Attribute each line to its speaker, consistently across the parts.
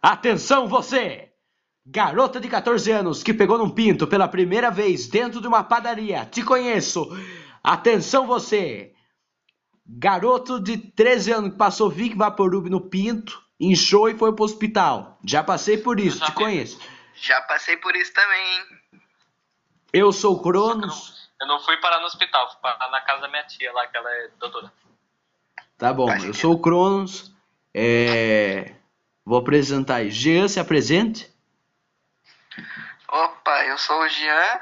Speaker 1: Atenção você! Garota de 14 anos que pegou num pinto pela primeira vez dentro de uma padaria. Te conheço. Atenção você! Garoto de 13 anos que passou Vic Vaporub no pinto, inchou e foi pro hospital. Já passei por isso,
Speaker 2: já
Speaker 1: te
Speaker 2: pe-
Speaker 1: conheço.
Speaker 2: Já passei por isso também, hein?
Speaker 1: Eu sou o
Speaker 3: Eu não,
Speaker 1: Cronos.
Speaker 3: eu não fui parar no hospital, fui parar na casa da minha tia lá, que ela é doutora.
Speaker 1: Tá bom,
Speaker 2: Faz
Speaker 1: eu
Speaker 2: sentido.
Speaker 1: sou o Cronos. é, Vou apresentar aí. Jean, se apresente.
Speaker 2: Opa, eu sou o Jean,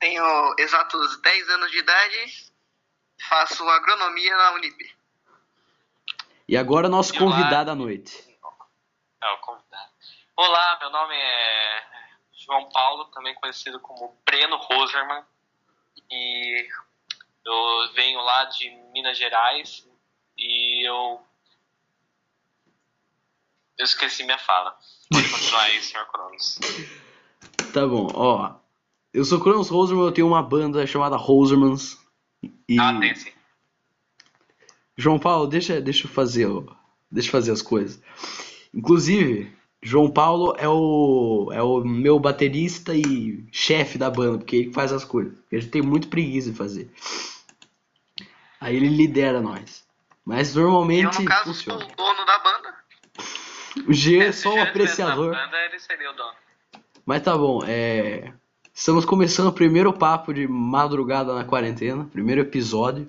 Speaker 2: tenho exatos 10 anos de idade, faço agronomia na Unip.
Speaker 1: E agora o nosso
Speaker 3: E olá.
Speaker 1: convidado à noite.
Speaker 3: É o convidado. Olá, meu nome é João Paulo, também conhecido como Breno Roserman. E eu venho lá de Minas Gerais e eu. Eu esqueci minha fala. Pode continuar aí, senhor Cronos.
Speaker 1: Tá bom, ó. Eu sou o Cronos Roserman, eu tenho uma banda chamada Rosermans. E
Speaker 3: Ah, tem sim.
Speaker 1: João Paulo, deixa, deixa eu fazer, o- deixa eu fazer as coisas. Inclusive, João Paulo é o, é o meu baterista e chefe da banda, porque ele que faz as coisas. Ele tem muito preguiça de fazer. Aí ele lidera nós. Mas
Speaker 2: Eu,
Speaker 1: normalmente
Speaker 2: no caso, sou
Speaker 1: funciona.
Speaker 2: o dono da banda.
Speaker 1: O G é
Speaker 3: Se
Speaker 1: só um
Speaker 3: tivesse
Speaker 1: apreciador.
Speaker 3: essa banda, ele seria o dono.
Speaker 1: Mas tá bom, é... estamos começando o primeiro papo de madrugada na quarentena, primeiro episódio.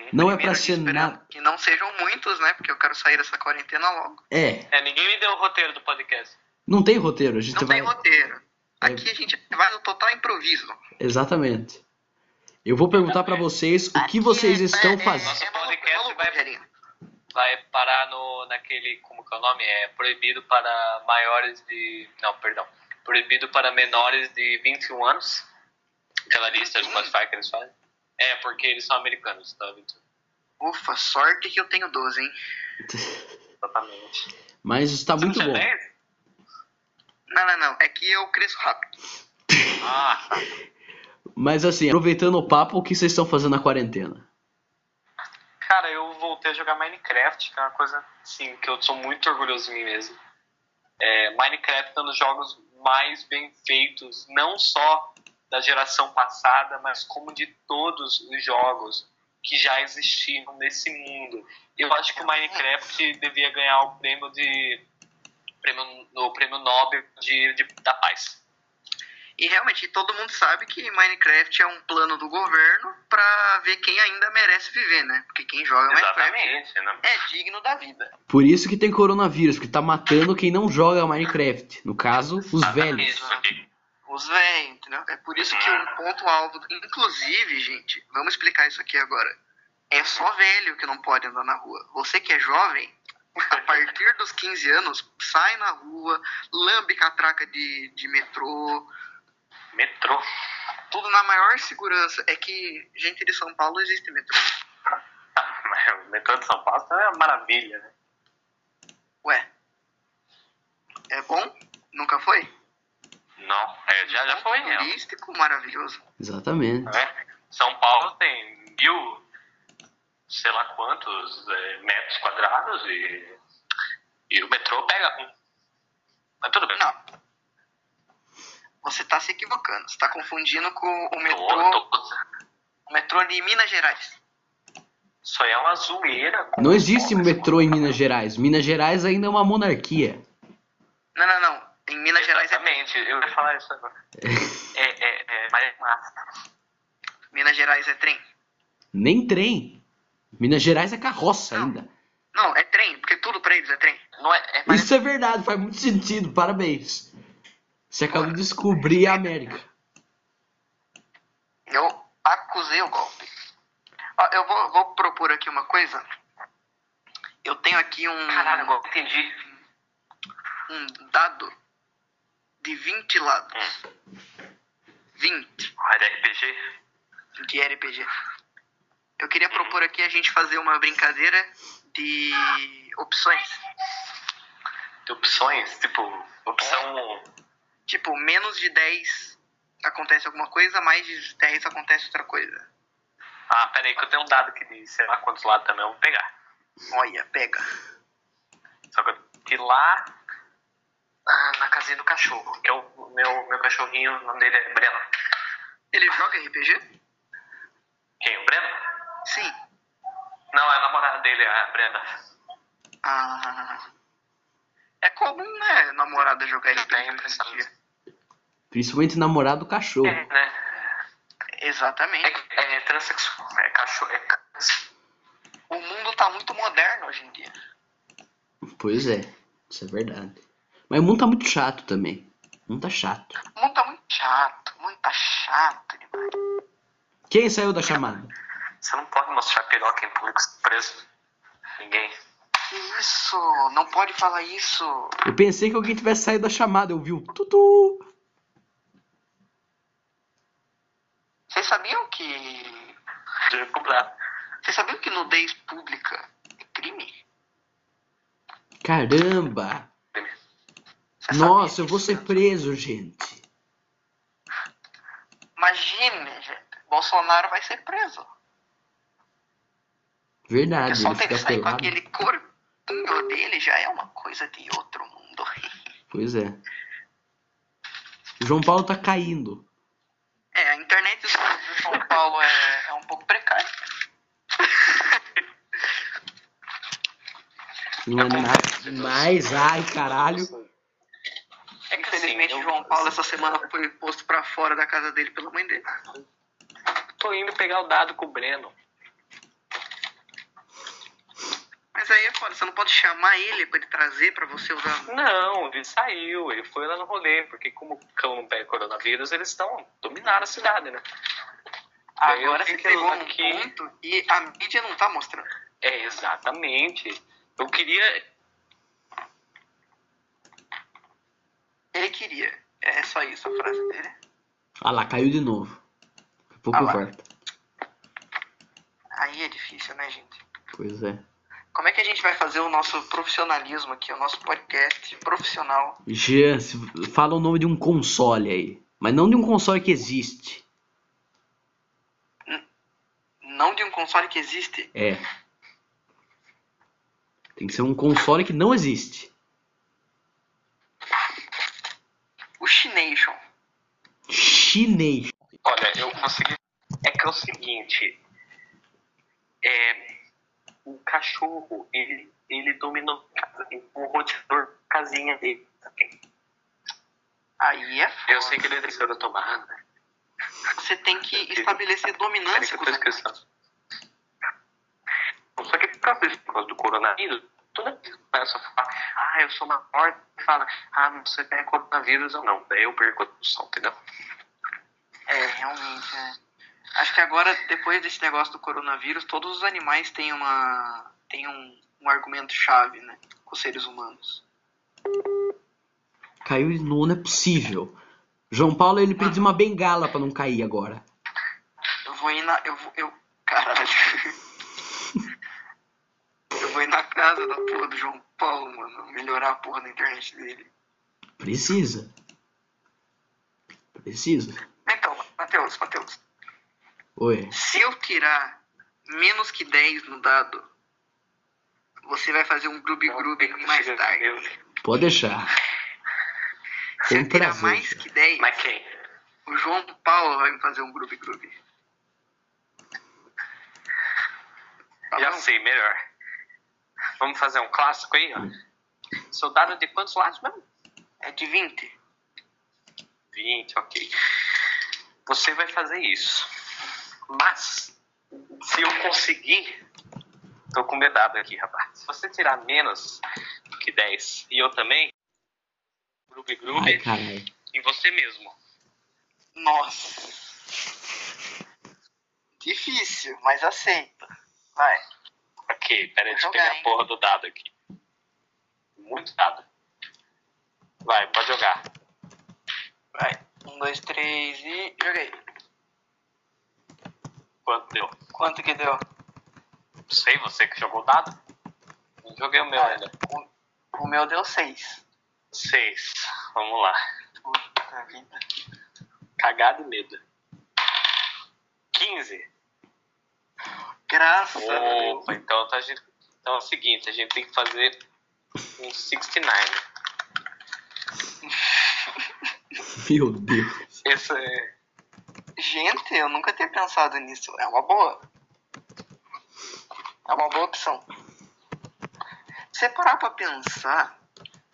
Speaker 3: Uhum.
Speaker 1: Não é pra
Speaker 2: Primeiro
Speaker 1: ser
Speaker 2: de esperar
Speaker 1: nada.
Speaker 2: Que não sejam muitos, né? Porque eu quero sair dessa quarentena logo.
Speaker 1: É,
Speaker 3: É, ninguém me deu o roteiro do podcast.
Speaker 1: não tem roteiro, a gente
Speaker 2: Não
Speaker 1: vai. é.
Speaker 2: tem roteiro. Aqui a gente vai no total improviso.
Speaker 1: Exatamente. Eu vou perguntar pra vocês o que vocês
Speaker 2: Aqui é-
Speaker 1: estão
Speaker 2: é-
Speaker 1: fazendo.
Speaker 2: É, maluco,
Speaker 3: podcast
Speaker 2: maluco,
Speaker 3: vai-
Speaker 2: Rogerinho.
Speaker 3: vai parar no naquele como que é o nome é proibido para maiores de não perdão proibido para menores de 21 anos aquela lista do Spotify que eles fazem é porque eles são americanos tá 21
Speaker 2: Ufa, sorte que eu tenho 12, hein?
Speaker 3: exatamente
Speaker 1: Mas está Tá muito
Speaker 3: Você não
Speaker 1: bom.
Speaker 3: tinha 10?
Speaker 2: Não, não, não. É que eu cresço rápido.
Speaker 3: ah tá.
Speaker 1: Mas assim, aproveitando o papo, o que vocês estão fazendo na quarentena?
Speaker 3: cara eu voltei a jogar Minecraft que é uma coisa assim que eu sou muito orgulhoso de mim mesmo é, Minecraft é um dos jogos mais bem feitos não só da geração passada mas como de todos os jogos que já existiam nesse mundo. Eu acho que o Minecraft devia ganhar o prêmio de prêmio, no prêmio Nobel de, de- da paz.
Speaker 2: E realmente todo mundo sabe que Minecraft é um plano do governo pra ver quem ainda merece viver, né? Porque quem joga Minecraft
Speaker 3: é né?
Speaker 2: é digno da vida.
Speaker 1: Por isso que tem coronavírus, porque tá matando quem não joga Minecraft. No caso, os velhos.
Speaker 3: Isso aqui.
Speaker 2: Os véi, entendeu? É por isso que um ponto alvo, inclusive, gente, vamos explicar isso aqui agora. É só velho que não pode andar na rua. Você que é jovem, a partir dos 15 anos, sai na rua, lambe catraca de, de metrô,
Speaker 3: Metrô.
Speaker 2: tudo na maior segurança. É que, gente de São Paulo, existe metrô.
Speaker 3: O metrô de São Paulo é uma maravilha, né?
Speaker 2: Ué, é bom? Nunca foi?
Speaker 3: Não, é, já,
Speaker 2: Ah,
Speaker 3: já foi, né?
Speaker 2: Turístico, maravilhoso.
Speaker 1: Exatamente.
Speaker 3: né? São Paulo tem mil, sei lá quantos é, metros quadrados e, e o metrô pega um. Mas tudo bem.
Speaker 2: Não. Você tá se equivocando. Você tá confundindo com o
Speaker 3: Tô-
Speaker 2: metrô,
Speaker 3: tô-
Speaker 2: o metrô de Minas Gerais.
Speaker 3: Isso aí é uma zoeira. com
Speaker 1: Não
Speaker 3: os
Speaker 1: existe
Speaker 3: pobres,
Speaker 1: metrô em
Speaker 3: mano.
Speaker 1: Minas Gerais. Minas Gerais ainda é uma monarquia.
Speaker 2: Não, não, não. Em Minas Gerais é,
Speaker 3: Exatamente, eu ia falar isso agora. é, é, é, mas é massa.
Speaker 2: Minas Gerais é trem.
Speaker 1: Nem trem. Minas Gerais é carroça
Speaker 2: Ah,
Speaker 1: ainda.
Speaker 2: Não, é trem, porque tudo pra eles é trem.
Speaker 3: Não é, é, parece-
Speaker 1: Isso é verdade, faz muito sentido. Parabéns. Você acabou de descobrir a América.
Speaker 2: Eu acusei o golpe. Ó, eu vou, vou propor aqui uma coisa. Eu tenho aqui um,
Speaker 3: Caralho, agora eu entendi.
Speaker 2: um dado de 20 lados.
Speaker 3: Hum.
Speaker 2: 20
Speaker 3: Ah, é da RPG?
Speaker 2: de RPG. Eu queria propor aqui a gente fazer uma brincadeira de opções.
Speaker 3: De opções, tipo, opção.
Speaker 2: Tipo, menos de 10 acontece alguma coisa, mais de 10 acontece outra coisa.
Speaker 3: Ah, peraí, que eu tenho um dado que diz, sei lá quantos lados também, eu vou pegar.
Speaker 2: Olha, pega.
Speaker 3: Só que que lá ah, na casinha do cachorro, que é o meu, meu cachorrinho, o nome dele é Breno.
Speaker 2: Ele joga RPG?
Speaker 3: Quem? O Breno?
Speaker 2: Sim.
Speaker 3: Não, é a namorada dele, a Brenda.
Speaker 2: Ah, é comum, né? Namorada jogar RPG.
Speaker 3: É impressionante.
Speaker 1: Principalmente namorado cachorro.
Speaker 3: É, né? É,
Speaker 2: Exatamente.
Speaker 3: que- é transexual, é cachorro, é ca-
Speaker 2: O mundo tá muito moderno hoje em dia.
Speaker 1: Pois é, isso é verdade. Mas o mundo tá muito chato também. O mundo tá chato.
Speaker 2: O mundo tá muito chato, muito tá chato demais.
Speaker 1: Quem saiu da chamada?
Speaker 3: Você não pode mostrar piroca em público é preso. Ninguém.
Speaker 2: Que isso? Não pode falar isso.
Speaker 1: Eu pensei que alguém tivesse saído da chamada. Eu vi o tutu.
Speaker 2: Vocês sabiam que.
Speaker 3: Deve cobrar.
Speaker 2: Vocês sabiam que nudez pública é crime?
Speaker 1: Caramba!
Speaker 2: Vocês
Speaker 1: Nossa,
Speaker 2: sabiam
Speaker 1: eu vou
Speaker 2: disso?
Speaker 1: ser preso, gente.
Speaker 2: Imagine, gente. Bolsonaro vai ser preso. O
Speaker 1: Verdade,
Speaker 2: pessoal
Speaker 1: ele
Speaker 2: tem que
Speaker 1: Ah, fica
Speaker 2: sair com
Speaker 1: pelado.
Speaker 2: aquele corpinho dele já é uma coisa de outro mundo.
Speaker 1: Pois é. O João Paulo tá caindo.
Speaker 2: É, a internet do São Paulo é, é um pouco precária.
Speaker 1: Não é nada demais. Ai, caralho.
Speaker 2: É que, Infelizmente,
Speaker 3: assim, eu-
Speaker 2: João Paulo essa semana foi posto pra fora da casa dele pela mãe dele.
Speaker 3: Tô indo pegar o dado com o Breno.
Speaker 2: Mas aí é foda, você não pode chamar ele pra ele trazer pra você usar.
Speaker 3: Não, ele saiu, ele foi lá no rolê, porque como o cão não pega coronavírus, eles estão dominaram a cidade, né? Daí eu
Speaker 2: Agora você
Speaker 3: fico
Speaker 2: pegou um
Speaker 3: aqui-
Speaker 2: ponto e a mídia não tá mostrando.
Speaker 3: É, exatamente. Eu queria.
Speaker 2: Ele queria. É só isso a frase dele.
Speaker 1: Ah lá, caiu de novo. Daqui a pouco
Speaker 2: Ah lá.
Speaker 1: volta.
Speaker 2: Aí é difícil, né, gente?
Speaker 1: Pois é.
Speaker 2: Como é que a gente vai fazer o nosso profissionalismo aqui, o nosso podcast profissional?
Speaker 1: Jean, se- fala o nome de um console aí. Mas não de um console que existe.
Speaker 2: Não de um console que existe.
Speaker 1: É. Tem que ser um console que não existe.
Speaker 2: O Shination.
Speaker 1: Chinês.
Speaker 3: Olha, eu consegui. É que é o seguinte. É, o cachorro, ele, ele dominou o roteador da casinha dele.
Speaker 2: Aí é foda.
Speaker 3: Eu sei que ele desceu da tomada.
Speaker 2: Você tem que
Speaker 3: Peraí
Speaker 2: estabelecer
Speaker 3: que
Speaker 2: dominância
Speaker 3: eu
Speaker 2: com
Speaker 3: tô
Speaker 2: os
Speaker 3: esquecendo. Só que por causa desse negócio do coronavírus, toda vez que começa a falar, ah, eu sou uma porta, fala, ah, não sei se tem coronavírus ou não. Daí eu perco a noção, entendeu?
Speaker 2: É, realmente, né? Acho que agora, depois desse negócio do coronavírus, todos os animais têm uma. têm um, um argumento chave, né? Com os seres humanos.
Speaker 1: Caiu de novo, não é possível. João Paulo, ele pediu uma bengala pra não cair agora.
Speaker 2: Eu vou ir na. Eu vou. Eu, caralho. eu vou ir na casa da porra do João Paulo, mano. Melhorar a porra da internet dele.
Speaker 1: Precisa. Precisa.
Speaker 2: Então, Matheus, Matheus.
Speaker 1: Oi.
Speaker 2: Se eu tirar menos que 10 no dado, você vai fazer um grub-grub mais
Speaker 3: Chega,
Speaker 2: tarde.
Speaker 3: assim, meu.
Speaker 1: Pode deixar.
Speaker 2: Se
Speaker 1: Com
Speaker 2: eu tirar
Speaker 1: prazer,
Speaker 2: mais
Speaker 1: João.
Speaker 2: que 10,
Speaker 3: Mas quem?
Speaker 2: o João Paulo vai me fazer um grupo grupo. Tá
Speaker 3: Já
Speaker 2: bom?
Speaker 3: sei, melhor. Vamos fazer um clássico aí, ó. Soldado de quantos lados mesmo?
Speaker 2: É de 20.
Speaker 3: 20, ok. Você vai fazer isso. Mas, se eu conseguir. Tô com medado aqui, rapaz. Se você tirar menos que 10 e eu também. Grupo e grupo
Speaker 1: Ai, caralho.
Speaker 3: em você mesmo.
Speaker 2: Nossa. Difícil, mas aceita. Vai.
Speaker 3: Ok, peraí,
Speaker 2: Vou
Speaker 3: deixa eu
Speaker 2: jogar,
Speaker 3: pegar a
Speaker 2: hein?
Speaker 3: porra do dado aqui. Muito dado. Vai, pode jogar.
Speaker 2: Vai. Um, dois, três e. Joguei.
Speaker 3: Quanto deu?
Speaker 2: Quanto que deu?
Speaker 3: Não sei, você que jogou o dado? Não joguei o meu ainda.
Speaker 2: O, o meu deu seis.
Speaker 3: Seis. Vamos lá.
Speaker 2: Puta vida.
Speaker 3: Cagado e medo. 15.
Speaker 2: Graças a Deus.
Speaker 3: Opa, então tá, a gente- então é o seguinte, a gente tem que fazer Um 69.
Speaker 1: Meu Deus.
Speaker 3: Esse é.
Speaker 2: Gente, eu nunca tinha pensado nisso. É uma boa. É uma boa opção. Se você parar pra pensar,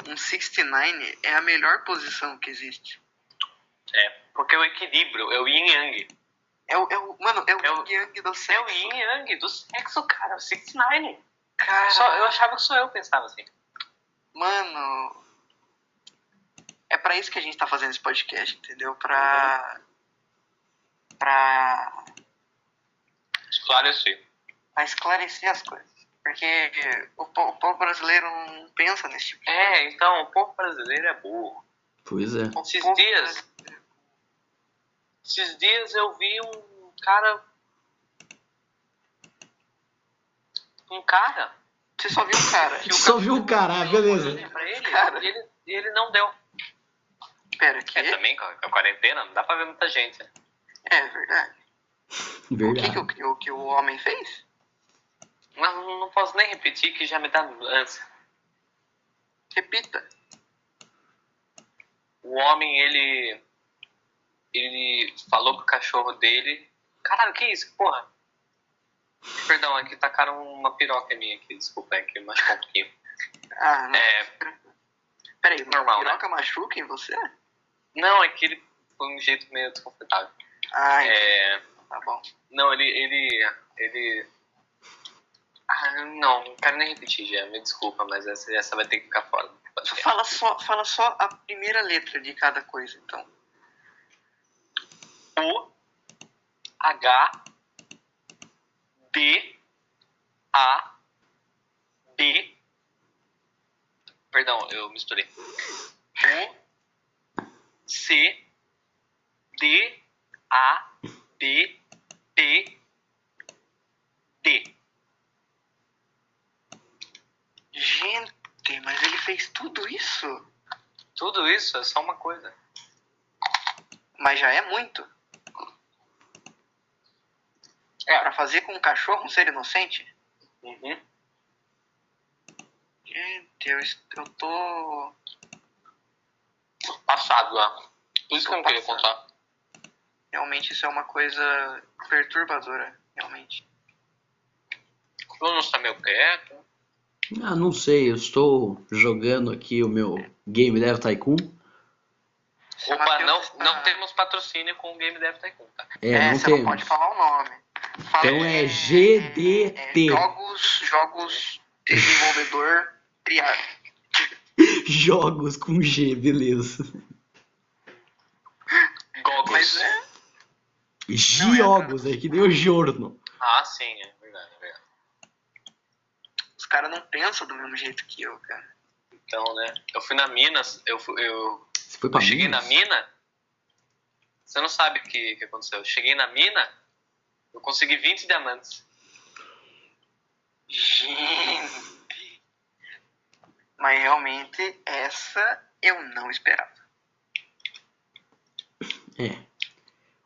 Speaker 2: um 69 é a melhor posição que existe.
Speaker 3: É, porque é o equilíbrio, é o yin e yang.
Speaker 2: É o, é o, mano, é o
Speaker 3: É o-
Speaker 2: yin yang do
Speaker 3: É o
Speaker 2: sexo.
Speaker 3: yin e yang do sexo, cara. O 69.
Speaker 2: Cara,
Speaker 3: Só, eu achava que só eu pensava assim.
Speaker 2: mano. É pra isso que a gente tá fazendo esse podcast, entendeu? Pra. Pra.
Speaker 3: Esclareci.
Speaker 2: pra esclarecer as coisas. Porque o po- o povo brasileiro não pensa nesse tipo de coisa.
Speaker 3: É, então, o povo brasileiro é burro.
Speaker 1: Pois é.
Speaker 2: O
Speaker 3: Esses
Speaker 2: povo
Speaker 3: dias, Esses dias eu vi um cara. Um cara.
Speaker 2: Você só viu o cara.
Speaker 3: que o
Speaker 1: Só
Speaker 3: cara-
Speaker 1: viu o um cara,
Speaker 3: eu
Speaker 1: beleza.
Speaker 2: né?
Speaker 3: olhei pra ele,
Speaker 2: Cara.
Speaker 3: e ele, e ele não deu.
Speaker 2: Pera, que
Speaker 3: É também, com a quarentena, não dá pra ver muita gente. né?
Speaker 2: É verdade. O que, que,
Speaker 1: Verdade.
Speaker 2: o, que, o, que o homem fez?
Speaker 3: Mas eu não posso nem repetir que já me dá ânsia.
Speaker 2: Repita.
Speaker 3: O homem, ele. Ele falou pro cachorro dele. Caralho, que isso? Porra. Perdão, aqui tacaram uma piroca minha aqui, desculpa, é que machucou um pouquinho.
Speaker 2: Ah, não.
Speaker 3: É,
Speaker 2: Peraí,
Speaker 3: normal, né?
Speaker 2: piroca machuca em você?
Speaker 3: não, é que ele foi um jeito meio desconfortável.
Speaker 2: Ah,
Speaker 3: É.
Speaker 2: tá bom.
Speaker 3: Não, ele. ele. ele. Ah, não, não quero nem repetir, já. Me desculpa, mas essa, essa vai ter que ficar fora. do
Speaker 2: Só
Speaker 3: podcast.
Speaker 2: Fala só, fala só a primeira letra de cada coisa, então.
Speaker 3: O H D A B Perdão, eu misturei. O C D A B P D.
Speaker 2: Gente, mas ele fez tudo isso?
Speaker 3: Tudo isso é só uma coisa.
Speaker 2: Mas já é muito. É, pra fazer com um cachorro um ser inocente?
Speaker 3: Uhum.
Speaker 2: Gente, eu, est- eu tô.
Speaker 3: Passado lá. Por isso que eu não queria
Speaker 2: Passado.
Speaker 3: contar.
Speaker 2: Realmente isso é uma coisa perturbadora, realmente.
Speaker 3: O Bruno está meio quieto.
Speaker 1: Ah, não sei, eu estou jogando aqui o meu Game Dev Tycoon.
Speaker 3: Opa,
Speaker 2: Mateus
Speaker 3: não,
Speaker 2: está-
Speaker 3: não temos patrocínio com o Game Dev Tycoon, tá?
Speaker 1: É,
Speaker 2: É,
Speaker 1: não
Speaker 2: você não pode
Speaker 1: temos.
Speaker 2: falar o nome. Fala-
Speaker 1: Então é GDT.
Speaker 2: é jogos, jogos desenvolvedor criado.
Speaker 1: Jogos com G, beleza.
Speaker 3: Goggles.
Speaker 2: Mas é.
Speaker 1: Jogos, é que nem o jorno.
Speaker 3: Ah, sim, é verdade, é verdade.
Speaker 2: Os caras não pensam do mesmo jeito que eu, cara.
Speaker 3: Então, né? Eu fui na Minas, eu, fui- eu,
Speaker 1: Você foi
Speaker 3: eu
Speaker 1: pra
Speaker 3: cheguei na
Speaker 1: Minas?
Speaker 3: mina. Você não sabe o que, que aconteceu. Eu cheguei na mina, eu consegui 20 diamantes.
Speaker 2: Gente. Mas realmente, essa eu não esperava.
Speaker 1: É.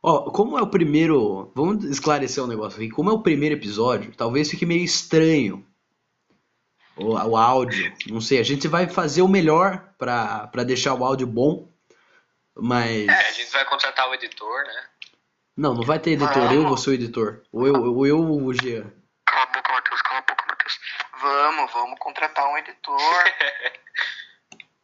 Speaker 1: Ó, como é o primeiro. Vamos esclarecer um negócio aqui. Como é o primeiro episódio, talvez fique meio estranho o, o áudio. Não sei, a gente vai fazer o melhor pra, pra deixar o áudio bom. Mas.
Speaker 3: É, a gente vai contratar o editor, né?
Speaker 1: Não, não vai ter editor. Eu vou ser o editor. Ou eu ou eu ou o Jean.
Speaker 2: Cala a boca, Matheus, cala a boca, Matheus. Vamos, vamos contratar um editor.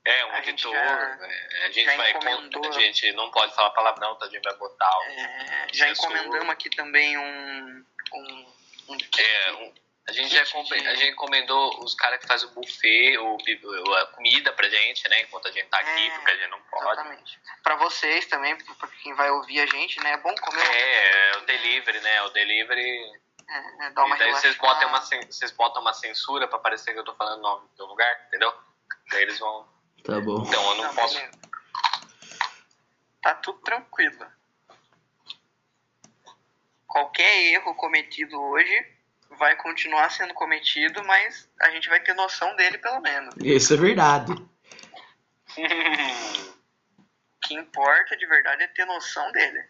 Speaker 3: É, um
Speaker 2: A gente
Speaker 3: editor.
Speaker 2: já-
Speaker 3: né? A gente
Speaker 2: já
Speaker 3: vai. con-
Speaker 2: encomendou.
Speaker 3: A gente não pode falar palavrão, tá? A gente vai botar o.
Speaker 2: É, já
Speaker 3: Censura.
Speaker 2: encomendamos aqui também um. um, um
Speaker 3: É, um- a gente já encomen- a gente encomendou os caras que fazem o buffet, o, bi- o- a comida pra gente, né? Enquanto a gente tá aqui,
Speaker 2: É,
Speaker 3: porque a gente não pode.
Speaker 2: Exatamente. Pra vocês também, pra quem vai ouvir a gente, né? É bom comer.
Speaker 3: É, é o delivery, né? O delivery.
Speaker 2: É, é, dá uma
Speaker 3: e daí vocês botam
Speaker 2: relaxada.
Speaker 3: uma, cen- vocês botam uma censura pra parecer que eu tô falando o nome do lugar, entendeu? Daí eles vão.
Speaker 1: Tá bom.
Speaker 3: Então eu não, posso.
Speaker 2: beleza. Tá tudo tranquilo. Qualquer erro cometido hoje vai continuar sendo cometido, mas a gente vai ter noção dele pelo menos.
Speaker 1: Isso é verdade.
Speaker 2: O que importa de verdade é ter noção dele.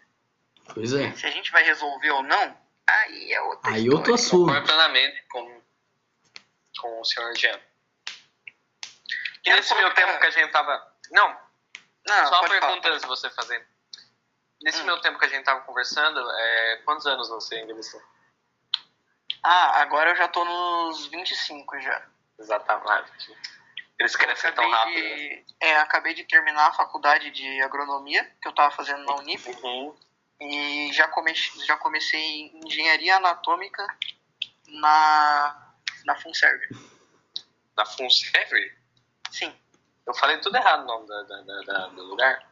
Speaker 1: Pois é.
Speaker 2: Se a gente vai resolver ou não, aí é outra
Speaker 1: Aí eu tô
Speaker 2: história.
Speaker 1: assunto.
Speaker 3: Concordo plenamente com, com o senhor Jean. E nesse meio tempo que a gente tava. Não,
Speaker 2: Não,
Speaker 3: só uma
Speaker 2: Ah, pode Hum. falar.
Speaker 3: pergunta antes de você fazer. Nesse meio tempo que a gente tava conversando, é, quantos anos você envelheceu?
Speaker 2: Ah, agora eu já tô nos 25 já.
Speaker 3: Exatamente. Eles crescem tão
Speaker 2: Acabei
Speaker 3: rápido. né?
Speaker 2: de, é, acabei de terminar a faculdade de agronomia que eu tava fazendo na Unip
Speaker 3: Uhum.
Speaker 2: e já comecei, já comecei em engenharia anatômica na na Funserve.
Speaker 3: Da Funsever?
Speaker 2: Sim,
Speaker 3: Eu falei tudo errado o nome da, da- da- da- do lugar.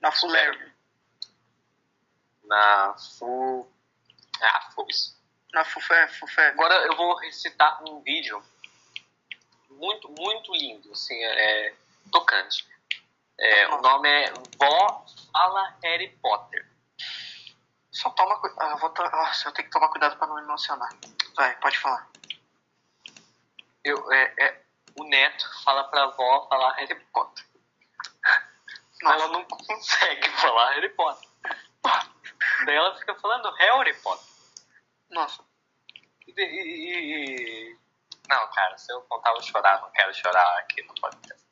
Speaker 2: na Fulerve,
Speaker 3: Na Fu. Ah, Fus.
Speaker 2: na Fufe, Fufe.
Speaker 3: Agora eu vou recitar um vídeo muito, muito lindo, assim, é, tocante. É, o nome é Vó Fala Harry Potter.
Speaker 2: Só toma cuidado, eu, vou to- Nossa, eu tenho que tomar cuidado pra não me emocionar. Vai, pode falar.
Speaker 3: Eu, é, é, o neto fala pra vó falar Harry Potter. Ela
Speaker 2: Nossa,
Speaker 3: não consegue falar Harry Potter. Daí ela fica falando Harry Potter.
Speaker 2: nossa.
Speaker 3: E, e- e- Não, cara, se eu contar, eu vou chorar. Não quero chorar aqui no podcast.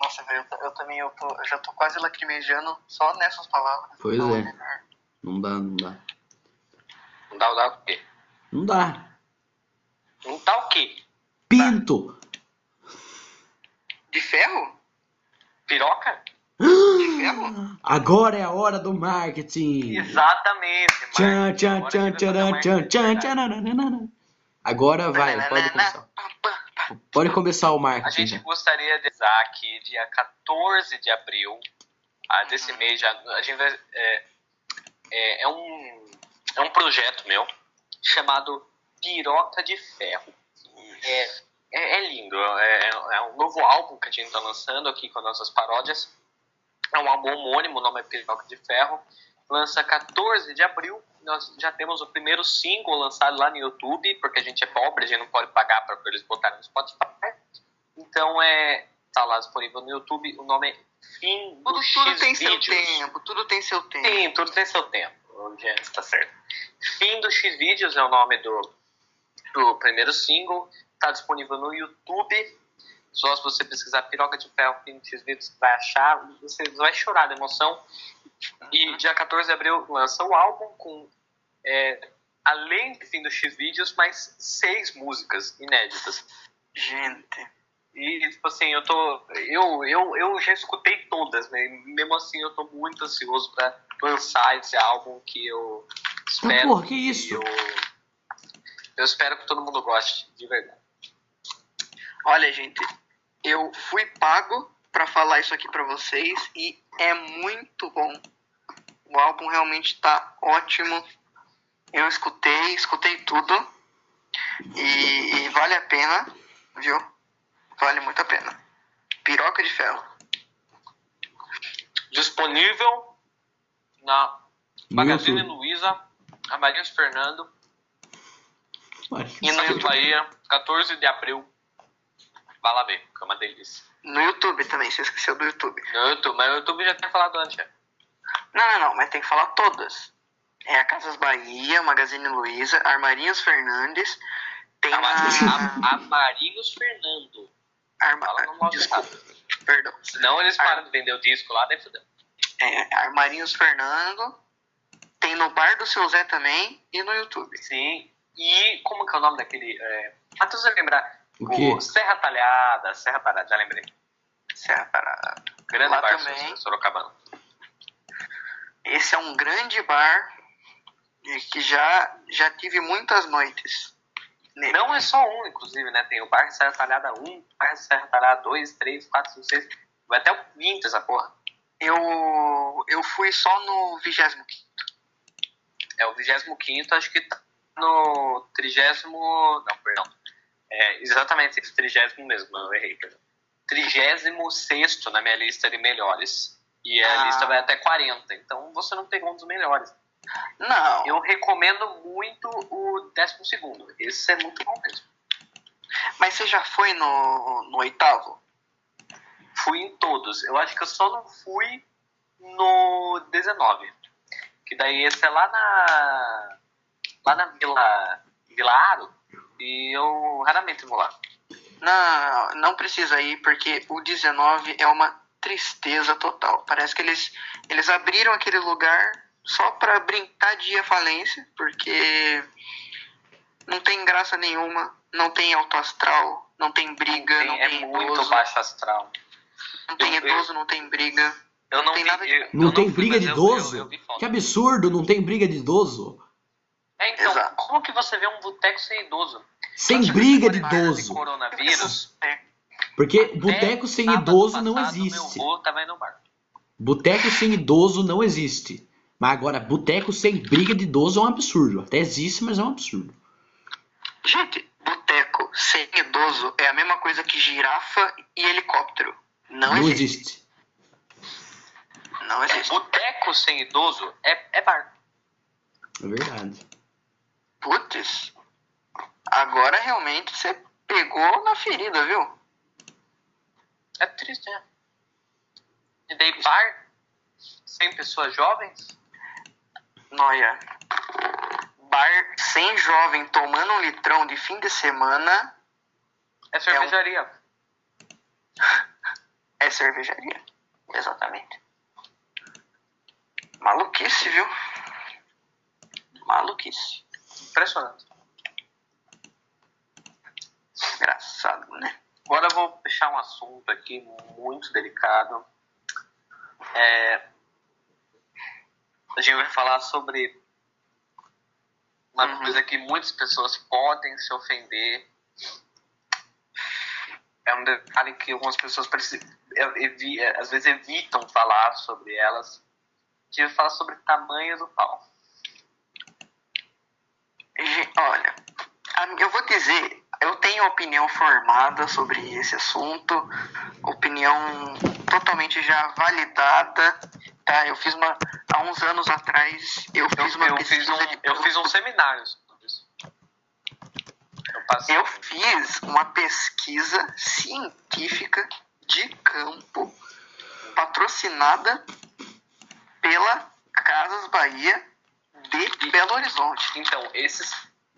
Speaker 2: Nossa, velho, eu, t- eu também eu tô, eu já tô quase lacrimejando só nessas palavras.
Speaker 1: Pois
Speaker 2: Não né?
Speaker 1: é.
Speaker 2: melhor.
Speaker 1: Não dá, não dá.
Speaker 3: Não dá, dá o quê?
Speaker 1: Não dá.
Speaker 3: Não dá o quê?
Speaker 1: Pinto!
Speaker 2: De ferro?
Speaker 3: Piroca?
Speaker 2: De ferro?
Speaker 1: Agora é a hora do marketing!
Speaker 3: Exatamente. Marcos.
Speaker 1: Tchan, tchan,
Speaker 3: Agora é
Speaker 1: tchan,
Speaker 3: a gente vai fazer
Speaker 1: tchan,
Speaker 3: mais
Speaker 1: tchan, tchan,
Speaker 3: atividade.
Speaker 1: tchan, nananana. Agora
Speaker 2: Né,
Speaker 1: vai, pode começar. Pode começar o
Speaker 3: A
Speaker 1: marketing.
Speaker 3: gente
Speaker 1: já.
Speaker 3: gostaria de avisar que dia 14 de abril ah, desse
Speaker 1: Uhum.
Speaker 3: mês já a gente vai, é, é, é um é um projeto meu chamado Piroca de Ferro. É, é, é lindo, é, é um novo álbum que a gente está lançando aqui com as nossas paródias. É um álbum homônimo, o nome é Piroca de Ferro. Lança 14 de abril. Nós já temos o primeiro single lançado lá no YouTube, porque a gente é pobre, a gente não pode pagar para eles botarem no Spotify. Então é. Tá lá disponível no YouTube. O nome é Fim do
Speaker 2: Tudo, tudo tem seu
Speaker 3: X-Vídeos.
Speaker 2: tempo, tudo tem seu tempo.
Speaker 3: Sim, tudo tem seu tempo. O Jean está certo. Fim do X-Vídeos é o nome do, do primeiro single. Está disponível no YouTube. Só se você pesquisar Piroca de Ferro, Fim do X-Vídeos, você vai achar. Você vai chorar de emoção. E dia 14 de abril lança o álbum com, é, além de Fim do X-Vídeos, mais seis músicas inéditas.
Speaker 2: Gente.
Speaker 3: E, tipo assim, eu tô. Eu, eu, eu já escutei todas, né? Mesmo assim, eu tô muito ansioso pra lançar esse álbum que eu espero.
Speaker 1: Então, porra, que isso?
Speaker 3: Eu, eu espero que todo mundo goste, de verdade.
Speaker 2: Olha, gente, eu fui pago pra falar isso aqui pra vocês e é muito bom. O álbum realmente tá ótimo. Eu escutei, escutei tudo. E, e vale a pena, viu? Vale muito a pena. Piroca de ferro.
Speaker 3: Disponível na
Speaker 1: No
Speaker 3: Magazine
Speaker 1: YouTube.
Speaker 3: Luiza, a Maria Fernando e
Speaker 1: Marketing.
Speaker 3: na Bahia, 14 de abril. Vai lá ver, que é uma delícia.
Speaker 2: No YouTube também, você esqueceu do YouTube.
Speaker 3: No YouTube, mas o YouTube já tinha falado antes. né?
Speaker 2: Não, não, não, mas tem que falar todas. É a Casas Bahia, Magazine Luiza, Armarinhos Fernandes, tem
Speaker 3: Ama-
Speaker 2: a...
Speaker 1: Ah.
Speaker 3: Am- Amarinhos Fernando.
Speaker 2: Arma...
Speaker 3: Fala no
Speaker 2: ah,
Speaker 3: nome
Speaker 2: Desculpa,
Speaker 3: errado.
Speaker 2: perdão.
Speaker 3: Senão eles param de vender o disco lá, daí fudeu.
Speaker 2: É, Armarinhos Fernando, tem no Bar do Seu Zé também e no YouTube.
Speaker 3: Sim. E como que é o nome daquele. É... Ah, tu vai lembrar.
Speaker 1: O quê?
Speaker 3: Serra Talhada, Serra Talhada, já lembrei.
Speaker 2: Serra é Parada.
Speaker 3: Grande
Speaker 2: Lá
Speaker 3: bar
Speaker 2: também.
Speaker 3: Sor- Sorocabana.
Speaker 2: Esse é um grande bar e que já, já tive muitas noites. nele.
Speaker 3: Não é só um, inclusive, né? Tem o bar Serra Talhada 1, bar Serra Talhada 2, 3, 4, 5, 6. Vai até o 20 essa porra.
Speaker 2: Eu, eu fui só no 25.
Speaker 3: É o 25, acho que tá no 30. Não, perdão. É exatamente esse 30 mesmo, eu errei, perdão. 36 na minha lista de melhores. E a
Speaker 2: Ah.
Speaker 3: lista vai até 40. Então você não pegou um dos melhores.
Speaker 2: Não,
Speaker 3: Eu recomendo muito o 12. Esse é muito bom mesmo.
Speaker 2: mas você já foi no, no oitavo?
Speaker 3: Fui em todos. Eu acho que eu só não fui no 19. Que daí esse é lá na. lá na Vila. Vila Aro. E eu raramente vou lá.
Speaker 2: Não, não precisa ir, porque o 19 é uma tristeza total. Parece que eles, eles abriram aquele lugar só pra brincar de ir à falência, porque não tem graça nenhuma, não tem alto astral, não tem briga,
Speaker 3: Tem-
Speaker 2: não
Speaker 3: é
Speaker 2: tem,
Speaker 3: muito
Speaker 2: idoso,
Speaker 3: baixo astral.
Speaker 2: não tem
Speaker 3: Eu- eu-
Speaker 2: idoso, não tem briga.
Speaker 3: Eu não,
Speaker 2: tem
Speaker 3: vi,
Speaker 2: nada de-
Speaker 3: eu- eu
Speaker 1: Não tem
Speaker 3: fui,
Speaker 1: briga
Speaker 3: mas
Speaker 1: de
Speaker 3: eu- eu-
Speaker 1: idoso?
Speaker 3: eu vi foto.
Speaker 1: Que absurdo, não tem briga de idoso.
Speaker 3: É, então,
Speaker 2: Exato.
Speaker 3: como que você vê um boteco sem idoso?
Speaker 1: Sem
Speaker 3: Você
Speaker 1: briga de
Speaker 3: vê vários de
Speaker 1: idoso.
Speaker 3: coronavírus.
Speaker 2: É.
Speaker 1: Porque
Speaker 3: Até
Speaker 1: boteco sem
Speaker 3: sábado
Speaker 1: idoso não
Speaker 3: passado,
Speaker 1: existe.
Speaker 3: Meu avô tava indo no bar.
Speaker 1: Boteco sem idoso não existe. Mas agora, boteco sem briga de idoso é um absurdo. Até existe, mas é um absurdo.
Speaker 2: Gente, boteco sem idoso é a mesma coisa que girafa e helicóptero. Não,
Speaker 1: Não
Speaker 2: existe.
Speaker 1: existe.
Speaker 2: Não existe.
Speaker 3: Boteco sem idoso é, é bar.
Speaker 1: É verdade.
Speaker 2: Putz, agora realmente você pegou na ferida, viu?
Speaker 3: É triste, né? E daí bar sem pessoas jovens?
Speaker 2: Noia. Bar sem jovem tomando um litrão de fim de semana
Speaker 3: É cervejaria.
Speaker 2: é cervejaria. Exatamente. Maluquice, viu? Maluquice.
Speaker 3: Impressionante.
Speaker 2: Engraçado, né?
Speaker 3: Agora eu vou fechar um assunto aqui muito delicado. É, a gente vai falar sobre uma
Speaker 2: Uhum.
Speaker 3: coisa que muitas pessoas podem se ofender. É um detalhe que algumas pessoas preci- é, evi- é, às vezes evitam falar sobre elas. Que eu falar sobre tamanho do pau.
Speaker 2: Ge- Olha, a- eu vou dizer, eu tenho opinião formada sobre esse assunto, opinião totalmente já validada, tá? Eu fiz uma, há uns anos atrás, eu
Speaker 3: Eu,
Speaker 2: fiz uma
Speaker 3: eu fiz
Speaker 2: pesquisa
Speaker 3: um,
Speaker 2: de-
Speaker 3: eu fiz um seminário sobre isso. Eu passei.
Speaker 2: eu fiz uma pesquisa científica de campo patrocinada pela Casas Bahia de Belo Horizonte.
Speaker 3: Então, esse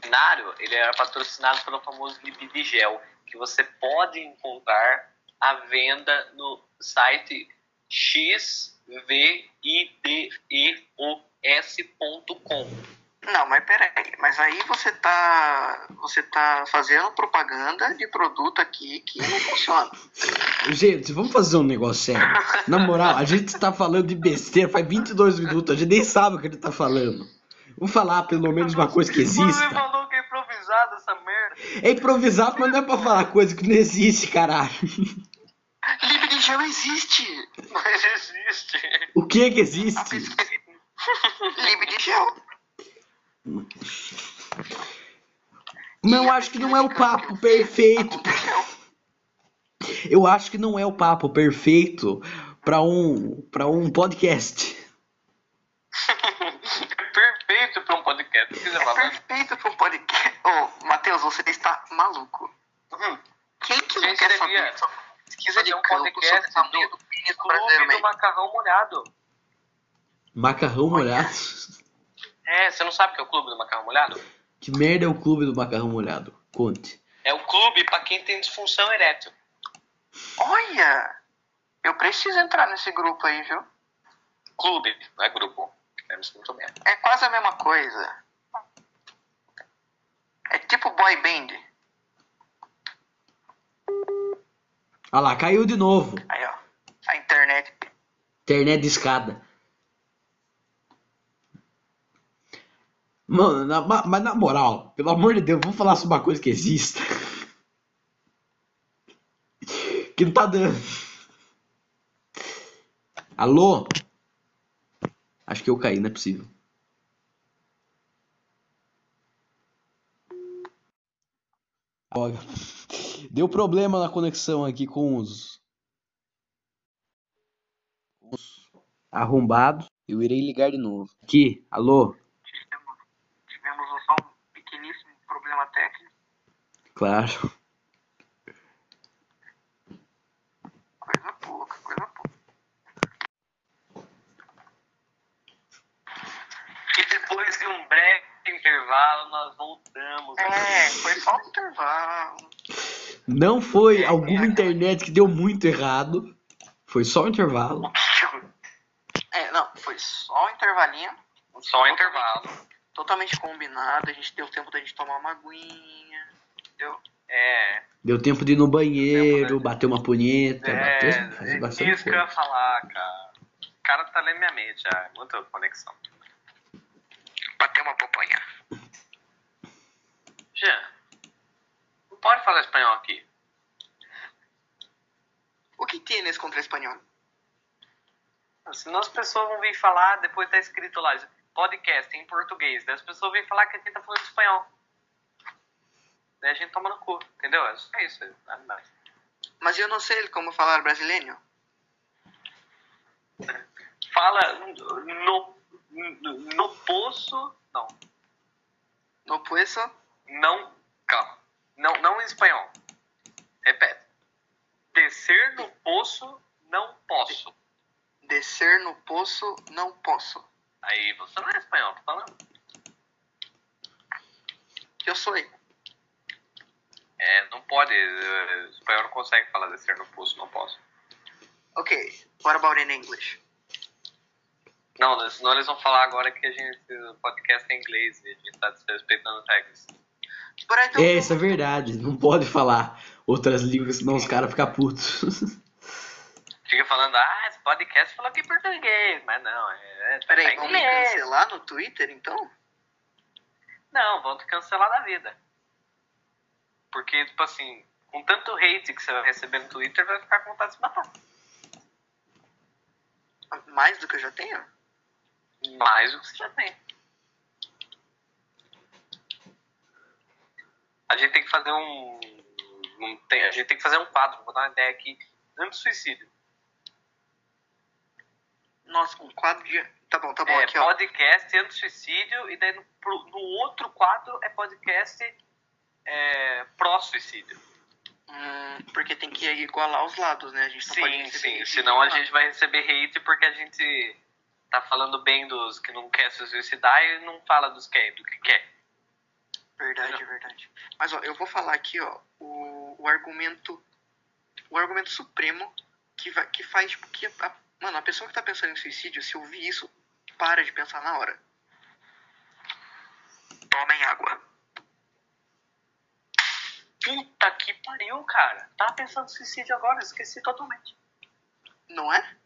Speaker 3: cenário, ele era patrocinado pelo famoso Libidigel, que você pode encontrar à venda no site xvideos.com.
Speaker 2: Não, mas peraí, mas aí você tá, você tá fazendo propaganda de produto aqui que não funciona.
Speaker 1: Gente, vamos fazer um negócio sério. Na moral, a gente tá falando de besteira faz 22 minutos, a gente nem sabe o que a gente tá falando. Vamos falar pelo menos uma coisa que
Speaker 3: Você
Speaker 1: exista.
Speaker 3: falou que é improvisado essa merda.
Speaker 1: É improvisar, mas não é pra falar coisa que não existe, caralho.
Speaker 2: Livre de gel existe!
Speaker 3: Mas existe.
Speaker 1: O que é que
Speaker 2: A
Speaker 1: existe?
Speaker 2: pesquisa... Livre de gel.
Speaker 1: Não, eu acho que não é o papo perfeito.
Speaker 2: Aconteceu.
Speaker 1: Eu acho que não é o papo perfeito pra um, pra um podcast.
Speaker 3: É perfeito para um podcast. O que você
Speaker 2: É
Speaker 3: falando?
Speaker 2: perfeito pro podcast. Ô, Matheus, você está maluco.
Speaker 3: Hum,
Speaker 2: Quem que não
Speaker 3: Quem
Speaker 2: quer
Speaker 3: seria?
Speaker 2: saber sobre pesquisa de
Speaker 3: Fazer um
Speaker 2: campo sobre
Speaker 3: podcast
Speaker 2: o tamanho
Speaker 3: do
Speaker 2: do pênis do brasileiro
Speaker 3: Clube do
Speaker 2: médio?
Speaker 3: Macarrão Molhado.
Speaker 1: Macarrão molhado.
Speaker 3: É, você não sabe o que é o Clube do Macarrão Molhado?
Speaker 1: Que merda é o clube do macarrão molhado? Conte.
Speaker 3: É o clube para quem tem disfunção erétil.
Speaker 2: Olha! Eu preciso entrar nesse grupo aí, viu?
Speaker 3: Clube, não é grupo. É muito bem.
Speaker 2: É quase a mesma coisa. É tipo boy band.
Speaker 1: Ah lá, caiu de novo.
Speaker 2: Aí, ó. A internet.
Speaker 1: Internet de escada. Mano, na- ma- mas na moral, pelo amor de Deus, vamos falar sobre uma coisa que exista. Que não tá dando. Alô? Acho que eu caí, não é possível. Olha, Deu problema na conexão aqui com os arrombado. Eu irei ligar de novo. Aqui, alô?
Speaker 2: Tivemos só um pequeníssimo problema técnico.
Speaker 1: Claro.
Speaker 2: Coisa pouca, coisa pouca.
Speaker 3: E depois de um breve intervalo, nós voltamos.
Speaker 2: É, foi só um intervalo.
Speaker 1: Não foi alguma internet que deu muito errado. Foi só um intervalo.
Speaker 2: É, não, foi só um intervalinho.
Speaker 3: Só um intervalo.
Speaker 2: Totalmente combinado. A gente deu tempo da gente tomar uma aguinha. Entendeu?
Speaker 3: É.
Speaker 1: Deu tempo de ir no banheiro, bater uma punheta,
Speaker 3: É,
Speaker 1: bater faz bastante
Speaker 3: isso que eu
Speaker 1: coisa.
Speaker 3: ia falar, cara. O cara tá lendo minha mente já. É muita conexão.
Speaker 2: Bater uma popanha.
Speaker 3: Jean, não pode falar espanhol aqui.
Speaker 2: O que tem nesse contra espanhol?
Speaker 3: Senão as pessoas vão vir falar, depois tá escrito lá, podcast em português. Daí as pessoas vêm falar que a gente tá falando espanhol. Daí a gente toma no cu, entendeu? É só isso. é nada mais.
Speaker 2: Mas eu não sei como falar brasileiro.
Speaker 3: Fala no, no, no poço. Não.
Speaker 2: No pueso.
Speaker 3: Não. Calma. Não, não em espanhol. Repete. Descer no poço, não posso.
Speaker 2: Descer no poço, não posso.
Speaker 3: Aí você não é espanhol, tô falando.
Speaker 2: Eu sou.
Speaker 3: É, não pode. eh, O espanhol não consegue falar descer no poço, não posso.
Speaker 2: Ok, what about in English?
Speaker 3: Não, senão eles vão falar agora que a gente. O podcast é em inglês e a gente tá desrespeitando regras.
Speaker 2: But I don't
Speaker 1: É,
Speaker 2: know-
Speaker 1: isso é verdade. Não pode falar outras línguas, senão os caras ficam putos.
Speaker 3: Fica falando, ah, esse podcast falou que é português, mas não, é. é- tá
Speaker 2: Peraí,
Speaker 3: em
Speaker 2: vamos me
Speaker 3: inglês.
Speaker 2: cancelar no Twitter então?
Speaker 3: Não, vão te cancelar da vida. Porque, tipo assim, com tanto hate que você vai receber no Twitter, vai ficar com vontade de se matar.
Speaker 2: Mais do que eu já tenho?
Speaker 3: Mais do que você já tem. A gente tem que fazer um. um tem- a gente tem que fazer um quadro, vou dar uma ideia aqui. é um Anti-suicídio.
Speaker 2: Nossa, um quadro de. Tá bom, tá bom,
Speaker 3: É,
Speaker 2: aqui ó.
Speaker 3: podcast anti-suicídio, e daí no, pro- no outro quadro é podcast é, pró-suicídio.
Speaker 2: Hum, porque tem que igualar os lados, né? A gente não pode
Speaker 3: Sim,
Speaker 2: receber
Speaker 3: sim.
Speaker 2: hate
Speaker 3: Senão a
Speaker 2: de um
Speaker 3: gente vai receber hate porque a gente tá falando bem dos que não quer se suicidar e não fala dos que, é, do que quer.
Speaker 2: lado. Verdade, verdade. Mas ó, eu vou falar aqui, ó, o, o argumento. O argumento supremo que, vai, que faz, tipo, que. a- mano, a pessoa que tá pensando em suicídio, se ouvir isso, para de pensar na hora. Tomem água.
Speaker 3: Puta que pariu, cara. Tava pensando em suicídio agora, esqueci totalmente.
Speaker 2: Não é?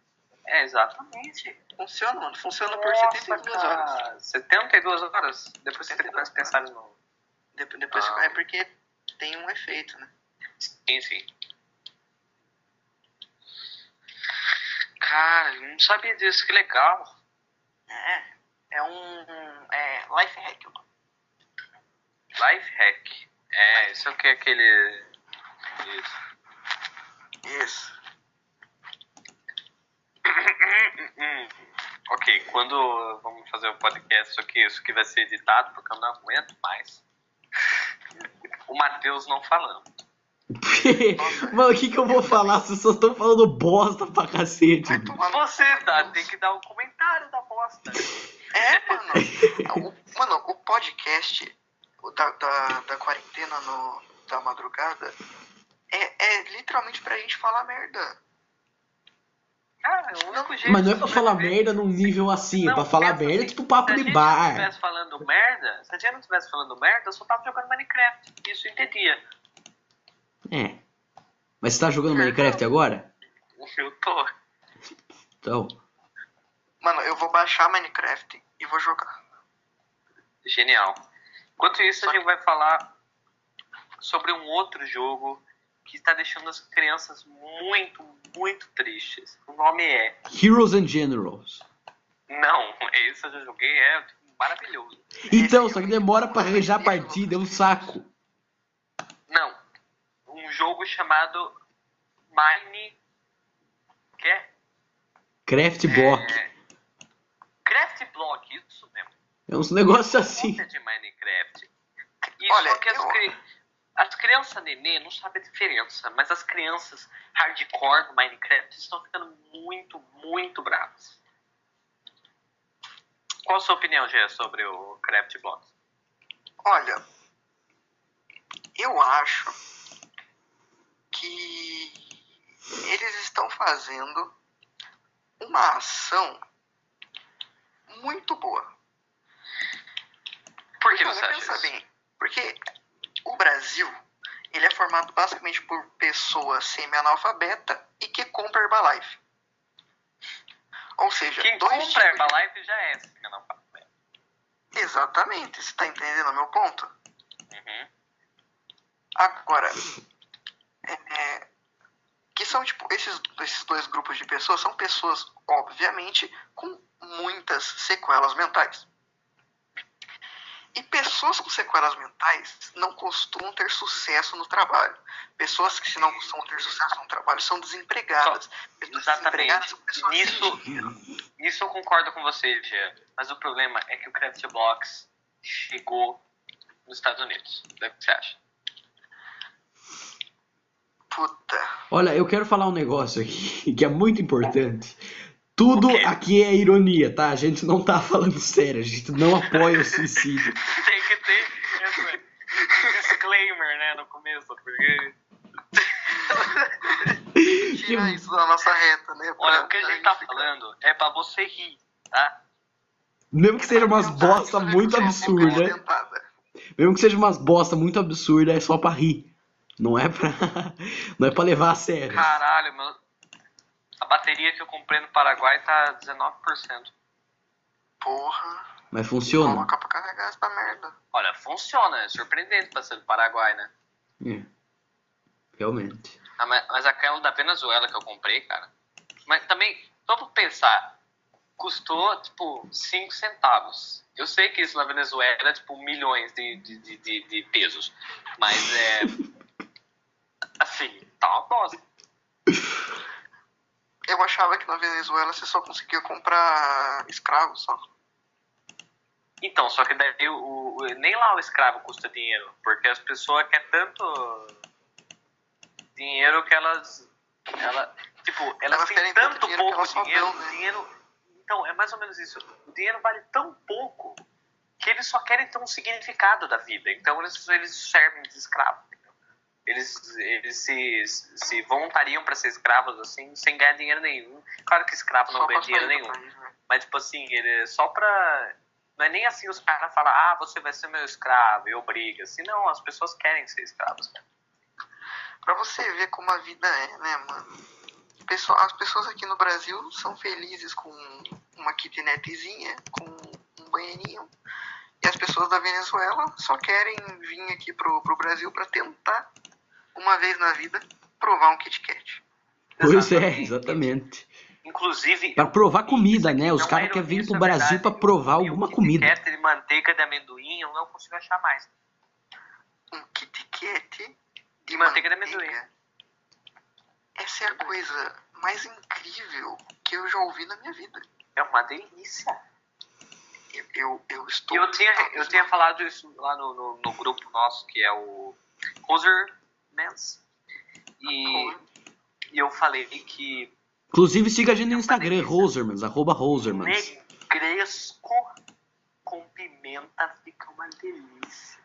Speaker 3: É, exatamente.
Speaker 2: Funciona, mano. Funciona por
Speaker 3: Nossa,
Speaker 2: 72
Speaker 3: cara.
Speaker 2: É, horas.
Speaker 3: 72 horas? Depois você
Speaker 2: 72
Speaker 3: começa a pensar de novo.
Speaker 2: Depo- depois
Speaker 3: Ah.
Speaker 2: é porque tem um efeito, né?
Speaker 3: Sim, sim. Cara, eu não sabia disso, que legal.
Speaker 2: É. É um. É life hack, mano.
Speaker 3: Life hack. É, isso é o que é aquele. Isso.
Speaker 2: Isso.
Speaker 3: Hum, ok, quando vamos fazer o podcast, isso aqui, isso aqui vai ser editado, porque eu não aguento mais. O Matheus não falando.
Speaker 1: Mano, o que, que eu vou falar? As pessoas estão falando bosta pra cacete.
Speaker 2: Vai
Speaker 1: mano.
Speaker 2: tomar no
Speaker 3: Você
Speaker 2: cu,
Speaker 3: tá,
Speaker 2: Deus.
Speaker 3: tem que dar o comentário da bosta.
Speaker 2: É, mano. O, mano, o podcast o da, da, da quarentena no, da madrugada é, é literalmente pra gente falar merda.
Speaker 3: Cara, é o único jeito
Speaker 1: Mas não é
Speaker 3: de
Speaker 1: pra falar
Speaker 3: sobreviver.
Speaker 1: merda num nível assim, é
Speaker 3: Não,
Speaker 1: pra falar
Speaker 3: pensa
Speaker 1: merda
Speaker 3: assim,
Speaker 1: tipo papo
Speaker 3: se a
Speaker 1: de
Speaker 3: gente não
Speaker 1: bar.
Speaker 3: estivesse falando merda, se a gente não estivesse falando merda, eu só tava jogando Minecraft. Isso entendia.
Speaker 1: É. Mas você tá jogando Minecraft agora?
Speaker 3: Eu tô.
Speaker 1: Então.
Speaker 2: Mano, eu vou baixar Minecraft e vou jogar.
Speaker 3: Genial. Enquanto isso, a gente vai falar sobre um outro jogo que está deixando as crianças muito, muito tristes. O nome é.
Speaker 1: Heroes and Generals.
Speaker 3: Não, é isso que eu já joguei, é maravilhoso.
Speaker 1: Então, só que demora pra arranjar a partida, é um saco.
Speaker 3: Não. Um jogo chamado Mine. Que é?
Speaker 1: Craft Block.
Speaker 3: É, Craft Block, isso mesmo.
Speaker 1: É uns negócios assim.
Speaker 3: conta de Minecraft. E
Speaker 2: Olha,
Speaker 3: só que as,
Speaker 2: eu-
Speaker 3: cri- as crianças nenê não sabem a diferença, mas as crianças hardcore do Minecraft estão ficando muito, muito bravas. Qual a sua opinião, Gê, sobre o Craft Block?
Speaker 2: Olha, eu acho que eles estão fazendo uma ação muito boa.
Speaker 3: Por que
Speaker 2: Porque
Speaker 3: você
Speaker 2: você
Speaker 3: acha
Speaker 2: pensa
Speaker 3: isso?
Speaker 2: bem, porque o Brasil ele é formado basicamente por pessoas semi-analfabeta e que compra Herbalife. Ou seja,
Speaker 3: Quem
Speaker 2: dois
Speaker 3: compra
Speaker 2: tipos de-
Speaker 3: Herbalife já é esse canal.
Speaker 2: Exatamente, você tá entendendo o meu ponto?
Speaker 3: Uhum.
Speaker 2: Agora, é, que são, tipo, esses, esses dois grupos de pessoas são pessoas, obviamente, com muitas sequelas mentais. E pessoas com sequelas mentais não costumam ter sucesso no trabalho. Pessoas que, se não costumam ter sucesso no trabalho, são desempregadas. Pessoas desempregadas
Speaker 3: Exatamente.
Speaker 2: são pessoas sem
Speaker 3: Nisso,
Speaker 2: assim.
Speaker 3: nisso eu concordo com você, Jean. Mas o problema é que o Craft Box chegou nos Estados Unidos. O que você acha?
Speaker 2: puta.
Speaker 1: Olha, eu quero falar um negócio aqui que é muito importante. Tudo
Speaker 3: O quê?
Speaker 1: aqui é ironia, tá? A gente não tá falando sério, a gente não apoia o suicídio.
Speaker 3: Tem que ter esse disclaimer, né, no começo, porque...
Speaker 2: Tira isso da nossa reta, né?
Speaker 3: Olha,
Speaker 2: pra-
Speaker 3: o que a gente
Speaker 2: pra
Speaker 3: tá falando é pra você rir, tá?
Speaker 1: Mesmo que seja umas
Speaker 2: tentar
Speaker 1: bosta
Speaker 2: resolver
Speaker 1: muito
Speaker 2: com a boca
Speaker 3: né?
Speaker 1: absurda,
Speaker 2: sustentada.
Speaker 1: mesmo que seja umas bosta muito absurda, é só pra rir. Não é pra, não é pra levar a sério.
Speaker 3: Caralho, meu... A bateria que eu comprei no Paraguai tá 19%.
Speaker 2: Porra.
Speaker 1: Mas funciona.
Speaker 2: Coloca pra carregar essa merda.
Speaker 3: Olha, funciona, é surpreendente pra ser do Paraguai, né?
Speaker 1: É. Realmente.
Speaker 3: Ah, mas, mas aquela da Venezuela que eu comprei, cara. Mas também, só pra pensar, custou, tipo, 5 centavos. Eu sei que isso na Venezuela é, tipo, milhões de, de, de, de- de pesos. Mas é. assim, tá uma bosta.
Speaker 2: Eu achava que na Venezuela você só conseguia comprar escravos só.
Speaker 3: Então, só que daí o, o- nem lá o escravo custa dinheiro, porque as pessoas querem tanto dinheiro que elas. Ela, tipo, elas,
Speaker 2: Elas
Speaker 3: têm
Speaker 2: querem
Speaker 3: tanto,
Speaker 2: tanto dinheiro que
Speaker 3: pouco
Speaker 2: elas só
Speaker 3: dinheiro,
Speaker 2: dão, né?
Speaker 3: dinheiro. Então, é mais ou menos isso. O dinheiro vale tão pouco que eles só querem ter um significado da vida. Então, eles, eles servem de escravo. entendeu? Eles, eles se, se voluntariam para ser escravos assim, sem ganhar dinheiro nenhum. Claro que escravo
Speaker 2: Só
Speaker 3: não ganha
Speaker 2: pra
Speaker 3: dinheiro
Speaker 2: sair do
Speaker 3: nenhum.
Speaker 2: país, né?
Speaker 3: Mas, tipo assim, ele é só pra. Não é nem assim os caras falam, ah, você vai ser meu escravo, eu brigo. Assim, não, as pessoas querem ser escravas. cara.
Speaker 2: Pra você ver como a vida é, né, mano? Pessoa- As pessoas aqui no Brasil são felizes com uma kitnetzinha, com um banheirinho. E as pessoas da Venezuela só querem vir aqui pro, pro Brasil pra tentar, uma vez na vida, provar um Kit Kat.
Speaker 1: Pois é,
Speaker 3: Exatamente.
Speaker 1: exatamente.
Speaker 3: Inclusive.
Speaker 1: Pra
Speaker 3: eu-
Speaker 1: provar
Speaker 3: isso
Speaker 1: comida,
Speaker 3: aqui
Speaker 1: né? Os
Speaker 3: não
Speaker 1: caras
Speaker 3: é
Speaker 1: querem vir
Speaker 3: ironia,
Speaker 1: pro
Speaker 3: isso é
Speaker 1: Brasil pra
Speaker 3: verdade.
Speaker 1: provar
Speaker 3: Eu vi
Speaker 1: alguma
Speaker 3: um
Speaker 1: comida.
Speaker 3: Kit Kat de manteiga de amendoim, eu não consigo achar mais.
Speaker 2: Um Kit Kat de
Speaker 3: Manteiga de
Speaker 2: manteiga.
Speaker 3: amendoim.
Speaker 2: Essa é a coisa mais incrível que eu já ouvi na minha vida.
Speaker 3: É uma delícia.
Speaker 2: Eu, eu, eu estou.
Speaker 3: E eu tinha, eu tinha falado isso lá no, no, no grupo nosso, que é o Hoser Mans. E, e eu falei que
Speaker 1: Inclusive, siga a gente no
Speaker 3: É uma
Speaker 1: Instagram,
Speaker 3: delícia.
Speaker 1: Rosermans, arroba Rosermans.
Speaker 3: Negresco com pimenta fica uma delícia.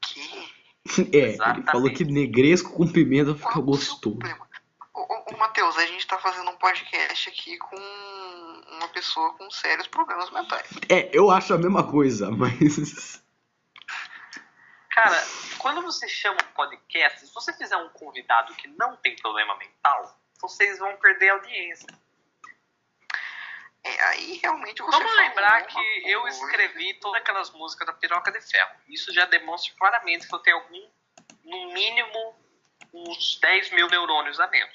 Speaker 2: Que?
Speaker 1: É, ele
Speaker 3: Exatamente.
Speaker 1: falou que negresco com pimenta
Speaker 2: Qual
Speaker 1: fica
Speaker 2: o seu
Speaker 1: gostoso.
Speaker 2: problema? Ô, ô, ô, Matheus, a gente tá fazendo um podcast aqui com uma pessoa com sérios problemas mentais.
Speaker 1: É, eu acho a mesma coisa, mas.
Speaker 3: Cara, quando você chama um podcast, se você fizer um convidado que não tem problema mental, vocês vão perder a audiência.
Speaker 2: É, aí realmente você.
Speaker 3: Vamos
Speaker 2: falou
Speaker 3: lembrar
Speaker 2: uma
Speaker 3: que eu
Speaker 2: coisa.
Speaker 3: escrevi todas aquelas músicas da Piroca de Ferro. Isso já demonstra claramente que eu tenho algum, no mínimo, uns 10 mil neurônios a menos.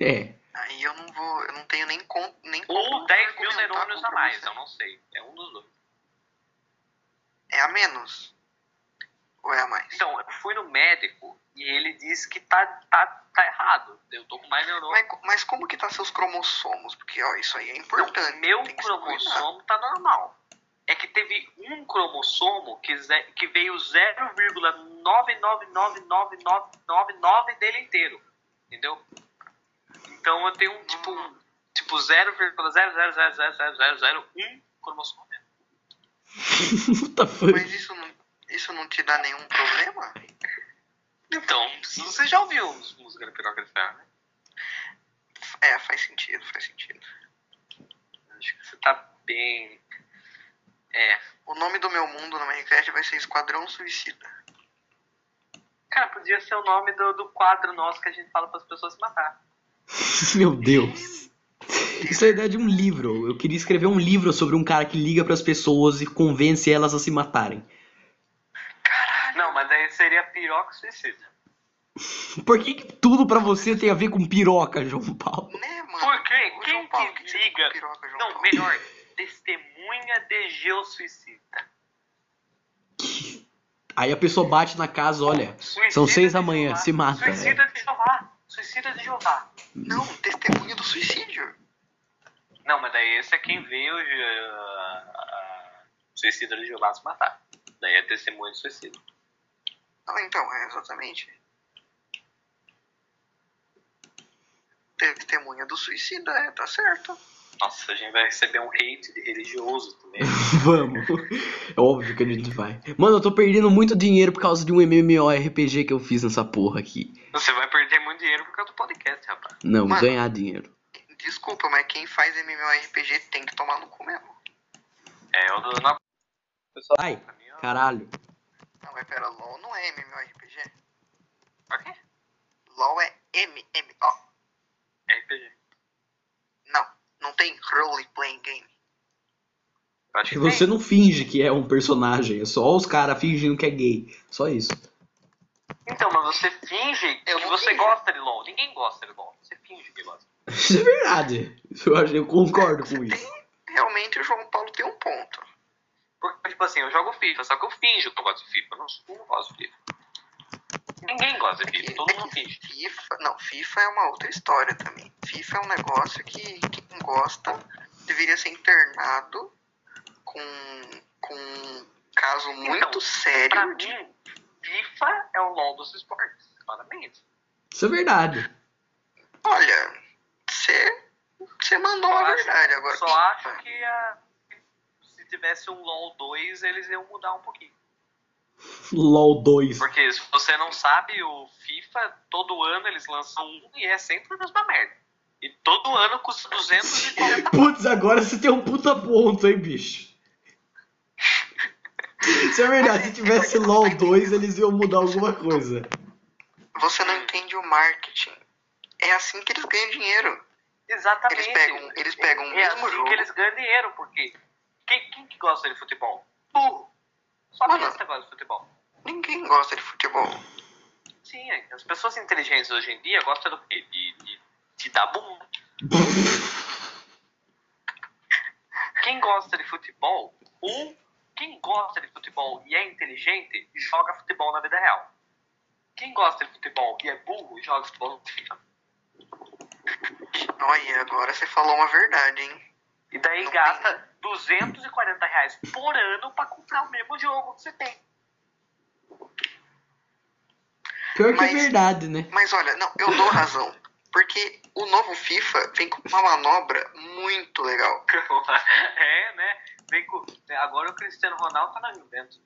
Speaker 1: É.
Speaker 2: Aí eu não vou. Eu não tenho nem conta. Nem
Speaker 3: Ou
Speaker 2: como
Speaker 3: 10 mil
Speaker 2: argumentar
Speaker 3: neurônios a
Speaker 2: contra
Speaker 3: mais,
Speaker 2: você.
Speaker 3: eu não sei. É um dos dois.
Speaker 2: É a menos? Ou é a mais?
Speaker 3: Então, eu fui no médico e ele disse que tá, tá, tá errado. Eu tô com mais neurônio.
Speaker 2: Mas, mas como que tá seus cromossomos? Porque, ó, isso aí é importante.
Speaker 3: Não, meu
Speaker 2: tem que se cuidar.
Speaker 3: cromossomo tá normal. É que teve um cromossomo que, ze- que veio 0,999999 dele inteiro. Entendeu? Então eu tenho um tipo, um- tipo 0,00000001 cromossomo.
Speaker 1: Puta foi.
Speaker 2: Mas isso não, isso não te dá nenhum problema?
Speaker 3: Então, você já ouviu os- música da Piroca de Ferro, né?
Speaker 2: É, faz sentido, faz sentido.
Speaker 3: Acho que você tá bem. É.
Speaker 2: O nome do meu mundo no Minecraft vai ser Esquadrão Suicida.
Speaker 3: Cara, podia ser o nome do, do quadro nosso que a gente fala para as pessoas se matar.
Speaker 1: Meu Deus. Isso é a ideia de um livro. Eu queria escrever um livro sobre um cara que liga pras pessoas e convence elas a se matarem.
Speaker 3: Não, mas aí seria piroca suicida.
Speaker 1: Por que, que tudo pra você tem a ver com piroca, João Paulo?
Speaker 2: Né, mano?
Speaker 3: Por quê?
Speaker 2: Ô,
Speaker 3: Quem
Speaker 2: João Paulo,
Speaker 3: que
Speaker 2: o você tem com
Speaker 3: liga?
Speaker 2: Piroca, João
Speaker 3: Não,
Speaker 2: Paulo?
Speaker 3: melhor, testemunha de geossuicida.
Speaker 1: Aí a pessoa bate na casa, olha,
Speaker 3: Suicida
Speaker 1: são seis
Speaker 3: de
Speaker 1: da manhã,
Speaker 3: Jeová.
Speaker 1: se mata. né?
Speaker 3: Suicida de Jeová. Suicida de Jeová.
Speaker 2: Não, testemunha do suicídio.
Speaker 3: Não, mas daí esse é quem veio uh, suicida de Jeová se matar. Daí é testemunha de suicídio.
Speaker 2: Não, então, é exatamente. Testemunha do suicida, é, tá certo.
Speaker 3: Nossa, a gente vai receber um hate de religioso também.
Speaker 1: Vamos. É óbvio que a gente vai. Mano, eu tô perdendo muito dinheiro por causa de um MMORPG que eu fiz nessa porra aqui.
Speaker 3: Você vai perder muito dinheiro por causa do podcast, rapaz.
Speaker 1: Não,
Speaker 2: Mano.
Speaker 1: ganhar dinheiro.
Speaker 2: Desculpa, mas quem faz MMORPG tem que tomar no cu mesmo.
Speaker 3: É, eu dou na...
Speaker 1: Ai,
Speaker 3: pra mim, ó.
Speaker 1: caralho.
Speaker 2: Não, mas pera, LOL não é MMORPG.
Speaker 3: Pra quê?
Speaker 2: LOL é MMO.
Speaker 3: RPG.
Speaker 2: Não, não tem role playing game.
Speaker 3: Eu acho que
Speaker 1: Você
Speaker 3: tem.
Speaker 1: não finge que é um personagem, é só os caras fingindo que é gay. Só isso.
Speaker 3: Então, mas você finge
Speaker 2: Eu
Speaker 3: que
Speaker 2: não
Speaker 3: você
Speaker 2: finjo.
Speaker 3: gosta de LOL. Ninguém gosta de LOL. Você finge que gosta.
Speaker 1: Isso é verdade. Eu, acho, eu concordo com isso.
Speaker 2: Tem, realmente o João Paulo tem um ponto.
Speaker 3: Porque, tipo assim, eu jogo FIFA, só que eu finjo que eu gosto de FIFA. Eu não, eu não gosto de FIFA. Ninguém gosta de
Speaker 2: É
Speaker 3: FIFA,
Speaker 2: que-
Speaker 3: todo
Speaker 2: é
Speaker 3: mundo
Speaker 2: que
Speaker 3: finge.
Speaker 2: FIFA, não, FIFA é uma outra história também. FIFA é um negócio que quem gosta deveria ser internado com, com um caso muito
Speaker 3: Então, Pra
Speaker 2: sério de
Speaker 3: mim, FIFA é o LOL dos esportes, claramente.
Speaker 1: Isso é verdade.
Speaker 2: olha, você você mandou
Speaker 3: Só
Speaker 2: uma
Speaker 3: acho-
Speaker 2: verdade agora.
Speaker 3: Só
Speaker 2: FIFA,
Speaker 3: acho que a- se tivesse um LOL 2, eles iam mudar um pouquinho.
Speaker 1: LOL 2.
Speaker 3: Porque se você não sabe, o FIFA, todo ano eles lançam um e é sempre a mesma merda. E todo ano custa 240
Speaker 1: Putz, agora você tem um puta ponto, hein, bicho. Isso é verdade. Se tivesse LOL 2, eles iam mudar alguma coisa.
Speaker 2: Você não entende o marketing. É assim que eles ganham dinheiro.
Speaker 3: Exatamente.
Speaker 2: Eles pegam- eles pegam o
Speaker 3: é
Speaker 2: mesmo
Speaker 3: assim
Speaker 2: jogo.
Speaker 3: que eles ganham dinheiro, porque quem, quem que gosta de futebol? Burro. Só
Speaker 2: Mano.
Speaker 3: besta gosta de futebol.
Speaker 2: Ninguém gosta de futebol.
Speaker 3: Sim, é. as pessoas inteligentes hoje em dia gostam do quê? De, de, de dar bunda. Quem gosta de futebol, um, quem gosta de futebol e é inteligente, joga futebol na vida real. Quem gosta de futebol e é burro, joga futebol no FIFA.
Speaker 2: Olha, agora você falou uma verdade, hein?
Speaker 3: E daí
Speaker 2: Não
Speaker 3: gasta 240 reais por ano pra comprar o mesmo jogo que você tem.
Speaker 1: Pior que é
Speaker 2: Mas-
Speaker 1: verdade, né?
Speaker 2: Mas olha, não, eu dou razão. Porque o novo FIFA vem com uma manobra muito legal.
Speaker 3: É, né? Vem com... Agora o Cristiano Ronaldo tá na Juventus.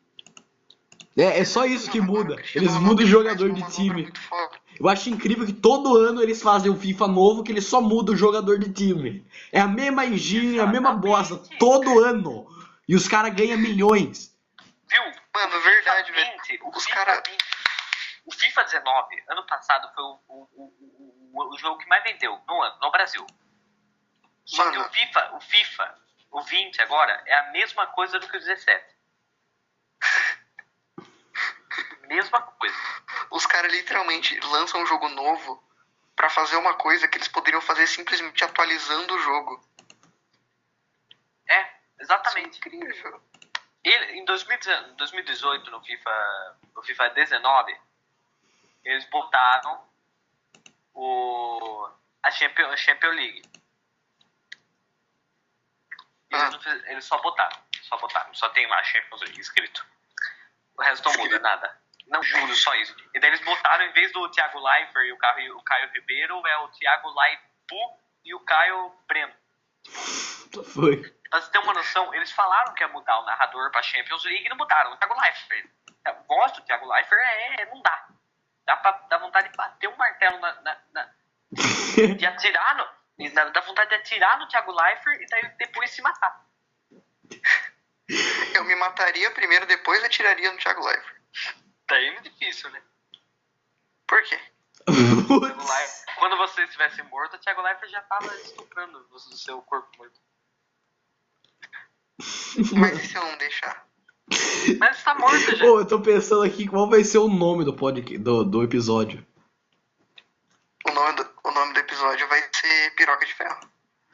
Speaker 1: É, é só isso que muda. Eles mudam
Speaker 2: Uma manobra
Speaker 1: o jogador
Speaker 2: faz
Speaker 1: de
Speaker 2: uma manobra
Speaker 1: time.
Speaker 2: muito foda.
Speaker 1: Eu acho incrível que todo ano eles fazem um FIFA novo que eles só mudam o jogador de time. É a mesma engine, a mesma bosta,
Speaker 3: Exatamente.
Speaker 1: todo ano. E os caras ganham milhões.
Speaker 3: Viu?
Speaker 2: Mano, verdade, velho.
Speaker 3: 20, o
Speaker 2: Os
Speaker 3: FIFA
Speaker 2: cara-
Speaker 3: 20. O FIFA 19, ano passado, foi o, o, o, o, o jogo que mais vendeu no, ano, no Brasil. Só que o
Speaker 2: Mano.
Speaker 3: FIFA, o FIFA, o 20 agora, é a mesma coisa do que o 17. mesma coisa.
Speaker 2: Os caras literalmente lançam um jogo novo pra fazer uma coisa que eles poderiam fazer simplesmente atualizando o jogo.
Speaker 3: É, exatamente.
Speaker 2: Incrível.
Speaker 3: Ele, em 2019 2018, no FIFA, no FIFA 19, eles botaram o, a, Champions, a Champions League. Eles,
Speaker 2: Ah.
Speaker 3: não fiz- eles só botaram, só botaram, só tem lá Champions League escrito. O resto não muda nada. Não juro, só isso. E daí eles botaram, em vez do Thiago Leifert e o Caio, o Caio Ribeiro, é o Thiago Leipu e o Caio Breno.
Speaker 1: Foi.
Speaker 3: Pra você ter uma noção, eles falaram que ia mudar o narrador pra Champions League e não mudaram. O Thiago Leifert. Eu gosto do Thiago Leifert, é, é, não dá. Dá, pra, dá vontade de bater um martelo na. na- na- de atirar no. e Dá, dá vontade de atirar no Thiago Leifert e daí depois se matar.
Speaker 2: Eu me mataria primeiro, depois atiraria no Thiago Leifert.
Speaker 3: Daí é difícil, né?
Speaker 2: Por quê?
Speaker 3: Thiago Leifert- Quando você estivesse morto, o Thiago Leifert já tava estuprando o o seu corpo morto.
Speaker 2: Mas e se eu não deixar?
Speaker 3: Mas você tá morto já.
Speaker 1: Pô, eu tô pensando aqui qual vai ser o nome do, podcast, do, do episódio.
Speaker 2: O nome, do, o nome do episódio vai ser Piroca de Ferro.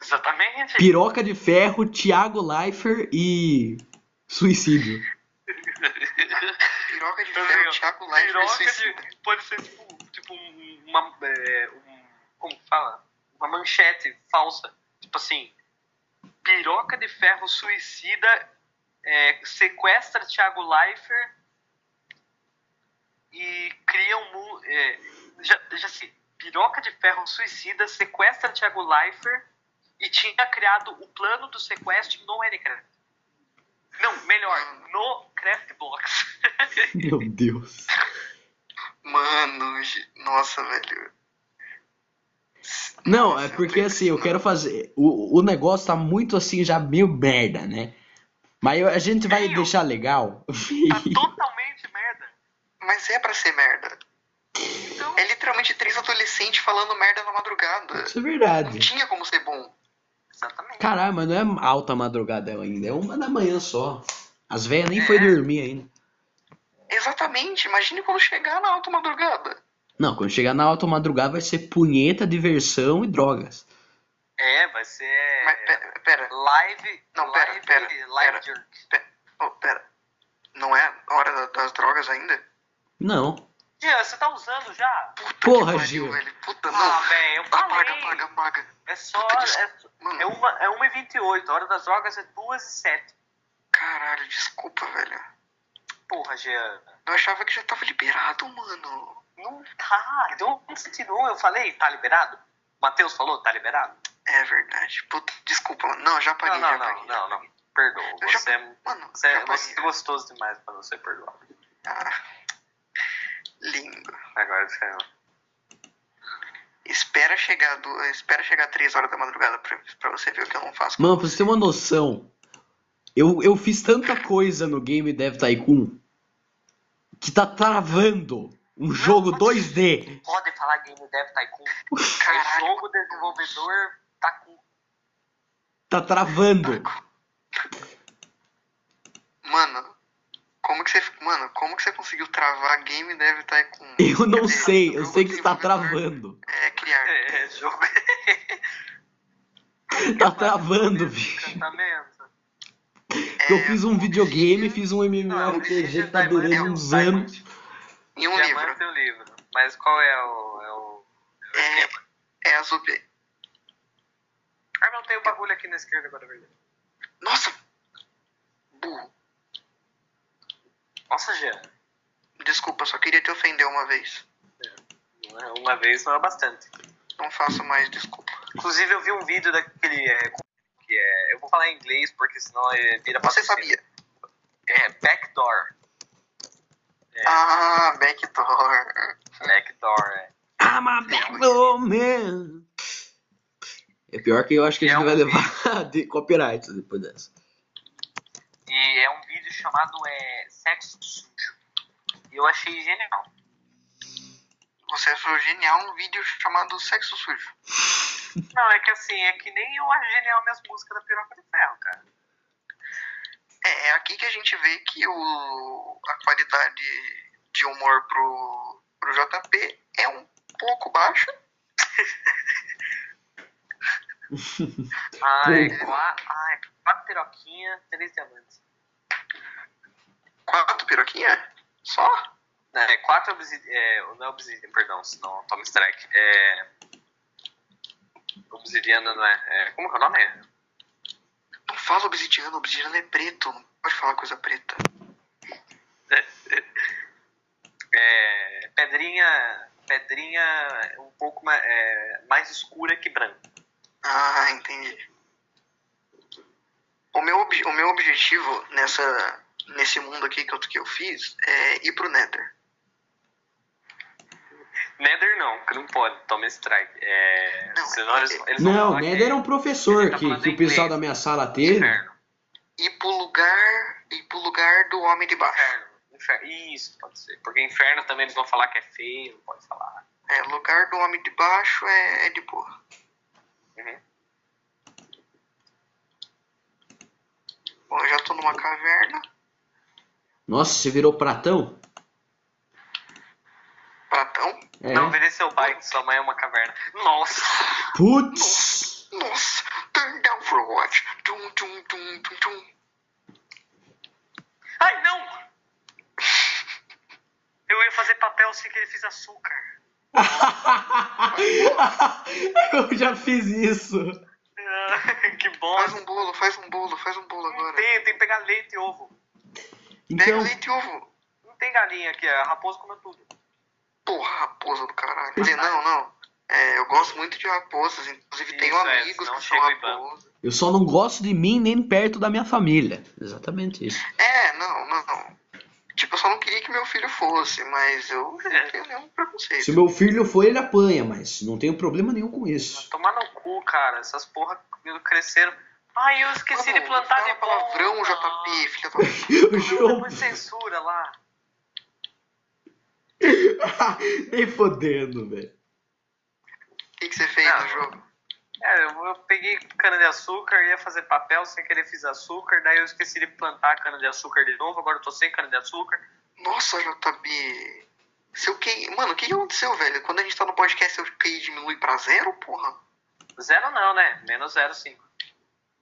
Speaker 3: Exatamente.
Speaker 1: Piroca de Ferro, Thiago Leifert e Suicídio.
Speaker 2: Piroca de
Speaker 3: Então,
Speaker 2: Ferro,
Speaker 3: assim, ó,
Speaker 2: Thiago Leifert e
Speaker 3: piroca de-
Speaker 2: Suicida.
Speaker 3: Pode ser tipo, tipo um- uma. é, um, como que fala? Uma manchete falsa. Tipo assim. Piroca de ferro suicida é, sequestra Thiago Leifert e cria um. mu- É, já, já sei. Piroca de ferro suicida sequestra Thiago Leifert e tinha criado o plano do sequestro no Minecraft. Não, melhor, no Craftbox.
Speaker 1: Meu Deus.
Speaker 2: Mano, ge- nossa, velho.
Speaker 1: Não, é porque assim, eu quero fazer. O, o negócio tá muito assim, já meio merda, né? Mas eu- a gente vai
Speaker 3: Meio.
Speaker 1: deixar legal.
Speaker 3: Tá totalmente merda.
Speaker 2: Mas é pra ser merda.
Speaker 3: Então,
Speaker 2: É literalmente três adolescentes falando merda na madrugada.
Speaker 1: Isso é
Speaker 2: Não
Speaker 1: verdade.
Speaker 2: tinha como ser bom.
Speaker 3: exatamente.
Speaker 1: Caralho, mas não é alta madrugada ainda, é uma da manhã só. As velhas nem foi dormir ainda.
Speaker 2: Exatamente, imagine quando chegar na alta madrugada.
Speaker 1: Não, quando chegar na alta madrugada vai ser punheta, diversão e drogas.
Speaker 3: É, vai ser
Speaker 2: Mas pera, pera,
Speaker 3: live,
Speaker 2: Não, pera,
Speaker 3: live,
Speaker 2: pera,
Speaker 3: live
Speaker 2: pera.
Speaker 3: jerk.
Speaker 2: pera, oh, pera. Não é a hora da- das drogas ainda?
Speaker 1: Não.
Speaker 3: Tia, você tá usando já?
Speaker 2: Puta
Speaker 1: Porra,
Speaker 2: que pariu,
Speaker 1: Gil.
Speaker 2: velho. Puta,
Speaker 3: Ah,
Speaker 2: não.
Speaker 3: velho, eu falei.
Speaker 2: apaga, apaga, apaga.
Speaker 3: É só,
Speaker 2: Puta, desculpa.
Speaker 3: é, é uma, é 1h28, a hora das drogas é 2h07.
Speaker 2: Caralho, desculpa, velho.
Speaker 3: Porra, Jean.
Speaker 2: Eu achava que já tava liberado, mano.
Speaker 3: Não tá, então você tirou, eu falei, tá liberado? O Matheus falou, tá liberado?
Speaker 2: É verdade. Puta, desculpa, mano. Não, já paguei,
Speaker 3: não,
Speaker 2: já
Speaker 3: não,
Speaker 2: paguei.
Speaker 3: não, não, não, perdoa,
Speaker 2: Eu já-
Speaker 3: você é,
Speaker 2: Mano,
Speaker 3: você é,
Speaker 2: já
Speaker 3: você é
Speaker 2: paguei.
Speaker 3: gostoso demais pra você perdoar.
Speaker 2: Ah, lindo.
Speaker 3: Agora você é...
Speaker 2: Espera chegar, do... Espera chegar três horas da madrugada pra, pra você ver o que eu não faço.
Speaker 1: Mano, pra você ter uma noção, eu, eu fiz tanta coisa no Game Dev Tycoon um que tá travando um jogo 2D.
Speaker 3: pode falar Game Dev Tycoon. É
Speaker 2: Caralho.
Speaker 3: jogo desenvolvedor Tycoon.
Speaker 1: Tá travando.
Speaker 2: Mano, como que você. Mano, como que você conseguiu travar game deve estar com.
Speaker 1: Eu não
Speaker 2: Cadê?
Speaker 1: sei, eu sei que tá
Speaker 2: Desenvolvedor
Speaker 1: travando.
Speaker 2: um É criar.
Speaker 3: É, é jogo.
Speaker 1: Tá travando, bicho.
Speaker 3: Encantamento. é,
Speaker 1: Eu fiz um videogame, fiz um MMORPG que tá
Speaker 3: é
Speaker 1: durando uns anos.
Speaker 2: Em um livro.
Speaker 3: Diamante um é o livro. Mas qual é o. É o... é o esquema?
Speaker 2: É, é azul. B.
Speaker 3: Ah, não tem o bagulho aqui na esquerda agora, é verdade.
Speaker 2: Nossa! Burro.
Speaker 3: Nossa, Jean.
Speaker 2: Desculpa, só queria te ofender uma vez.
Speaker 3: Não é Uma vez não é bastante.
Speaker 2: Não faço mais, desculpa.
Speaker 3: Inclusive, eu vi um vídeo daquele. é, que é, eu vou falar em inglês porque senão é, vira
Speaker 2: Você
Speaker 3: patrocínio.
Speaker 2: sabia?
Speaker 3: É backdoor.
Speaker 2: Ah, backdoor.
Speaker 3: Backdoor, é.
Speaker 1: I'm a bad woman. É pior que eu acho que a gente
Speaker 3: É um
Speaker 1: vai levar de copyright depois dessa.
Speaker 3: E é um vídeo chamado é, Sexo Sujo. E eu achei genial.
Speaker 2: Você achou genial um vídeo chamado Sexo Sujo.
Speaker 3: Não, é que assim, é que nem eu acho genial minhas músicas da Piroca de Ferro, cara.
Speaker 2: É, é aqui que a gente vê que o, a qualidade de humor pro, pro JP é um pouco baixa.
Speaker 3: Ai,
Speaker 1: Sim.
Speaker 3: quatro, ai, ah, é quatro piroquinhas, três diamantes.
Speaker 2: Quatro piroquinhas? Só?
Speaker 3: Não, é quatro obsidian. É, não é obsidian, perdão, senão toma strike. É. Obsidiana não é. é, como que é o nome?
Speaker 2: Não fala obsidiano, obsidiano é preto. Não pode falar coisa preta.
Speaker 3: É, pedrinha. Pedrinha um pouco mais, é, mais escura que branca.
Speaker 2: Ah, entendi. O meu, obje- o meu objetivo nessa, nesse mundo aqui que eu, que eu fiz é ir pro Nether.
Speaker 3: Nether não, porque não pode, toma strike. É,
Speaker 2: Não,
Speaker 3: senão eles, eles vão
Speaker 1: Não,
Speaker 3: falar que
Speaker 1: Nether é um professor
Speaker 3: ele tá
Speaker 1: que,
Speaker 3: falando
Speaker 1: que o
Speaker 3: inglês.
Speaker 1: pessoal da minha sala teve.
Speaker 3: Inferno,
Speaker 2: E pro lugar. E pro lugar do homem de baixo.
Speaker 3: inferno, inferno. Isso, pode ser. Porque inferno também eles vão falar que é feio, não pode falar.
Speaker 2: É, lugar do homem de baixo é, é de boa.
Speaker 3: Uhum.
Speaker 1: É?
Speaker 2: Bom, eu já tô numa caverna.
Speaker 1: Nossa, você virou pratão?
Speaker 2: Pratão.
Speaker 1: É.
Speaker 3: Não virei seu pai, que sua mãe é uma caverna. Nossa!
Speaker 1: Putz!
Speaker 2: Nossa, turn down for what? Tum, tum, tum, tum, tum.
Speaker 3: Ai, não! Eu ia fazer papel sem que ele fez açúcar.
Speaker 1: Eu já fiz isso.
Speaker 3: Né, Ah, que
Speaker 2: Faz
Speaker 3: bosta.
Speaker 2: um bolo, faz um bolo, faz um bolo
Speaker 3: Não
Speaker 2: agora.
Speaker 3: tem, tem que pegar leite e ovo.
Speaker 2: Pega
Speaker 3: né?
Speaker 1: Então,
Speaker 2: leite e ovo.
Speaker 3: Não tem galinha aqui, a raposa comeu tudo.
Speaker 2: Porra, raposa do caralho. Quer dizer, não, não. É, eu gosto muito de raposas. Inclusive, tenho
Speaker 3: Isso, é,
Speaker 2: amigos
Speaker 3: senão
Speaker 2: que são
Speaker 3: chega o Ivan.
Speaker 2: raposas.
Speaker 1: eu só não gosto de mim nem perto da minha família. Exatamente isso.
Speaker 2: É, não, não, não. Tipo, eu só não queria que meu filho fosse, mas eu
Speaker 3: É.
Speaker 2: não tenho nenhum
Speaker 1: Se
Speaker 2: preconceito.
Speaker 1: meu filho for, ele apanha, mas não tenho problema nenhum com isso.
Speaker 3: Tomar no cu, cara. Essas porra cresceram. Ai, eu esqueci de
Speaker 2: Não,
Speaker 3: plantar
Speaker 2: fala
Speaker 3: de
Speaker 2: um palavrão,
Speaker 3: volta.
Speaker 2: JP, filha da puta.
Speaker 1: O
Speaker 3: Não,
Speaker 1: João
Speaker 3: Depois censura lá.
Speaker 1: tá nem fodendo, velho.
Speaker 2: O que, que você fez
Speaker 3: Não.
Speaker 2: no jogo?
Speaker 3: É, eu, eu peguei cana-de-açúcar, ia fazer papel sem querer fiz açúcar, daí eu esqueci de plantar cana-de-açúcar de novo, agora eu tô sem cana-de-açúcar.
Speaker 2: Nossa, JB. Seu QI. Mano, o que que aconteceu, velho? Quando a gente tá no podcast, seu QI diminui pra zero, porra?
Speaker 3: Zero não, né? Menos zero, sim.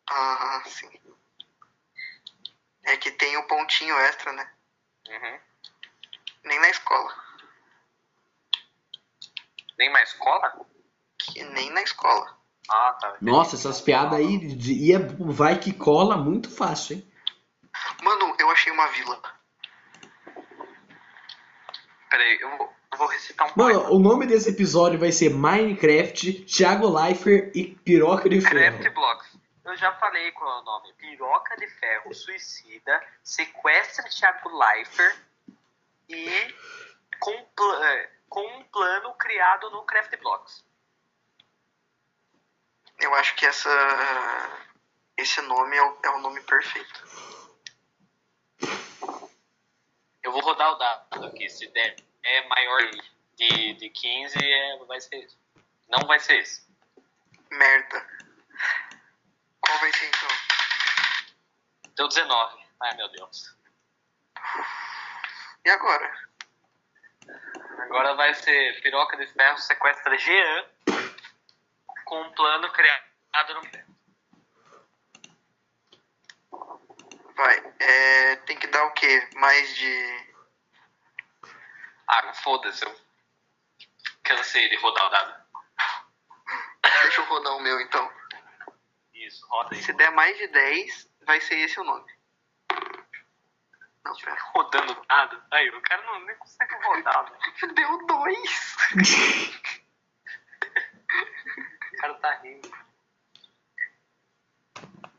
Speaker 2: Ah, sim. É que tem o pontinho extra, né?
Speaker 3: Uhum.
Speaker 2: Nem na escola.
Speaker 3: Nem mais cola?
Speaker 2: Que nem na escola.
Speaker 3: Ah, tá.
Speaker 1: Nossa, essas piadas aí de- e é- vai que cola muito fácil, hein?
Speaker 2: Mano, eu achei uma vila.
Speaker 3: Peraí, eu vou, eu vou recitar um
Speaker 1: Mano,
Speaker 3: poema.
Speaker 1: o nome desse episódio vai ser Minecraft, Thiago Leifert e Piroca de
Speaker 3: Craft
Speaker 1: Ferro.
Speaker 3: Blocks. Eu já falei qual é o nome. Piroca de Ferro, Suicida, Sequestra Thiago Leifert e com, pla- eh, com um plano criado no Craft Blocks.
Speaker 2: Eu acho que essa. Esse nome é o, é o nome perfeito.
Speaker 3: Eu vou rodar o dado aqui, se der. É maior de, de 15, é, vai ser isso. Não vai ser isso.
Speaker 2: Merda. Qual vai ser então?
Speaker 3: Deu 19. Ai, meu Deus.
Speaker 2: E agora?
Speaker 3: Agora vai ser Piroca de Ferro, Sequestra Jean com um plano criado no...
Speaker 2: Vai. É, tem que dar o quê? Mais de.
Speaker 3: Ah, foda-se, eu cansei de rodar o dado.
Speaker 2: Deixa eu rodar o meu então.
Speaker 3: Isso, roda aí.
Speaker 2: Se der mais de 10, vai ser esse o nome. Não, pera.
Speaker 3: rodando o dado. Aí, o cara não nem consegue rodar, velho.
Speaker 2: Deu 2.
Speaker 3: O cara tá rindo.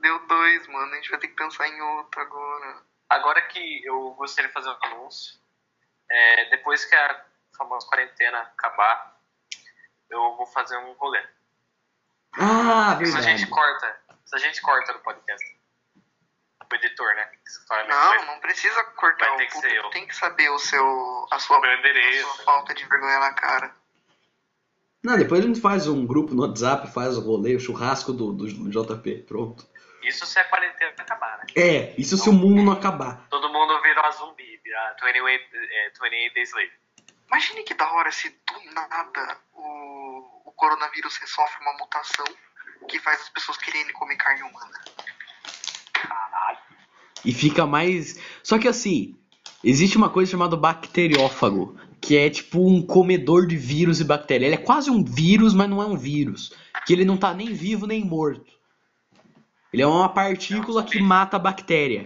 Speaker 2: Deu 2, mano. A gente vai ter que pensar em outro agora.
Speaker 3: Agora que eu gostaria de fazer um anúncio, é, depois que a famosa quarentena acabar, eu vou fazer um rolê.
Speaker 1: Ah,
Speaker 3: Isso a gente
Speaker 1: verdade.
Speaker 3: corta. Isso a gente corta no podcast. O editor, né? Que se fala,
Speaker 2: Não,
Speaker 3: mas
Speaker 2: não precisa cortar
Speaker 3: Vai
Speaker 2: o
Speaker 3: ter que ser
Speaker 2: público.
Speaker 3: eu.
Speaker 2: Tem que saber o seu, a sua,
Speaker 3: Meu
Speaker 2: a
Speaker 3: endereço.
Speaker 2: sua falta de vergonha na cara.
Speaker 1: Não, depois a gente faz um grupo no WhatsApp, faz o rolê, o churrasco do, do JP, pronto.
Speaker 3: Isso se a quarentena acabar, né?
Speaker 1: É, isso se o mundo não acabar.
Speaker 3: Todo mundo virou zumbi, virar 28, é, 28 Days Later.
Speaker 2: Imagine que da hora se do nada o, o coronavírus sofre uma mutação que faz as pessoas quererem comer carne humana.
Speaker 3: Caralho.
Speaker 1: E fica mais. Só que assim, existe uma coisa chamada bacteriófago, que é tipo um comedor de vírus e bactéria. Ele é quase um vírus, mas não é um vírus. Que ele não tá nem vivo nem morto. Ele é uma partícula que mata a bactéria.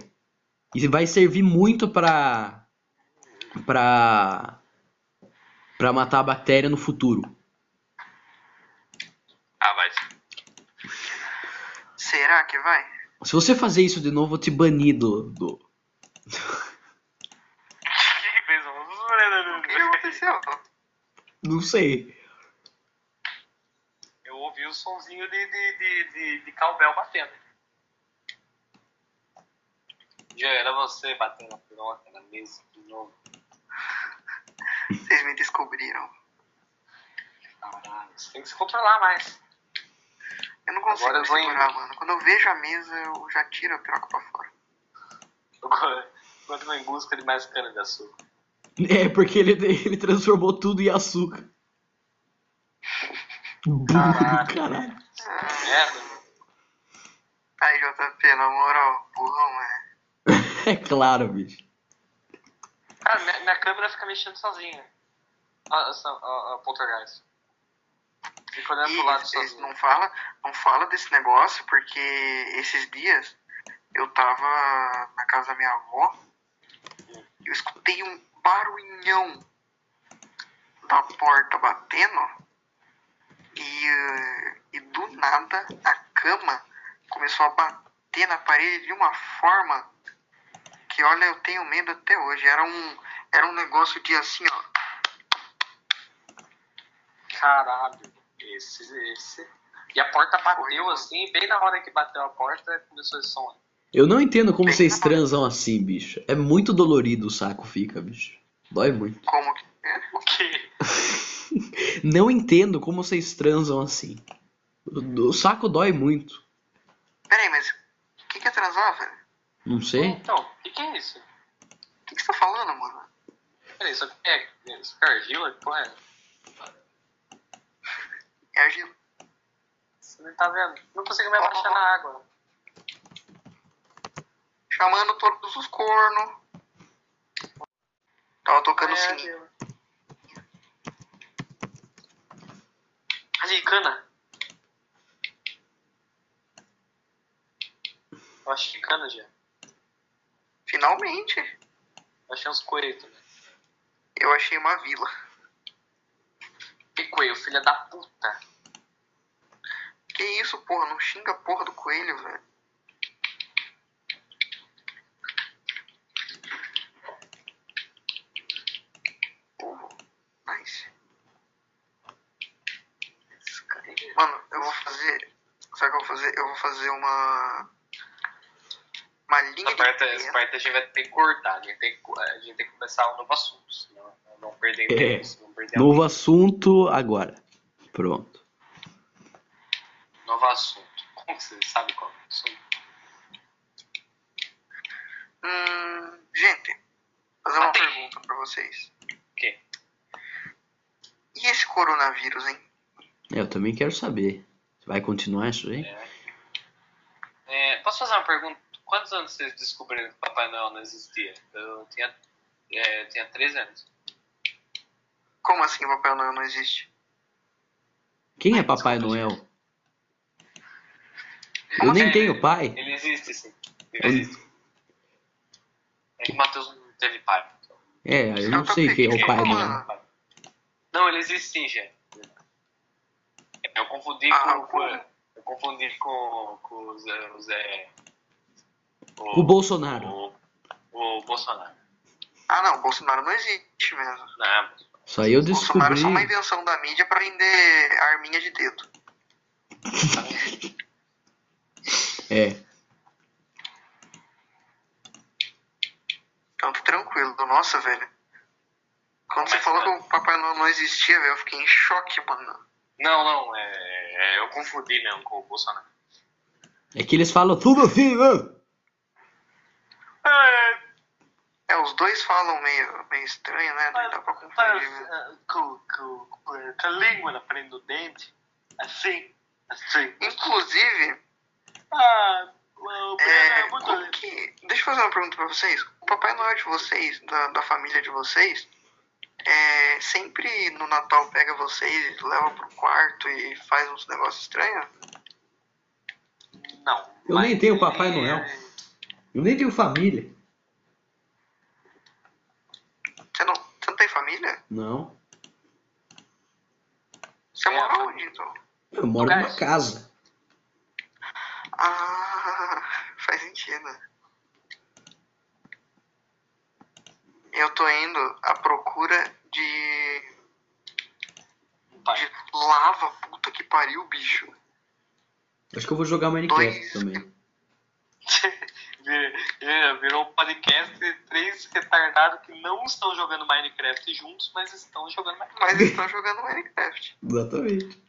Speaker 1: E vai servir muito pra. pra. pra matar a bactéria no futuro.
Speaker 3: Ah, vai.
Speaker 2: Será que vai?
Speaker 1: Se você fazer isso de novo, eu vou te banir do. do...
Speaker 3: O que que fez? um
Speaker 2: O que aconteceu?
Speaker 1: Não sei.
Speaker 3: Eu ouvi o sonzinho de, de, de, de, de cowbell batendo. Já era você batendo a piroca na mesa de novo.
Speaker 2: Vocês me descobriram.
Speaker 3: Caralho, você tem que se controlar mais.
Speaker 2: Eu não consigo
Speaker 3: Agora eu
Speaker 2: me
Speaker 3: vou em-
Speaker 2: segurar, mano. Quando eu vejo a mesa, eu já tiro a piroca pra fora.
Speaker 3: Agora, agora eu vou em busca de mais cana de açúcar.
Speaker 1: É, porque ele, ele transformou tudo em açúcar. Burro,
Speaker 3: Caralho.
Speaker 1: caralho.
Speaker 3: Merda, mano.
Speaker 2: Aí, JP, na moral, burrão, é.
Speaker 1: É claro, bicho.
Speaker 3: Cara, minha, minha câmera fica mexendo sozinha. A, essa, a, a poltergeist. Fica olhando pro lado
Speaker 2: E
Speaker 3: sozinha.
Speaker 2: não fala, não fala desse negócio, porque esses dias eu tava na casa da minha avó eu escutei um barulhão da porta batendo e, eh, e do nada a cama começou a bater na parede de uma forma que olha eu tenho medo até hoje era um era um negócio de assim ó
Speaker 3: Caralho, esse, esse. E a porta bateu assim, bem na hora que bateu a porta, começou esse som.
Speaker 1: Eu não entendo como vocês transam assim, bicho. É muito dolorido o saco fica, bicho. Dói muito.
Speaker 2: como que é?
Speaker 3: O quê?
Speaker 1: Não entendo como vocês transam assim. O, o saco dói muito.
Speaker 2: peraí mas o que que é transar velho
Speaker 1: Não sei.
Speaker 3: Então, o que, que é isso?
Speaker 2: o que que você tá falando mano
Speaker 3: Peraí, isso aqui é, isso aqui é argila? Que porra é?
Speaker 2: é argila
Speaker 3: Você não tá vendo? Não consigo me abaixar na água.
Speaker 2: chamando todos os cornos tava tocando
Speaker 3: É
Speaker 2: sininho
Speaker 3: argila. Ali, cana. Eu acho que cana já.
Speaker 2: finalmente
Speaker 3: Eu achei uns coretos, né?
Speaker 2: Eu achei uma vila.
Speaker 3: Que coelho, filha da puta.
Speaker 2: Que isso, porra? Não xinga a porra do coelho, velho. Porra. Oh, Nice.
Speaker 3: Esse cara é-
Speaker 2: Mano, eu vou fazer. Sabe o que eu vou fazer? Eu vou fazer uma. Uma linha
Speaker 3: Essa
Speaker 2: de
Speaker 3: parte, essa
Speaker 2: pensamento.
Speaker 3: parte a gente vai ter que cortar. A gente tem que, a gente tem que começar um novo assunto. Senão não perder
Speaker 1: É.
Speaker 3: tempo. senão Não perder
Speaker 1: Novo assunto agora. Pronto.
Speaker 3: um novo assunto. Como que você sabe qual é o assunto?
Speaker 2: Hum, gente, fazer uma
Speaker 3: Matei.
Speaker 2: pergunta pra vocês.
Speaker 3: O quê?
Speaker 2: E esse coronavírus, hein?
Speaker 1: É, Eu também quero saber. Vai continuar isso aí?
Speaker 3: É. É, posso fazer uma pergunta? Quantos anos vocês descobriram que o Papai Noel não existia? Eu tinha, é, eu tinha 13 anos.
Speaker 2: Como assim o Papai Noel não existe?
Speaker 1: Quem é Papai Noel? Eu
Speaker 2: Como
Speaker 1: nem
Speaker 3: Ele-
Speaker 1: tenho pai.
Speaker 3: Ele existe, sim. Ele
Speaker 1: Eu-
Speaker 3: existe. É que o Matheus não teve pai. então.
Speaker 1: É, eu não
Speaker 2: Eu tô
Speaker 1: sei quem é o
Speaker 2: pedindo,
Speaker 1: Pai
Speaker 2: tá mano.
Speaker 1: Noel.
Speaker 3: Não, ele existe sim, gente. Eu confundi
Speaker 2: Ah,
Speaker 3: com, com.
Speaker 2: pô.
Speaker 3: Eu confundi com, com o Zé. O, Zé,
Speaker 1: O Bolsonaro.
Speaker 3: o, o Bolsonaro.
Speaker 2: Ah, não, o Bolsonaro não existe mesmo.
Speaker 3: Não,
Speaker 1: Isso aí eu
Speaker 2: Bolsonaro é
Speaker 1: descobri.
Speaker 2: só uma invenção da mídia pra vender arminha de dedo.
Speaker 1: É.
Speaker 2: Então tá tranquilo. Nossa, velho. Quando você falou que o Papai Noel não existia, velho, eu fiquei em choque, mano.
Speaker 3: não, não é, é, eu confundi mesmo com o Bolsonaro.
Speaker 1: É que eles falam tudo assim, né?
Speaker 3: É,
Speaker 2: É, os dois falam meio, meio estranho, né? Não dá pra confundir, né? velho.
Speaker 3: com, com, com, a língua na frente do dente. Assim, assim.
Speaker 2: Inclusive,
Speaker 3: Ah, o Breno
Speaker 2: é,
Speaker 3: é muito
Speaker 2: como que... Deixa eu fazer uma pergunta pra vocês. O Papai Noel de vocês, da, da família de vocês, é, sempre no Natal pega vocês, leva pro quarto e faz uns negócios estranhos?
Speaker 3: Não.
Speaker 1: Eu
Speaker 3: mas
Speaker 1: nem tenho
Speaker 3: ele
Speaker 1: Papai
Speaker 3: é-
Speaker 1: Noel. Eu nem tenho família.
Speaker 2: Você não, você não tem família?
Speaker 1: Não.
Speaker 2: Você
Speaker 3: É,
Speaker 2: mora
Speaker 3: família.
Speaker 2: onde, então?
Speaker 1: Eu moro
Speaker 3: Lugar.
Speaker 1: numa casa.
Speaker 2: Ah, faz sentido. Eu tô indo à procura de
Speaker 3: um pai.
Speaker 2: Lava, puta que pariu, bicho.
Speaker 1: Acho que eu vou jogar Minecraft
Speaker 2: Dois.
Speaker 1: também.
Speaker 3: Vir- Virou um podcast de três retardados que não estão jogando Minecraft juntos, mas estão jogando Minecraft.
Speaker 2: Mas eles estão jogando Minecraft.
Speaker 1: Exatamente.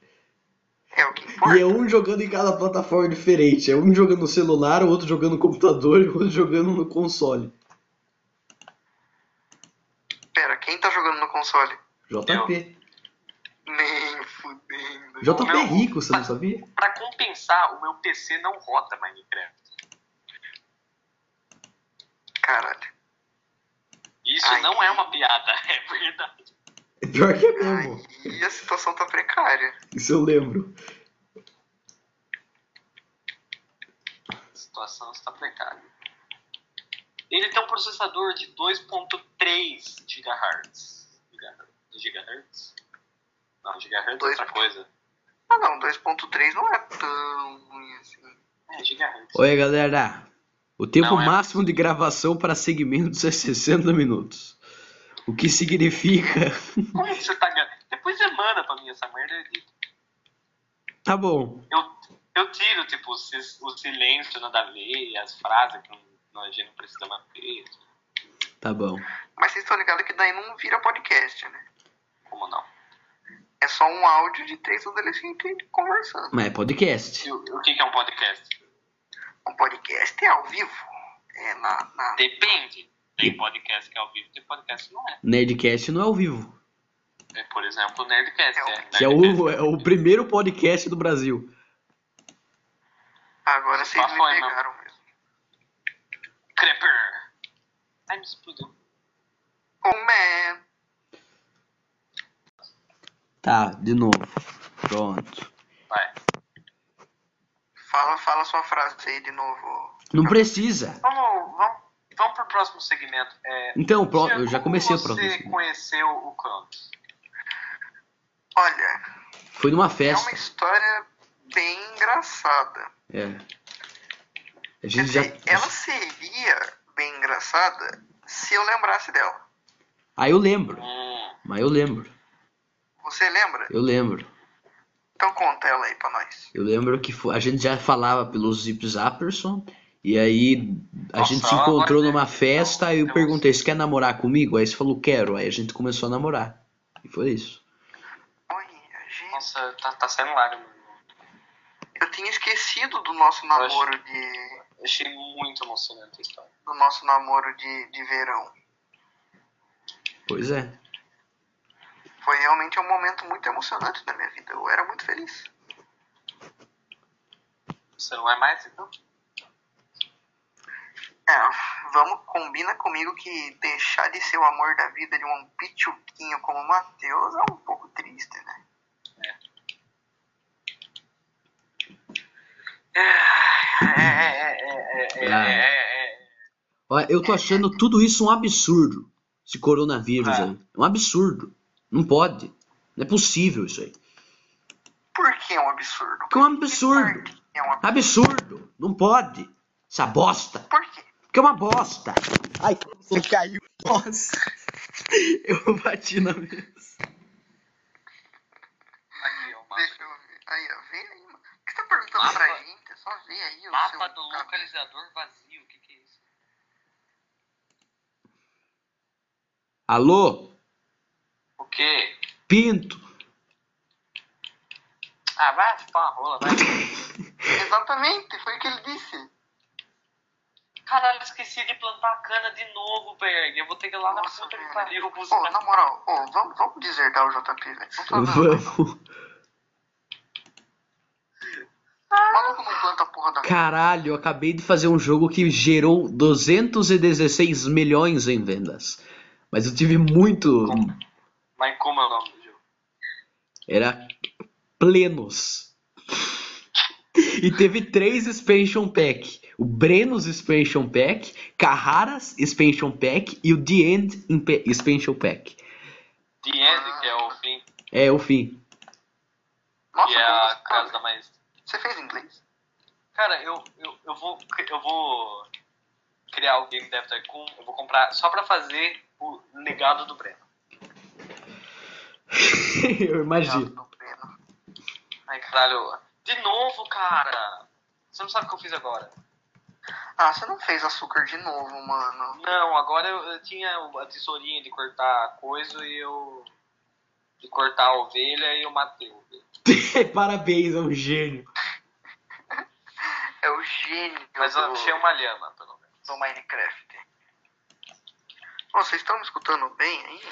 Speaker 2: É o que
Speaker 1: E é
Speaker 2: importa.
Speaker 1: um jogando em cada plataforma diferente. É um jogando no celular, o outro jogando no computador e o outro jogando no console.
Speaker 2: Pera, quem tá jogando no console?
Speaker 1: JP.
Speaker 2: Nem fudendo.
Speaker 1: JP é
Speaker 3: Meu.
Speaker 1: rico, você não sabia?
Speaker 3: Pra compensar, o meu PC não roda Minecraft.
Speaker 2: Caralho.
Speaker 3: Isso
Speaker 2: Ai,
Speaker 3: não
Speaker 2: que-
Speaker 3: é uma piada, é verdade.
Speaker 1: É pior que é mesmo.
Speaker 2: Aí a situação tá precária.
Speaker 1: Isso eu lembro.
Speaker 3: A situação está precária. Ele tem um processador de 2.3 GHz. GHz? Não, GHz é outra
Speaker 2: Dois.
Speaker 3: coisa.
Speaker 2: Ah não, 2.3 não é tão ruim assim.
Speaker 3: É, GHz.
Speaker 1: Oi, galera. O tempo
Speaker 3: Não, é-
Speaker 1: máximo de gravação para segmentos é 60 minutos. O que significa.
Speaker 3: Como que você tá ganhando? Depois você manda pra mim essa merda eu edito.
Speaker 1: Tá bom.
Speaker 3: eu, eu tiro, tipo, o, sis- o silêncio nada a ver, as frases que não, não, a gente não precisa manter,
Speaker 1: Tá bom.
Speaker 2: Mas vocês estão ligados que daí não vira podcast, né?
Speaker 3: como não.
Speaker 2: É só um áudio de três adolescentes conversando.
Speaker 1: Mas é podcast.
Speaker 3: E o, o que, que é um podcast?
Speaker 2: Um podcast é ao vivo. É na. na...
Speaker 3: Depende. Tem podcast que é ao vivo, tem podcast que não é.
Speaker 1: Nerdcast não é ao vivo.
Speaker 3: É, Por exemplo, o Nerdcast. É,
Speaker 1: Que é
Speaker 3: Nerdcast.
Speaker 1: o, é o primeiro podcast do Brasil.
Speaker 2: Agora vocês me
Speaker 3: Bafões, não.
Speaker 2: pegaram mesmo.
Speaker 3: Crapper. Ai, me explodiu.
Speaker 2: Oh man.
Speaker 1: Tá, de novo. Pronto.
Speaker 3: Vai.
Speaker 2: Fala, fala sua frase aí de novo.
Speaker 1: Não precisa.
Speaker 3: Vamos, vamos, vamos pro próximo segmento. É,
Speaker 1: Então, pro- eu já
Speaker 3: como
Speaker 1: comecei o
Speaker 3: você
Speaker 1: próximo.
Speaker 3: conheceu o Krampus?
Speaker 2: Olha,
Speaker 1: Foi numa
Speaker 2: é uma
Speaker 1: festa.
Speaker 2: história bem engraçada.
Speaker 1: É. A
Speaker 2: Quer
Speaker 1: gente já.
Speaker 2: dizer, ela seria bem engraçada se eu lembrasse dela.
Speaker 1: Ah, eu lembro.
Speaker 3: Hum,
Speaker 1: Mas eu lembro.
Speaker 2: Você lembra?
Speaker 1: Eu lembro.
Speaker 2: Então conta ela aí pra nós.
Speaker 1: Eu lembro que fo- a gente já falava pelo Zip Zapperson, e aí a
Speaker 3: Nossa,
Speaker 1: gente se
Speaker 3: ela
Speaker 1: encontrou
Speaker 3: vai-
Speaker 1: numa festa, aí eu
Speaker 3: Nossa.
Speaker 1: perguntei, você quer namorar comigo? Aí você falou, quero. Aí a gente começou a namorar. E foi isso.
Speaker 2: Olha, gente.
Speaker 3: nossa, tá, tá saindo lágrima.
Speaker 2: Eu tinha esquecido do nosso namoro de.
Speaker 3: Achei muito emocionante a história.
Speaker 2: Do nosso namoro de, de verão.
Speaker 1: Pois é.
Speaker 2: Foi realmente um momento muito emocionante na minha vida. Eu era muito feliz.
Speaker 3: Você não é mais, então?
Speaker 2: É, vamos, combina comigo que deixar de ser o amor da vida de um pichuquinho como o Matheus é um pouco triste, né?
Speaker 3: É, é, é, é, é,
Speaker 1: Ah.
Speaker 3: é, é.
Speaker 1: Ó, Eu tô achando tudo isso um absurdo. Esse coronavírus
Speaker 3: É.
Speaker 1: aí. É um absurdo. Não pode. Não é possível isso aí.
Speaker 2: Por que é um absurdo?
Speaker 1: Porque é um absurdo.
Speaker 2: Por que é um absurdo?
Speaker 1: Absurdo. Não pode. Essa bosta.
Speaker 2: Por quê?
Speaker 1: Porque é uma bosta. Ai, você caiu. Nossa. Eu bati na mesa.
Speaker 3: Aqui, ó, É o mapa.
Speaker 2: Deixa eu ver. Aí, ó, vê aí, mano. O que você tá perguntando
Speaker 3: Mapa.
Speaker 2: pra gente? É só ver aí o
Speaker 3: Mapa
Speaker 2: seu
Speaker 3: do
Speaker 2: cabelo.
Speaker 3: localizador vazio, o que, que é isso?
Speaker 1: Alô?
Speaker 3: O quê?
Speaker 1: Pinto.
Speaker 3: Ah, vai chupar uma rola, vai.
Speaker 2: Exatamente, foi o que ele disse.
Speaker 3: Caralho, esqueci de plantar a cana de novo, Berg. Eu vou ter que ir lá na
Speaker 2: Nossa,
Speaker 3: puta que
Speaker 2: velho.
Speaker 3: pariu
Speaker 2: Ô,
Speaker 3: buscar.
Speaker 2: na moral, ô, vamos, vamos desertar o JP, velho. Vamos fazer.
Speaker 1: Vamos.
Speaker 2: O um maluco não planta a porra da.
Speaker 1: Caralho, eu acabei de fazer um jogo que gerou 216 milhões em vendas. Mas eu tive muito.
Speaker 3: Mas como é o nome do jogo?
Speaker 1: Era plenos. E teve três expansion pack: o Brenos expansion pack, Carraras expansion pack e o The End impe- expansion pack.
Speaker 3: The End, que é o fim,
Speaker 1: É o fim.
Speaker 2: Nossa,
Speaker 3: que é
Speaker 2: como
Speaker 3: a
Speaker 2: você
Speaker 3: casa
Speaker 2: fala?
Speaker 3: da mais.
Speaker 2: Você fez inglês?
Speaker 3: Cara, eu, eu, eu, vou, eu vou criar o Game Dev Tycoon, eu vou comprar só pra fazer o legado do Breno.
Speaker 1: Eu imagino.
Speaker 3: Ai, caralho. De novo, cara. Você não sabe o que eu fiz agora.
Speaker 2: Ah, você não fez açúcar de novo, mano.
Speaker 3: Não, agora eu, eu tinha a tesourinha de cortar coisa e eu... De cortar a ovelha e eu matei a ovelha.
Speaker 1: Parabéns, é um gênio.
Speaker 2: É o gênio
Speaker 3: Mas eu
Speaker 2: do,
Speaker 3: achei um uma lhama, pelo menos.
Speaker 2: do Minecraft. Ô, vocês estão me escutando bem aí?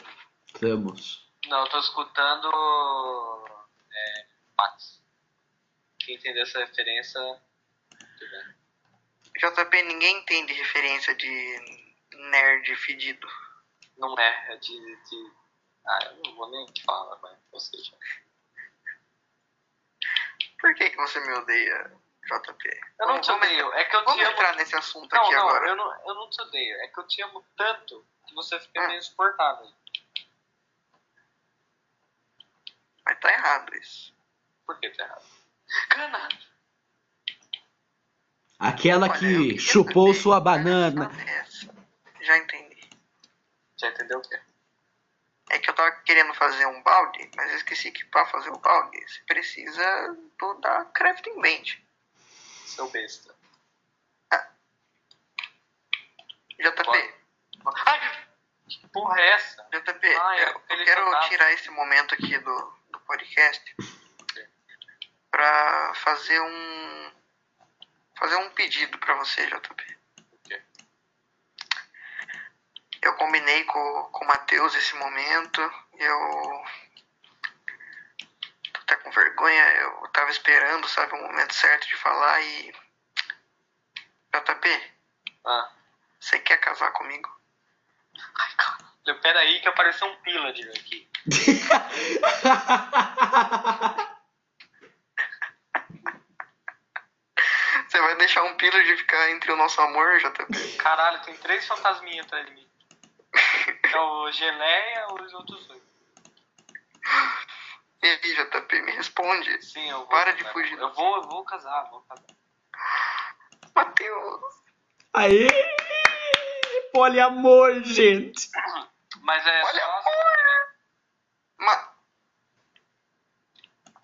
Speaker 1: Estamos.
Speaker 3: Não, eu tô escutando... É, Pax. Quem entendeu essa referência... tudo bem.
Speaker 2: JP, ninguém entende referência de nerd fedido.
Speaker 3: Não é, é de... de... Ah, eu não vou nem falar, mas... Ou seja...
Speaker 2: Por que, que você me odeia, JP?
Speaker 3: Eu não
Speaker 2: Vamos-
Speaker 3: te odeio, é que eu
Speaker 2: Vamos
Speaker 3: te amo
Speaker 2: entrar nesse assunto
Speaker 3: Não,
Speaker 2: aqui
Speaker 3: não,
Speaker 2: agora.
Speaker 3: eu não, eu não te odeio. É que eu te amo tanto que você fica
Speaker 2: Hum.
Speaker 3: meio insuportável.
Speaker 2: Mas tá errado isso.
Speaker 3: Por que tá errado? Cana!
Speaker 1: Aquela
Speaker 2: Olha, eu
Speaker 1: que
Speaker 2: queria
Speaker 1: chupou
Speaker 2: saber
Speaker 1: sua
Speaker 2: que merda
Speaker 1: banana.
Speaker 2: é essa. Já entendi.
Speaker 3: Já entendeu o quê?
Speaker 2: É que eu tava querendo fazer um balde, mas eu esqueci que pra fazer o balde você precisa do, da crafting bench.
Speaker 3: Seu besta.
Speaker 2: JP,
Speaker 3: Pode. Ai, que porra é essa?
Speaker 2: JP,
Speaker 3: Ah, é,
Speaker 2: eu, eu
Speaker 3: ele
Speaker 2: quero
Speaker 3: jogava.
Speaker 2: tirar esse momento aqui do, do podcast pra fazer um fazer um pedido pra você, JP.
Speaker 3: quê?
Speaker 2: Eu combinei com, com o Matheus esse momento, eu tô até com vergonha, eu tava esperando, sabe, o momento certo de falar e JP,
Speaker 3: Ah.
Speaker 2: você quer casar comigo?
Speaker 3: Ai, caralho. Peraí que apareceu um pillager aqui.
Speaker 2: Você vai deixar um pilo de ficar entre o nosso amor, JP?
Speaker 3: Caralho, tem três fantasminhas atrás de mim. É o Geleia ou os outros dois?
Speaker 2: E aí, JP, me responde.
Speaker 3: Sim, eu vou.
Speaker 2: Para de
Speaker 3: casar.
Speaker 2: fugir.
Speaker 3: Eu vou, eu vou casar, vou casar.
Speaker 2: Matheus.
Speaker 1: Aí! Poliamor, gente!
Speaker 3: Mas é
Speaker 2: Olha,
Speaker 3: só
Speaker 2: Ma...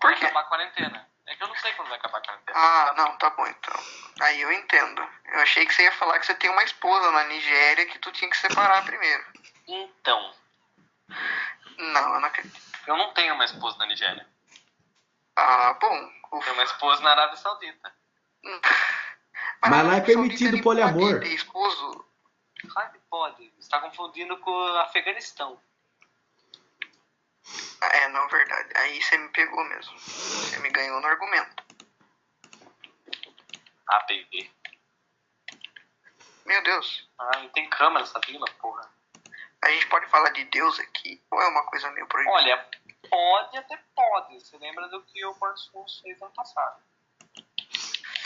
Speaker 3: quando
Speaker 2: Por quê?
Speaker 3: acabar a quarentena. É que eu não sei quando vai acabar a quarentena.
Speaker 2: Ah, não, tá bom então. Aí eu entendo. Eu achei que você ia falar que você tem uma esposa na Nigéria que tu tinha que separar primeiro.
Speaker 3: Então,
Speaker 2: Não, eu não acredito.
Speaker 3: eu não tenho uma esposa na Nigéria.
Speaker 2: Ah, bom.
Speaker 3: Tem
Speaker 2: Ufa.
Speaker 3: uma esposa na Arábia Saudita.
Speaker 1: Mas lá é
Speaker 2: Saudita
Speaker 1: permitido
Speaker 2: ele
Speaker 1: poliamor.
Speaker 2: pode ter esposo.
Speaker 3: Claro que pode. Você está confundindo com o Afeganistão.
Speaker 2: Ah, É, não, verdade. Aí você me pegou mesmo. Você me ganhou no argumento.
Speaker 3: Ah, baby.
Speaker 2: Meu Deus.
Speaker 3: Ah, não tem câmera nessa vila, porra.
Speaker 2: A gente pode falar de Deus aqui? Ou é uma coisa meio proibida?
Speaker 3: Olha, pode até pode. Você lembra do que o Barçons fez ano passado.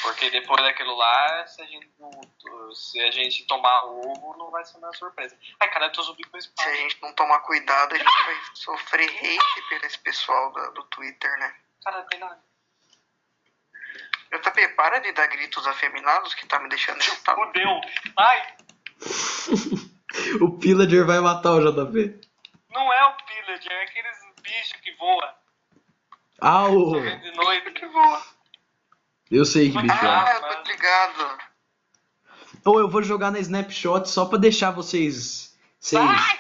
Speaker 3: Porque depois daquilo lá, se a gente, não- se a gente tomar ovo, não vai ser uma surpresa. Ai, cara, eu tô subindo com o
Speaker 2: Se a
Speaker 3: espaço.
Speaker 2: gente não tomar cuidado, a gente vai sofrer hate pelo esse pessoal da- do Twitter, né?
Speaker 3: Cara, tem nada.
Speaker 2: JP, para de dar gritos afeminados que tá me deixando irritado.
Speaker 3: Fudeu. Ai,
Speaker 1: O Pillager vai matar o JP.
Speaker 3: não é o Pillager, é aqueles bichos que voam.
Speaker 1: Ah, o...
Speaker 3: Só vem de noite.
Speaker 2: Que bom.
Speaker 1: Eu sei que bicho é.
Speaker 2: Ah, eu tô ligado.
Speaker 1: Ou Então, eu vou jogar na Snapshot só pra deixar vocês... vocês...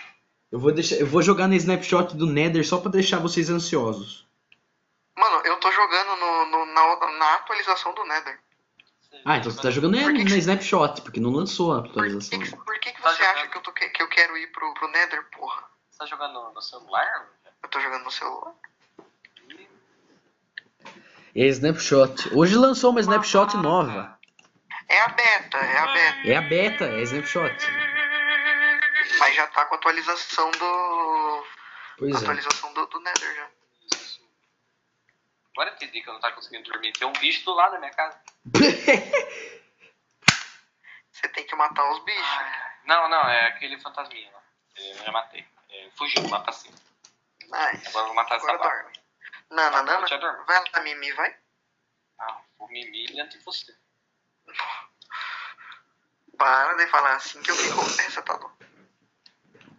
Speaker 1: Eu vou, deixar, eu vou jogar na Snapshot do Nether só pra deixar vocês ansiosos.
Speaker 2: Mano, eu tô jogando no, no- na, na atualização do Nether.
Speaker 1: Ah, então você tá jogando na,
Speaker 2: Por que que-
Speaker 1: na Snapshot, porque não lançou a
Speaker 2: Por que,
Speaker 1: atualização.
Speaker 2: que- por que, que
Speaker 3: Tá
Speaker 2: você
Speaker 3: jogando.
Speaker 2: acha que eu, tô, que, que eu quero ir pro, pro Nether, porra?
Speaker 3: Você tá jogando no celular?
Speaker 2: Eu tô jogando no celular.
Speaker 1: É Snapshot. Hoje lançou uma Snapshot nova.
Speaker 2: É a beta, é a beta.
Speaker 1: É a beta, é Snapshot.
Speaker 3: Hum.
Speaker 2: Mas já tá com a atualização do.
Speaker 1: Pois é.
Speaker 2: atualização do, do Nether já.
Speaker 3: Agora eu entendi que eu não tá conseguindo dormir. Tem um bicho do lado da minha casa.
Speaker 1: é.
Speaker 2: Você tem que matar os bichos.
Speaker 3: Não, não, Ah, é aquele fantasminha lá. Eu já matei. É, fugiu lá pra cima.
Speaker 2: Nice.
Speaker 3: Agora eu vou matar essa
Speaker 2: Agora
Speaker 3: barra.
Speaker 2: dorme. Nana,
Speaker 3: Agora
Speaker 2: Nana,
Speaker 3: já dorme.
Speaker 2: vai lá, Mimi, vai.
Speaker 3: Ah, o Mimi diante de você.
Speaker 2: Para de falar assim que eu fico. Essa tá louco.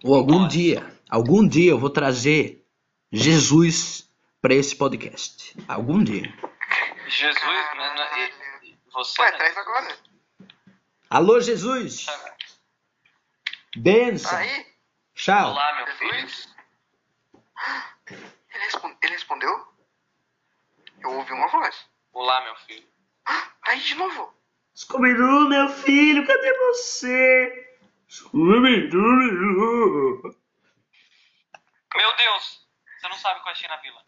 Speaker 1: Ou algum dia, algum dia eu vou trazer Jesus para esse podcast. Algum dia.
Speaker 3: Jesus, né? não-
Speaker 2: Caralho.
Speaker 3: e- Você.
Speaker 2: Ué, tá
Speaker 3: né?
Speaker 2: traz agora.
Speaker 1: Alô, Jesus! Benção!
Speaker 2: Tá aí?
Speaker 1: Tchau!
Speaker 3: Olá, meu filho.
Speaker 2: Jesus? Ele, respon- ele respondeu? Eu ouvi uma voz.
Speaker 3: Olá, meu filho.
Speaker 2: Ah, Tá aí de novo.
Speaker 1: Scooby-Doo, meu filho, cadê você? Scooby-Doo!
Speaker 3: Meu Deus! Você não sabe o que eu achei na vila.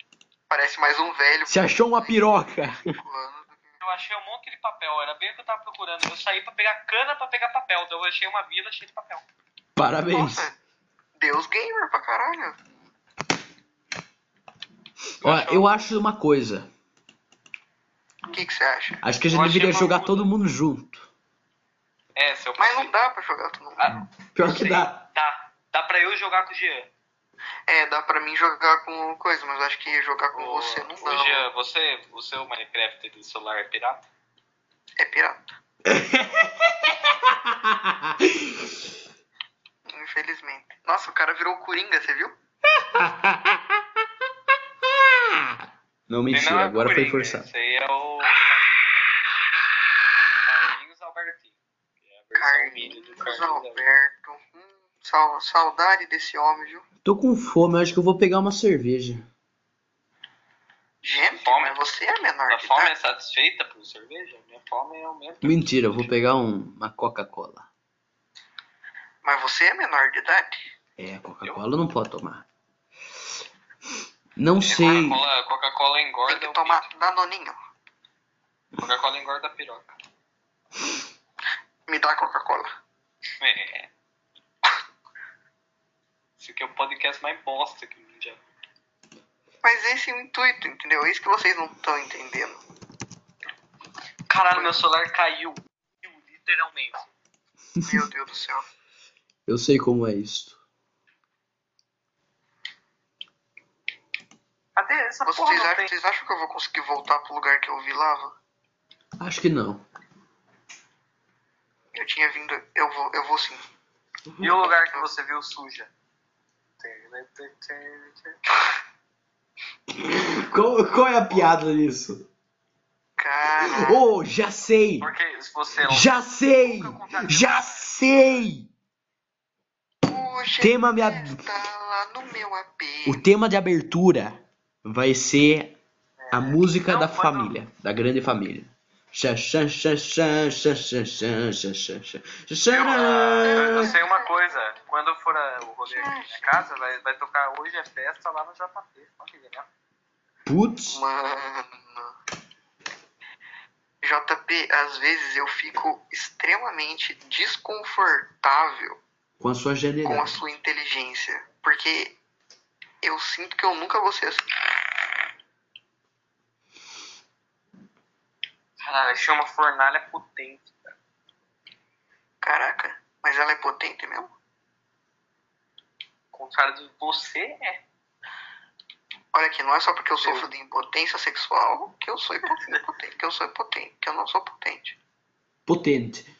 Speaker 2: Parece mais um velho
Speaker 1: Se achou uma piroca.
Speaker 2: pulando.
Speaker 3: Eu achei um monte de papel, era bem o que eu tava procurando. Eu saí pra pegar cana pra pegar papel. Então eu achei uma vila cheia de papel.
Speaker 1: Parabéns.
Speaker 2: Nossa, Deus gamer pra caralho.
Speaker 1: Olha, eu acho uma coisa.
Speaker 2: O que que você acha?
Speaker 1: Acho que a
Speaker 3: Eu
Speaker 1: gente
Speaker 3: achei
Speaker 1: deveria
Speaker 3: uma
Speaker 1: jogar
Speaker 3: puta.
Speaker 1: todo mundo junto.
Speaker 3: É, seu
Speaker 2: Mas não dá pra jogar todo mundo.
Speaker 3: Ah,
Speaker 1: Pior que dá.
Speaker 3: Dá. Dá pra eu jogar com o Jean.
Speaker 2: É, dá pra mim jogar com coisa, mas acho que jogar com
Speaker 3: Ô,
Speaker 2: você não
Speaker 3: ô,
Speaker 2: dá.
Speaker 3: Jean, você, o seu Minecraft do celular é pirata?
Speaker 2: É pirata. Infelizmente. Nossa, o cara virou o Coringa, você viu?
Speaker 1: Não,
Speaker 3: Ele
Speaker 1: mentira,
Speaker 3: não é
Speaker 1: agora foi
Speaker 3: Coringa,
Speaker 1: forçado.
Speaker 3: Esse aí é o. Carlinhos Albertinho. É a versão mini do
Speaker 2: Carlinhos
Speaker 3: Carlinhos Albertinho.
Speaker 2: Alberto. Hum, sau- saudade desse homem, viu?
Speaker 1: Tô com fome, eu acho que eu vou pegar uma cerveja.
Speaker 2: Gente,
Speaker 3: Fome.
Speaker 2: mas você é menor
Speaker 3: Sua
Speaker 2: de
Speaker 3: fome é
Speaker 2: idade.
Speaker 3: satisfeita por cerveja? Minha fome é aumenta.
Speaker 1: Mentira, eu vou pegar um- uma Coca-Cola.
Speaker 2: Mas você é menor de idade?
Speaker 1: É, Coca-Cola não pode tomar. Não sei.
Speaker 3: Coca-Cola Coca-Cola
Speaker 2: Tem
Speaker 3: engorda
Speaker 2: que
Speaker 3: o
Speaker 2: tomar danoninho.
Speaker 3: pinto. Coca-Cola engorda a piroca.
Speaker 2: Me dá Coca-Cola.
Speaker 3: É. Esse aqui é o podcast mais bosta que eu já.
Speaker 2: Mas esse é o intuito, entendeu? Isso que vocês não estão entendendo.
Speaker 3: Caralho, meu celular caiu. Caiu, Literalmente.
Speaker 2: Meu Deus do céu.
Speaker 1: Eu sei como é isso.
Speaker 3: Cadê essa porra?
Speaker 2: Vocês
Speaker 3: Não
Speaker 2: acham,
Speaker 3: tem.
Speaker 2: vocês acham que eu vou conseguir voltar pro lugar que eu vi lava?
Speaker 1: Acho que não.
Speaker 2: Eu tinha vindo. Eu vou, eu vou sim.
Speaker 3: E o lugar que você viu suja? né?
Speaker 1: Qual, qual é a piada nisso?
Speaker 2: Cara.
Speaker 1: Oh, já sei!
Speaker 3: Porque se você.
Speaker 1: Já sei! Já sei!
Speaker 2: Puxa,
Speaker 1: Tema minha-
Speaker 2: Tá lá no meu AP.
Speaker 1: O tema de abertura vai ser
Speaker 2: É,
Speaker 1: a música
Speaker 2: então
Speaker 3: Não,
Speaker 1: da
Speaker 3: mas
Speaker 1: família, da grande família. Xa, xa, xa, xa, xa, xa, xa, xa, xa, xa, xa,
Speaker 3: Eu, eu, eu
Speaker 1: xa.
Speaker 3: sei uma coisa, quando for a- o rolê aqui na minha casa, vai, vai tocar hoje é festa lá no JP, família, né?
Speaker 1: Putz,
Speaker 2: Mano. JP, às vezes eu fico extremamente desconfortável
Speaker 1: com a sua
Speaker 2: com a
Speaker 1: genialidade.
Speaker 2: sua inteligência. Porque eu sinto que eu nunca vou ser assim.
Speaker 3: Caralho, achei uma fornalha potente.
Speaker 2: Caraca, mas ela é potente mesmo?
Speaker 3: Ao contrário de você, é.
Speaker 2: Olha aqui, não é só porque eu sofro de impotência sexual que eu sou impotente, que eu sou impotente, que eu não sou potente.
Speaker 1: Potente.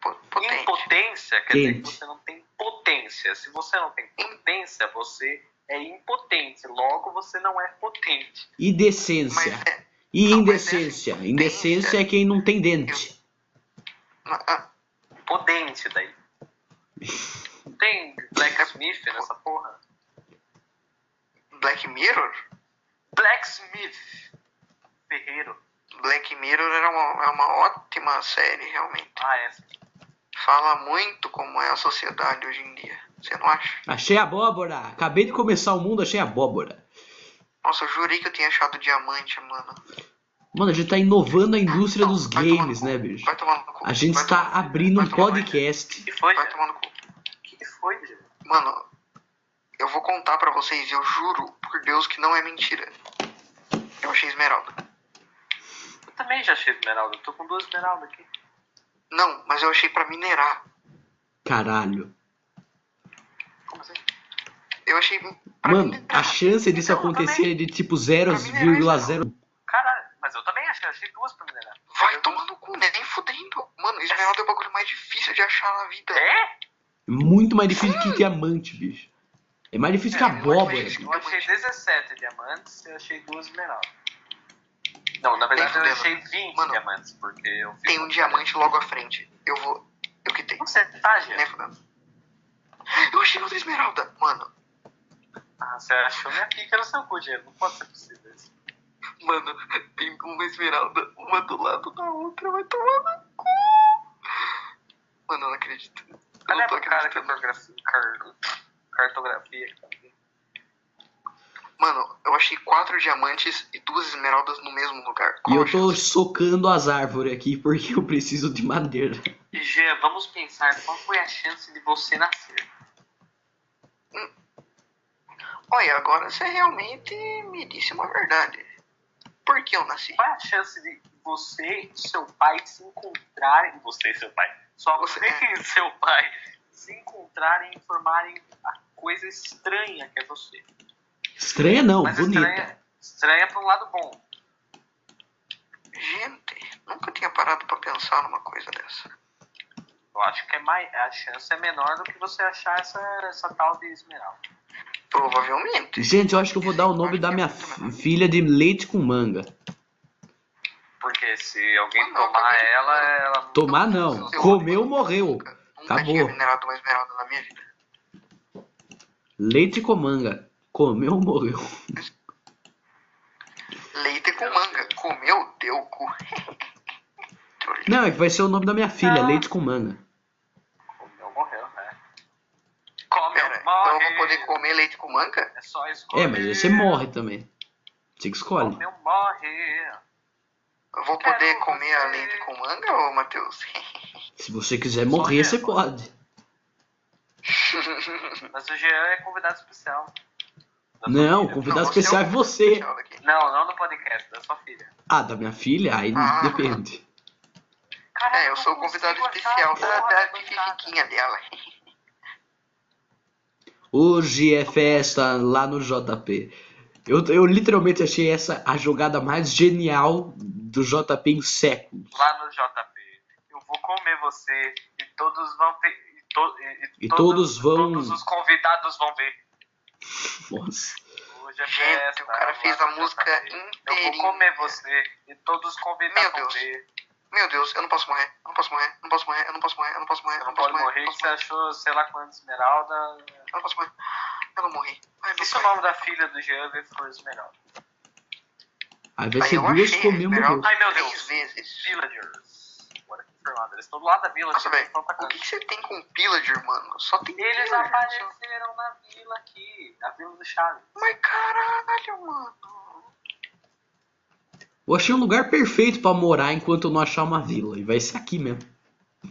Speaker 2: Po- Potente.
Speaker 3: Impotência quer dizer que
Speaker 1: Potente.
Speaker 3: você não tem potência. Se você não tem potência, você é impotente. Logo, você não é potente.
Speaker 1: E
Speaker 2: Mas
Speaker 1: decência.
Speaker 2: é.
Speaker 1: E
Speaker 2: Não, mas
Speaker 1: indecência.
Speaker 2: essa-
Speaker 1: Indecência é quem não tem dente.
Speaker 2: ah, ah,
Speaker 3: Potente daí. Tem blacksmith nessa porra?
Speaker 2: Black Mirror?
Speaker 3: Blacksmith! Ferreiro.
Speaker 2: Black Mirror era uma, é uma ótima série, realmente.
Speaker 3: Ah, essa.
Speaker 2: Fala muito como é a sociedade hoje em dia. Você não acha?
Speaker 1: Achei abóbora. Acabei de começar o mundo, achei abóbora.
Speaker 2: Nossa, eu jurei que eu tinha achado diamante, mano.
Speaker 1: Mano, a gente tá inovando a indústria dos
Speaker 2: Então, Vai tomar no
Speaker 1: games,
Speaker 2: cu.
Speaker 1: né, bicho?
Speaker 2: Vai tomar no cu.
Speaker 1: A gente
Speaker 2: Vai
Speaker 1: está
Speaker 2: tomar no cu.
Speaker 1: abrindo
Speaker 2: Vai
Speaker 1: um
Speaker 2: tomar no cu.
Speaker 1: podcast.
Speaker 3: Que foi,
Speaker 2: Vai
Speaker 3: gente?
Speaker 2: tomar no cu.
Speaker 3: que foi, gente?
Speaker 2: Mano, eu vou contar pra vocês, eu juro por Deus que não é mentira. Eu achei esmeralda.
Speaker 3: Eu também já achei esmeralda. Eu tô com duas esmeraldas aqui.
Speaker 2: Não, mas eu achei pra minerar.
Speaker 1: Caralho.
Speaker 3: Como assim?
Speaker 2: Eu achei. pra
Speaker 1: Mano,
Speaker 2: minerar.
Speaker 1: a chance disso
Speaker 3: Então,
Speaker 1: acontecer é de tipo
Speaker 2: Pra mim era
Speaker 1: 0,0.
Speaker 3: Caralho, mas eu também achei. Eu achei duas pra minerar.
Speaker 2: Vai tomar no cu, né? Nem fudendo. Mano, esmeralda é o bagulho mais difícil de achar na vida.
Speaker 3: É?
Speaker 1: Muito mais difícil que diamante, bicho. É mais difícil que
Speaker 2: É,
Speaker 1: a
Speaker 2: eu acho
Speaker 1: abóbora.
Speaker 2: que-
Speaker 4: Eu achei 17 diamantes e eu achei duas esmeraldas. Não, na verdade
Speaker 2: Tem
Speaker 4: eu
Speaker 2: problema.
Speaker 4: achei 20
Speaker 2: Mano,
Speaker 4: diamantes, porque eu fiz.
Speaker 2: Tem um diamante logo à frente. Eu vou. Eu que tenho.
Speaker 4: Você tá, gente?
Speaker 2: Né, Fernando? Eu achei outra esmeralda. Mano,
Speaker 4: Ah, você achou minha pica no seu cu, Diego. Não pode ser possível isso.
Speaker 2: mano, tem uma esmeralda, uma do lado da outra, vai tomar no cu. Mano, eu não acredito. Eu
Speaker 4: Olha
Speaker 2: não tô
Speaker 4: pro cara que É, eu
Speaker 2: acreditando.
Speaker 4: cartografia. car- Cartografia.
Speaker 2: Mano, eu achei quatro diamantes e duas esmeraldas no mesmo lugar.
Speaker 1: E
Speaker 2: Qual
Speaker 1: eu
Speaker 2: a
Speaker 1: tô
Speaker 2: chance?
Speaker 1: socando as árvores aqui porque eu preciso de madeira.
Speaker 4: Gê, vamos pensar qual foi a chance de você nascer.
Speaker 2: Olha, agora você realmente me disse uma verdade. Por que eu nasci?
Speaker 4: Qual é a chance de você e seu pai se encontrarem. Você e seu pai. Só você e seu pai se encontrarem e formarem a coisa estranha que é você.
Speaker 1: Estranha não,
Speaker 4: Mas
Speaker 1: bonita.
Speaker 4: estranha, é estranha para um lado bom.
Speaker 2: Gente, nunca tinha parado pra pensar numa coisa dessa.
Speaker 4: Eu acho que é mais, a chance é menor do que você achar essa, essa tal de esmeralda.
Speaker 2: Provavelmente.
Speaker 1: Gente, eu acho que eu vou dar o nome da minha fi- filha de leite com manga.
Speaker 4: Porque se alguém
Speaker 2: Não, não,
Speaker 4: tomar
Speaker 2: também.
Speaker 4: ela, ela.
Speaker 1: Tomar não. Comeu, morreu.
Speaker 2: Nunca, nunca tinha
Speaker 1: Acabou.
Speaker 2: minerado uma esmeralda na minha vida.
Speaker 1: Leite com manga. Comeu, morreu.
Speaker 2: Leite com manga. Comeu, deu cu. Que olho.
Speaker 1: Não, é que vai ser o nome da minha filha,
Speaker 4: Ah.
Speaker 1: leite com manga.
Speaker 4: Comeu, morreu, né? Come,
Speaker 2: Pera, então eu
Speaker 4: morre.
Speaker 2: vou poder comer leite com manga?
Speaker 4: É só escolher.
Speaker 1: É, mas aí você morre também. Você que escolhe.
Speaker 4: Comeu, morre.
Speaker 2: Eu vou
Speaker 4: Quero
Speaker 2: poder comer a
Speaker 4: você.
Speaker 2: leite com manga, ô Matheus?
Speaker 1: Se você quiser morrer, você pode.
Speaker 4: Mas o Jean é convidado especial. Da sua
Speaker 1: Não,
Speaker 4: filha.
Speaker 1: convidado
Speaker 2: Tá Não, você é o
Speaker 1: especial é você.
Speaker 2: Tchau daqui.
Speaker 4: Não, não do podcast, da sua filha.
Speaker 1: Ah, da minha filha? Aí
Speaker 2: Ah.
Speaker 1: depende.
Speaker 4: Caraca,
Speaker 2: É, eu sou o
Speaker 4: não
Speaker 2: convidado
Speaker 4: consigo achar
Speaker 2: especial
Speaker 4: a
Speaker 2: da,
Speaker 4: porra
Speaker 2: da
Speaker 4: da bancada.
Speaker 2: pifiquinha dela.
Speaker 1: Hoje é festa lá no JP. Eu, eu literalmente achei essa a jogada mais genial do JP em séculos.
Speaker 4: Lá no JP. Eu vou comer você e todos vão ter. E, to-
Speaker 1: E todos vão-
Speaker 4: Todos os convidados vão ver.
Speaker 1: Nossa.
Speaker 4: Hoje é
Speaker 2: Gente,
Speaker 4: festa,
Speaker 2: o cara fez a
Speaker 4: lá no
Speaker 2: música
Speaker 4: JP. é Eu vou
Speaker 2: inteirinha.
Speaker 4: comer você e todos os convidados
Speaker 2: Meu
Speaker 4: vão
Speaker 2: Deus.
Speaker 4: ver.
Speaker 2: Meu Deus, eu não posso morrer, eu não posso morrer, eu não posso morrer, eu não posso morrer, eu não posso morrer,
Speaker 4: Você
Speaker 2: eu
Speaker 4: não
Speaker 2: não
Speaker 4: pode
Speaker 2: posso morrer,
Speaker 4: morrer,
Speaker 2: eu
Speaker 4: que você achou sei lá quantas esmeralda.
Speaker 2: não posso morrer, eu não morri. Ai,
Speaker 3: é
Speaker 4: E se o
Speaker 2: meu
Speaker 4: nome da filha do Jean for esmeralda?
Speaker 1: Aí vai
Speaker 2: Aí
Speaker 1: ser
Speaker 2: eu
Speaker 1: duas
Speaker 2: achei,
Speaker 1: comer,
Speaker 2: melhor-
Speaker 1: morreu.
Speaker 4: Ai meu
Speaker 2: Deus. Três
Speaker 4: Deus!
Speaker 2: vezes.
Speaker 4: Villagers. Agora confirmado. Eles estão do lado da
Speaker 3: tipo,
Speaker 4: vila,
Speaker 2: Nossa,
Speaker 4: eles
Speaker 2: velho,
Speaker 4: estão
Speaker 2: o
Speaker 4: atacando.
Speaker 2: que, que você tem com pillager, mano? Só tem
Speaker 4: Eles
Speaker 2: pillager. só-
Speaker 4: apareceram na vila aqui, na vila do Chaves.
Speaker 2: Mas caralho, mano.
Speaker 1: Eu achei um lugar perfeito pra morar enquanto eu não achar uma vila. E vai ser aqui mesmo.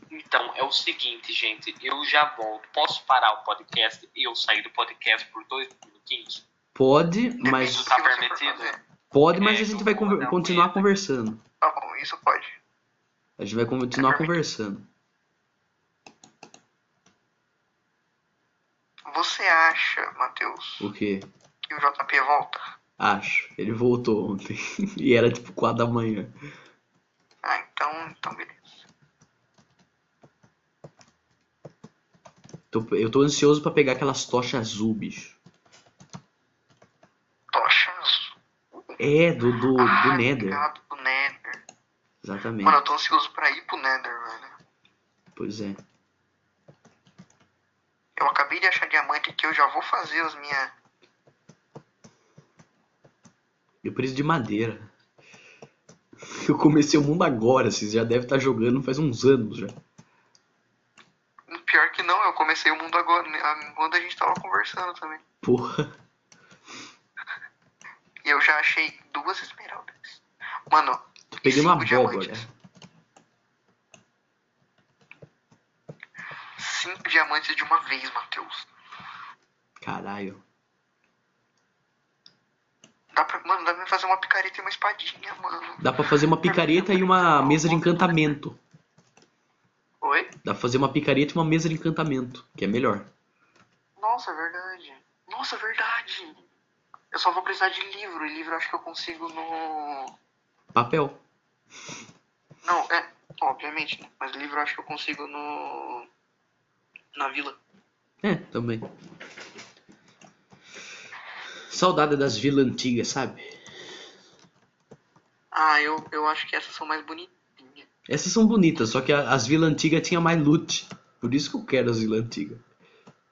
Speaker 4: Então, é o seguinte, gente, eu já volto. Posso parar o podcast e eu sair do podcast por dois minutinhos?
Speaker 1: Pode,
Speaker 2: Depende do
Speaker 1: mas tá
Speaker 2: que você for
Speaker 4: permitido?
Speaker 2: fazer.
Speaker 1: pode, mas
Speaker 4: é,
Speaker 1: a gente vai
Speaker 4: eu
Speaker 1: conver-
Speaker 4: vou dar um
Speaker 1: continuar
Speaker 4: jeito.
Speaker 1: conversando.
Speaker 2: Tá bom, isso pode.
Speaker 1: A gente vai continuar conversando.
Speaker 2: Você acha, Matheus,
Speaker 1: O quê?
Speaker 2: que o JP volta?
Speaker 1: Acho. Ele voltou ontem. E era tipo 4 da manhã.
Speaker 2: Ah, então, então beleza.
Speaker 1: Tô- eu tô ansioso pra pegar aquelas tochas azul, bicho.
Speaker 2: Tochas.
Speaker 1: É, do, do, do
Speaker 2: Ah,
Speaker 1: Nether.
Speaker 2: ligado, do Nether.
Speaker 1: Exatamente.
Speaker 2: Mano, eu tô ansioso pra ir pro Nether, velho.
Speaker 1: Pois é.
Speaker 2: Eu acabei de achar diamante que eu já vou fazer as minhas.
Speaker 1: Eu preciso de madeira. Eu comecei o mundo agora, vocês já devem estar jogando faz uns anos já.
Speaker 2: Pior que não, eu comecei o mundo agora, né, enquanto a gente tava conversando também.
Speaker 1: Porra.
Speaker 2: E eu já achei duas esmeraldas. Mano,
Speaker 1: Tô pegando uma
Speaker 2: Cinco
Speaker 1: abóbora.
Speaker 2: diamantes. cinco diamantes de uma vez, Matheus.
Speaker 1: Caralho.
Speaker 2: Dá pra, mano, dá pra fazer uma picareta e uma espadinha, mano.
Speaker 1: Dá pra fazer uma picareta e uma mesa de encantamento.
Speaker 2: Oi?
Speaker 1: Dá pra fazer uma picareta e uma mesa de encantamento, que é melhor.
Speaker 2: Nossa, é verdade. Nossa, é verdade. Eu só vou precisar de livro. E livro eu acho que eu consigo no.
Speaker 1: Papel.
Speaker 2: Não, é, obviamente, né? Mas livro eu acho que eu consigo no. Na vila.
Speaker 1: É, também. Saudade das vilas antigas, sabe?
Speaker 2: Ah, eu, eu acho que essas são mais bonitinhas.
Speaker 1: Essas são bonitas, só que a- as vilas antigas tinha mais loot. Por isso que eu quero as vilas antigas.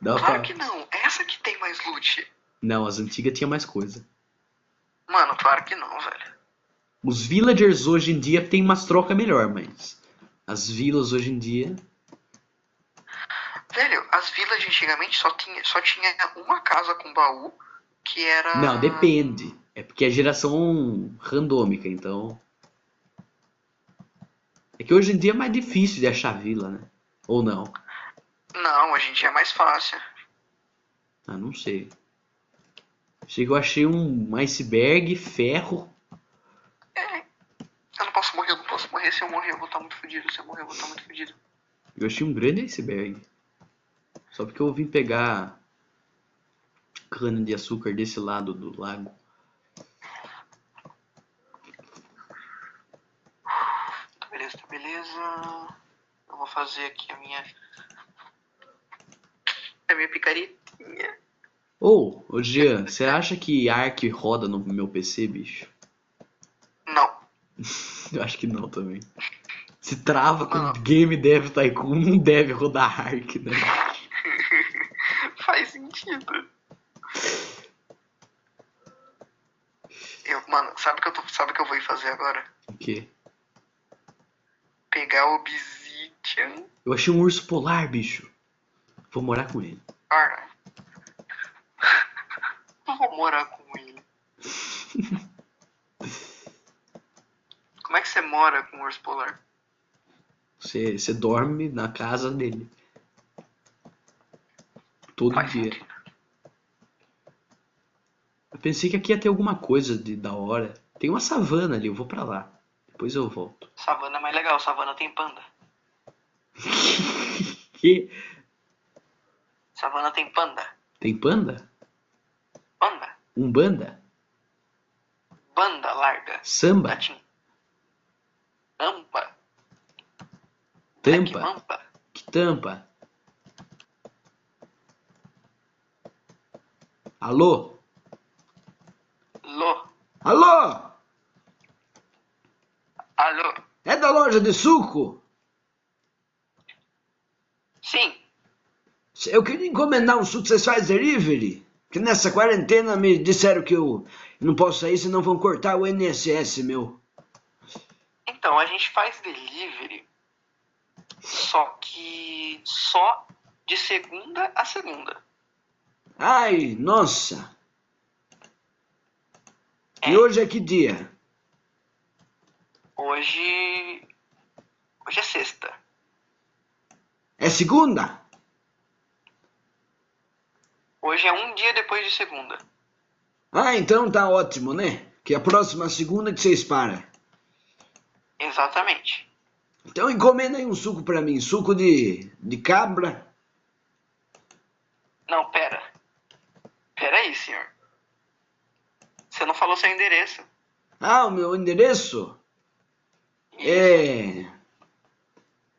Speaker 1: Dava pra-
Speaker 2: Claro Ah, que não. Essa que tem mais loot.
Speaker 1: Não, as antigas tinha mais coisa.
Speaker 2: Mano, claro que não, velho.
Speaker 1: Os villagers hoje em dia tem umas trocas melhor, mas as vilas hoje em dia.
Speaker 2: Velho, as vilas de antigamente só tinha, só tinha uma casa com baú, que era.
Speaker 1: Não, depende. É porque é geração randômica, então. É que hoje em dia é mais difícil de achar vila, né? Ou não?
Speaker 2: Não, hoje em dia é mais fácil.
Speaker 1: Ah, não sei. Achei que eu achei um iceberg, ferro.
Speaker 2: Eu não posso morrer, eu não posso morrer. Se eu morrer, eu vou estar muito fodido. Se eu morrer, eu vou estar muito fodido.
Speaker 1: Eu achei um grande iceberg. Só porque eu vim pegar cana de açúcar desse lado do lago.
Speaker 2: Tá beleza, tá beleza. Eu vou fazer aqui a minha. A minha picaretinha.
Speaker 1: Ou, ô Jean, você acha que Ark roda no meu PC, bicho?
Speaker 2: Não.
Speaker 1: Eu acho que não também. Se trava com
Speaker 2: Mano.
Speaker 1: Game Dev Tycoon, não deve rodar Ark, né?
Speaker 2: Faz sentido. Eu, mano, sabe o que eu tô, sabe o que eu vou ir fazer agora?
Speaker 1: O quê?
Speaker 2: Pegar o Obsidian.
Speaker 1: Eu achei um urso polar, bicho. Vou morar com ele.
Speaker 2: Cara. Não vou morar com ele. Como é que você mora com o urso polar?
Speaker 1: Você, você dorme na casa dele. Todo
Speaker 2: Faz
Speaker 1: dia.
Speaker 2: sentido.
Speaker 1: Eu pensei que aqui ia ter alguma coisa de da hora. Tem uma savana ali, eu vou pra lá. Depois eu volto.
Speaker 2: Savana é mais legal, savana tem panda.
Speaker 1: Que?
Speaker 2: Savana tem panda.
Speaker 1: Tem panda?
Speaker 2: Panda.
Speaker 1: Umbanda?
Speaker 2: Banda larga.
Speaker 1: Samba?
Speaker 2: Latim. Ampa. É
Speaker 1: Tampa?
Speaker 2: Mampa.
Speaker 1: Que tampa? Alô?
Speaker 2: Lô.
Speaker 1: Alô?
Speaker 2: Alô.
Speaker 1: É da loja de suco?
Speaker 2: Sim.
Speaker 1: Eu queria encomendar um suco, vocês fazem delivery? Que nessa quarentena me disseram que eu não posso sair, senão vão cortar o NSS meu.
Speaker 2: Então, a gente faz delivery. Só que só de segunda a segunda.
Speaker 1: Ai, nossa. E
Speaker 2: É.
Speaker 1: hoje é que dia?
Speaker 2: Hoje. Hoje é sexta.
Speaker 1: É segunda?
Speaker 2: Hoje é um dia depois de segunda.
Speaker 1: Ah, então tá ótimo, né? Que a próxima segunda que vocês param.
Speaker 2: Exatamente.
Speaker 1: Então encomenda aí um suco pra mim, suco de, de cabra.
Speaker 2: Não, pera. Pera aí, senhor. Você não falou seu endereço.
Speaker 1: Ah, o meu endereço é.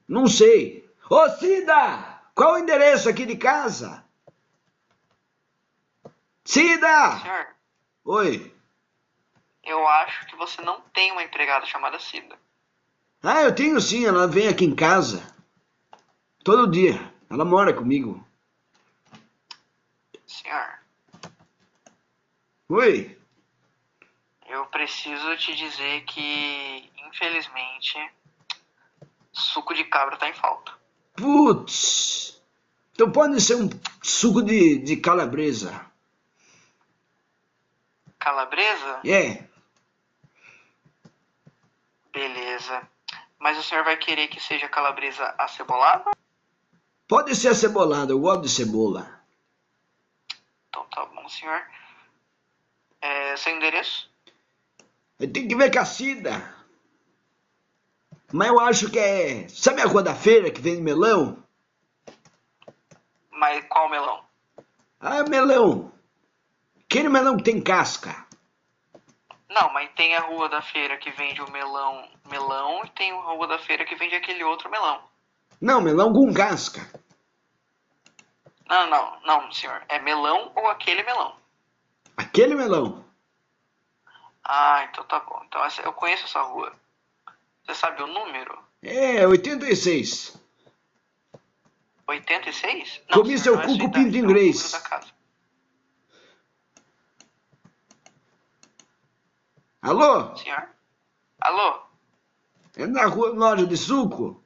Speaker 1: Não sei. Ô Cida! Qual o endereço aqui de casa? Cida!
Speaker 2: Senhor,
Speaker 1: Oi.
Speaker 2: eu acho que você não tem uma empregada chamada Cida.
Speaker 1: Ah, eu tenho sim, ela vem aqui em casa. Todo dia. Ela mora comigo.
Speaker 2: Senhor,
Speaker 1: Oi.
Speaker 2: eu preciso te dizer que, infelizmente, suco de cabra tá em falta.
Speaker 1: Putz. Então pode ser um suco de, de calabresa.
Speaker 2: Calabresa?
Speaker 1: É.
Speaker 2: Beleza. Mas o senhor vai querer que seja calabresa acebolada?
Speaker 1: Pode ser a cebolada, eu gosto de cebola.
Speaker 2: Então tá bom, senhor. É, seu endereço?
Speaker 1: Tem que ver com a Cida. Mas eu acho que é. Sabe a rua da feira que vende melão?
Speaker 2: Mas qual melão?
Speaker 1: Ah, melão. Aquele melão que tem casca.
Speaker 2: Não, mas tem a rua da feira que vende o melão, melão e tem a rua da feira que vende aquele outro melão.
Speaker 1: Não, melão com casca.
Speaker 2: Não, não, não, senhor. É melão ou aquele melão?
Speaker 1: Aquele melão.
Speaker 2: Ah, então tá bom. Então essa- eu conheço essa rua. Você sabe o número?
Speaker 1: É, 86.
Speaker 2: 86?
Speaker 1: Comi
Speaker 2: senhor,
Speaker 1: seu
Speaker 2: não é
Speaker 1: cu
Speaker 2: sua
Speaker 1: com
Speaker 2: idade,
Speaker 1: pinto
Speaker 2: é o
Speaker 1: inglês.
Speaker 2: número da casa.
Speaker 1: Alô?
Speaker 2: Senhor? Alô?
Speaker 1: É na rua loja de suco?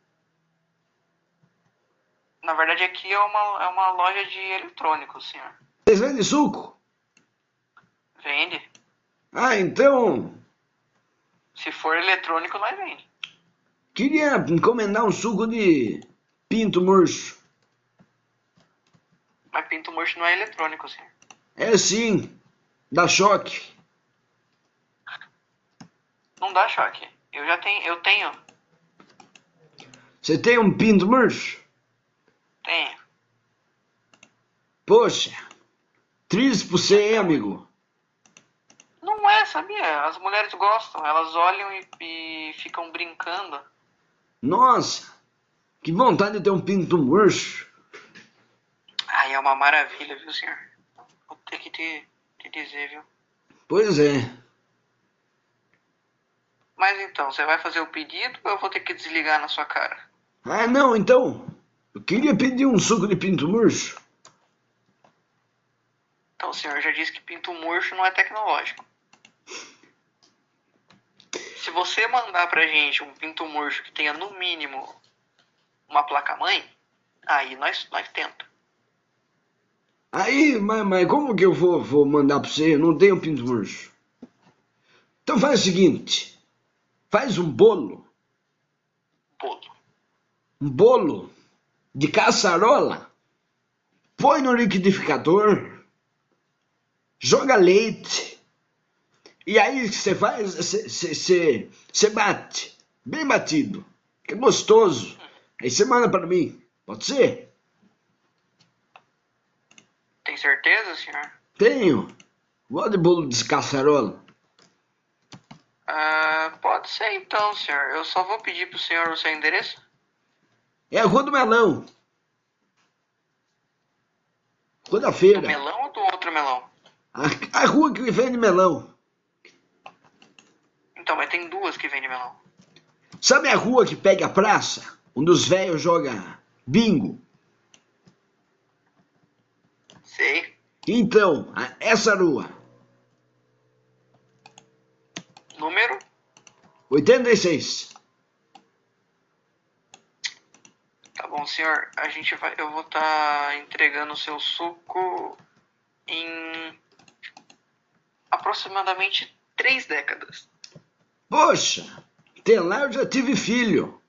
Speaker 2: Na verdade aqui é uma, é uma loja de eletrônicos, senhor.
Speaker 1: Vocês vendem suco?
Speaker 2: Vende.
Speaker 1: Ah, então.
Speaker 2: Se for eletrônico, nós vende.
Speaker 1: Queria encomendar um suco de pinto murcho.
Speaker 2: Mas pinto murcho não é eletrônico, senhor.
Speaker 1: É sim, dá choque.
Speaker 2: Não dá choque. Eu já tenho. Eu tenho.
Speaker 1: Você tem um pinto murcho?
Speaker 2: Tenho.
Speaker 1: Poxa, triste por você, hein, amigo?
Speaker 2: Não é, sabia? As mulheres gostam, elas olham e, e ficam brincando.
Speaker 1: Nossa, que vontade de ter um pinto murcho.
Speaker 2: Ai, é uma maravilha, viu, senhor? Vou ter que te, te dizer, viu?
Speaker 1: Pois é.
Speaker 2: Mas então, você vai fazer o pedido ou eu vou ter que desligar na sua cara?
Speaker 1: Ah, não, então. Eu queria pedir um suco de pinto murcho.
Speaker 2: Então, senhor, eu já disse que pinto murcho não é tecnológico. Se você mandar pra gente um pinto murcho que tenha no mínimo uma placa-mãe, aí nós, nós tenta.
Speaker 1: Aí, mas, mas como que eu vou, vou mandar pra você? Eu não tenho pinto murcho. Então faz o seguinte: faz um bolo,
Speaker 2: Bolo.
Speaker 1: um bolo de caçarola, põe no liquidificador, joga leite, e aí você faz, você- você você- você bate, bem batido, que é gostoso. Aí você manda pra mim, pode ser?
Speaker 2: Tem certeza, senhor?
Speaker 1: Tenho. Gosto de bolo de caçarola.
Speaker 2: Ah, pode ser então, senhor. Eu só vou pedir pro senhor o seu endereço.
Speaker 1: É a Rua do Melão. Rua da Feira.
Speaker 2: Do melão ou do outro melão?
Speaker 1: A, a rua que vende melão.
Speaker 2: Então, mas tem duas que vendem melão.
Speaker 1: Sabe a rua que pega a praça? Onde os velhos jogam bingo?
Speaker 2: Sei.
Speaker 1: Então, a- essa rua.
Speaker 2: Número?
Speaker 1: 86.
Speaker 2: Tá bom, senhor. A gente vai. Eu vou estar entregando o seu suco em aproximadamente três décadas.
Speaker 1: Poxa, até lá eu já tive filho.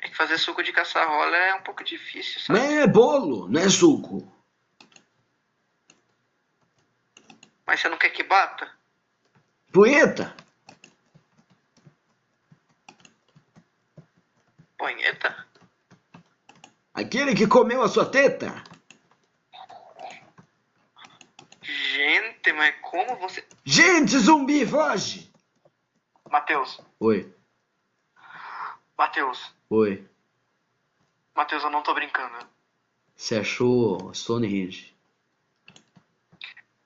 Speaker 2: É que fazer suco de caçarola é um pouco difícil,
Speaker 1: Não
Speaker 2: sabe?
Speaker 1: é bolo, não é suco.
Speaker 2: Mas você não quer que bata?
Speaker 1: Punheta.
Speaker 2: Ponheta?
Speaker 1: Aquele que comeu a sua teta.
Speaker 2: Gente, mas como você.
Speaker 1: Gente, zumbi, foge.
Speaker 2: Matheus,
Speaker 1: Oi,
Speaker 2: Matheus,
Speaker 1: oi.
Speaker 2: Matheus, eu não tô brincando.
Speaker 1: Você achou Stonehenge?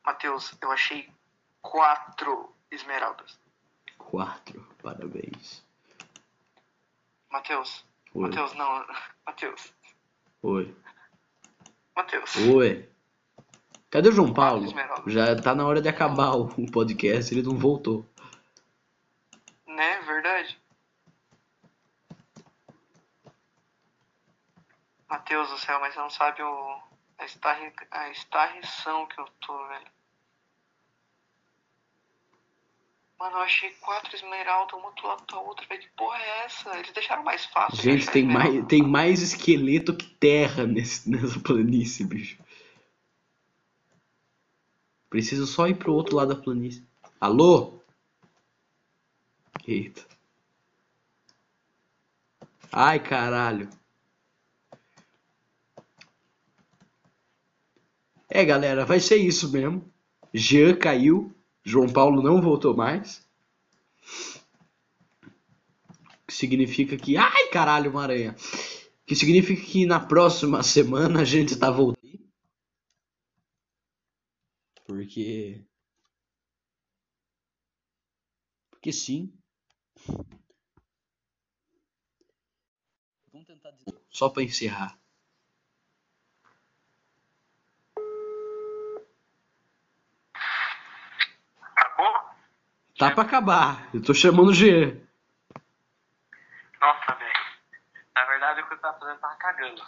Speaker 2: Matheus, eu achei quatro esmeraldas.
Speaker 1: Quatro. Parabéns.
Speaker 2: Matheus,
Speaker 1: Oi.
Speaker 2: Matheus, não. Matheus,
Speaker 1: Oi.
Speaker 2: Matheus.
Speaker 1: Oi. Cadê o João Paulo?
Speaker 2: Esmeralda.
Speaker 1: Já tá na hora de acabar o o podcast, ele não voltou.
Speaker 2: Né, verdade? Matheus do céu, mas você não sabe o, a, estarri, a estarrição que eu tô, velho. Mano, eu achei quatro esmeraldas, uma do lado da outra, velho. Que porra é essa? Eles deixaram mais fácil. né? é de
Speaker 1: Gente,
Speaker 2: achar
Speaker 1: tem
Speaker 2: esmeralda.
Speaker 1: mais, tem mais esqueleto que terra nesse, nessa planície, bicho. Preciso só ir pro outro lado da planície. Alô? Eita. Ai, caralho. É, galera, vai ser isso mesmo. Jean caiu. João Paulo não voltou mais. Que significa que. Ai, caralho, uma aranha! Que significa que na próxima semana a gente tá voltando. Porque. Porque sim. Vamos tentar de novo. Só pra encerrar.
Speaker 4: Acabou?
Speaker 1: Tá pra acabar. Eu tô chamando o Jean.
Speaker 3: Nossa, velho. Na verdade, o que eu tava fazendo eu tava cagando.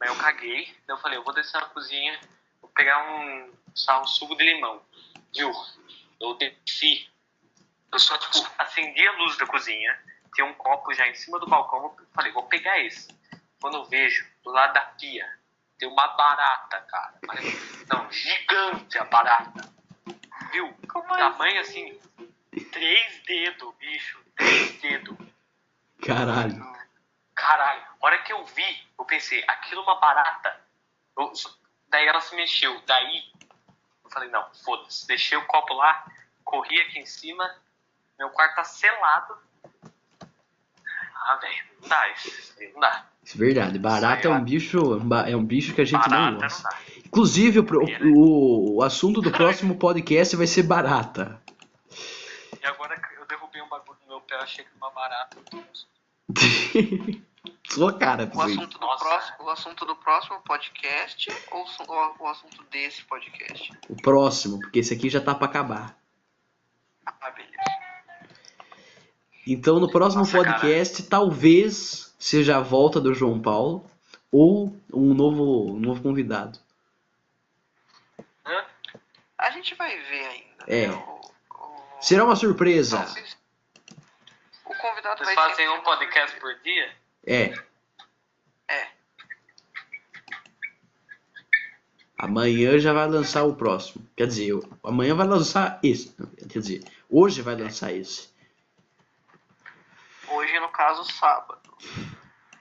Speaker 3: Mas eu caguei, daí eu falei, eu vou descer na cozinha, vou pegar um, sei lá, um suco de limão. Viu? Eu desci. Eu só, tipo, acendi a luz da cozinha, tinha um copo já em cima do balcão, eu falei, vou pegar esse. Quando eu vejo, do lado da pia, tem uma barata, cara. Mas, não, gigante a barata. Viu? Tamanho assim, três dedos, bicho. Três dedos.
Speaker 1: Caralho.
Speaker 3: Caralho, a hora que eu vi, eu pensei, aquilo é uma barata. Eu- daí ela se mexeu. Daí eu falei, não, foda-se. Deixei o copo lá, corri aqui em cima. Meu quarto tá selado. Ah, velho, não dá isso. isso aí Não dá.
Speaker 1: Isso é verdade. Barata é um bicho. ba- É um bicho que a gente não
Speaker 3: Barata, né? não
Speaker 1: gosta.
Speaker 3: dá.
Speaker 1: Inclusive, o, pro- o, o assunto do próximo podcast vai ser barata.
Speaker 3: E agora que eu derrubei um bagulho no meu pé, eu achei que era uma barata.
Speaker 1: Sua cara,
Speaker 2: O
Speaker 1: Felipe.
Speaker 2: assunto, do
Speaker 3: Nossa.
Speaker 2: próximo, o assunto do próximo podcast ou su- ou o assunto desse podcast?
Speaker 1: O próximo, porque esse aqui já tá pra acabar.
Speaker 2: Ah, beleza.
Speaker 1: Então, no próximo
Speaker 3: Nossa,
Speaker 1: podcast, talvez seja a volta do João Paulo ou um novo, um novo convidado.
Speaker 3: Hã?
Speaker 2: A gente vai ver ainda.
Speaker 1: É.
Speaker 2: né? O, o-
Speaker 1: Será uma surpresa.
Speaker 2: Não, vocês- o convidado
Speaker 3: Vocês
Speaker 2: vai
Speaker 3: fazem
Speaker 2: sempre ser
Speaker 3: um
Speaker 2: uma
Speaker 3: podcast
Speaker 2: surpresa.
Speaker 3: por dia?
Speaker 1: É.
Speaker 2: É.
Speaker 1: Amanhã já vai lançar o próximo. Quer dizer, eu- amanhã vai lançar esse. Não, Quer dizer, hoje vai lançar esse.
Speaker 2: Hoje, no caso, sábado.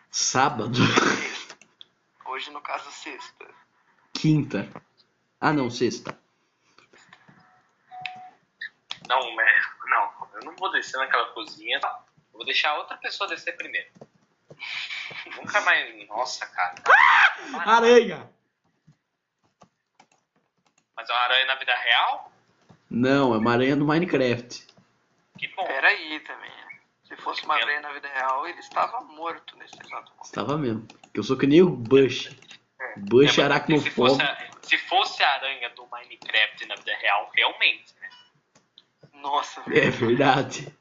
Speaker 1: Sábado,
Speaker 2: Sexta. Hoje, no caso, sexta.
Speaker 1: quinta. Ah, não, sexta.
Speaker 3: Não, é, não, eu não vou descer naquela cozinha. Eu vou deixar outra pessoa descer primeiro. Nunca mais. Nossa, cara.
Speaker 1: Aranha!
Speaker 3: Mas é uma aranha na vida real?
Speaker 1: Não, é uma aranha do Minecraft.
Speaker 3: Que bom.
Speaker 1: É,
Speaker 3: É,
Speaker 2: Peraí também. né? Se fosse uma
Speaker 3: Pera.
Speaker 2: aranha na vida real, ele estava morto nesse exato momento.
Speaker 1: Estava mesmo. Que eu sou que nem o Bush.
Speaker 3: É,
Speaker 1: Bush
Speaker 3: mas se, fosse
Speaker 1: aracnofóbico.
Speaker 3: a, se fosse a aranha do Minecraft na vida real, realmente, né?
Speaker 2: Nossa, velho.
Speaker 1: É verdade.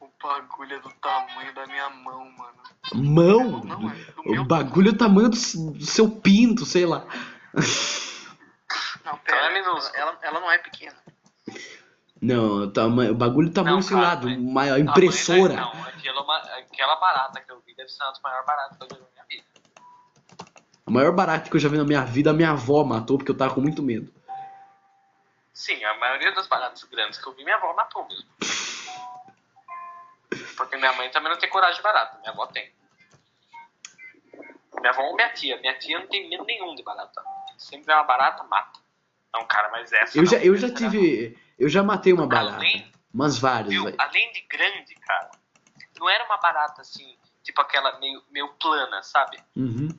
Speaker 2: O bagulho é do tamanho da minha mão, mano.
Speaker 1: Mão?
Speaker 2: Não, é do
Speaker 1: O
Speaker 2: meu.
Speaker 1: bagulho é o tamanho do s- do seu pinto, sei lá.
Speaker 2: Não, pera.
Speaker 3: Então é
Speaker 2: ela,
Speaker 3: minúsculo.
Speaker 2: ela, ela não é pequena.
Speaker 1: Não, o tama- o bagulho tá
Speaker 3: Não,
Speaker 1: muito sei
Speaker 3: cara,
Speaker 1: lá, do
Speaker 3: mas-
Speaker 1: maior impressora.
Speaker 3: Tamanho da- Não, aquela, é uma- aquela barata que eu vi deve ser uma das maiores baratas que eu vi na minha vida.
Speaker 1: A maior barata que eu já vi na minha vida, a minha avó matou porque eu tava com muito medo.
Speaker 3: Sim, a maioria das baratas grandes que eu vi, minha avó matou mesmo. Porque minha mãe também não tem coragem de barata, minha avó tem. Minha avó ou minha tia. Minha tia não tem medo nenhum de barata. Sempre vê uma barata, mata. Não, cara, mas essa.
Speaker 1: Eu
Speaker 3: não,
Speaker 1: já, eu já
Speaker 3: essa
Speaker 1: tive. Eu já matei uma barata.
Speaker 3: Além-
Speaker 1: Umas várias,
Speaker 3: Viu?
Speaker 1: velho.
Speaker 3: Além de grande, cara, não era uma barata assim, tipo aquela meio, meio plana, sabe?
Speaker 1: Uhum.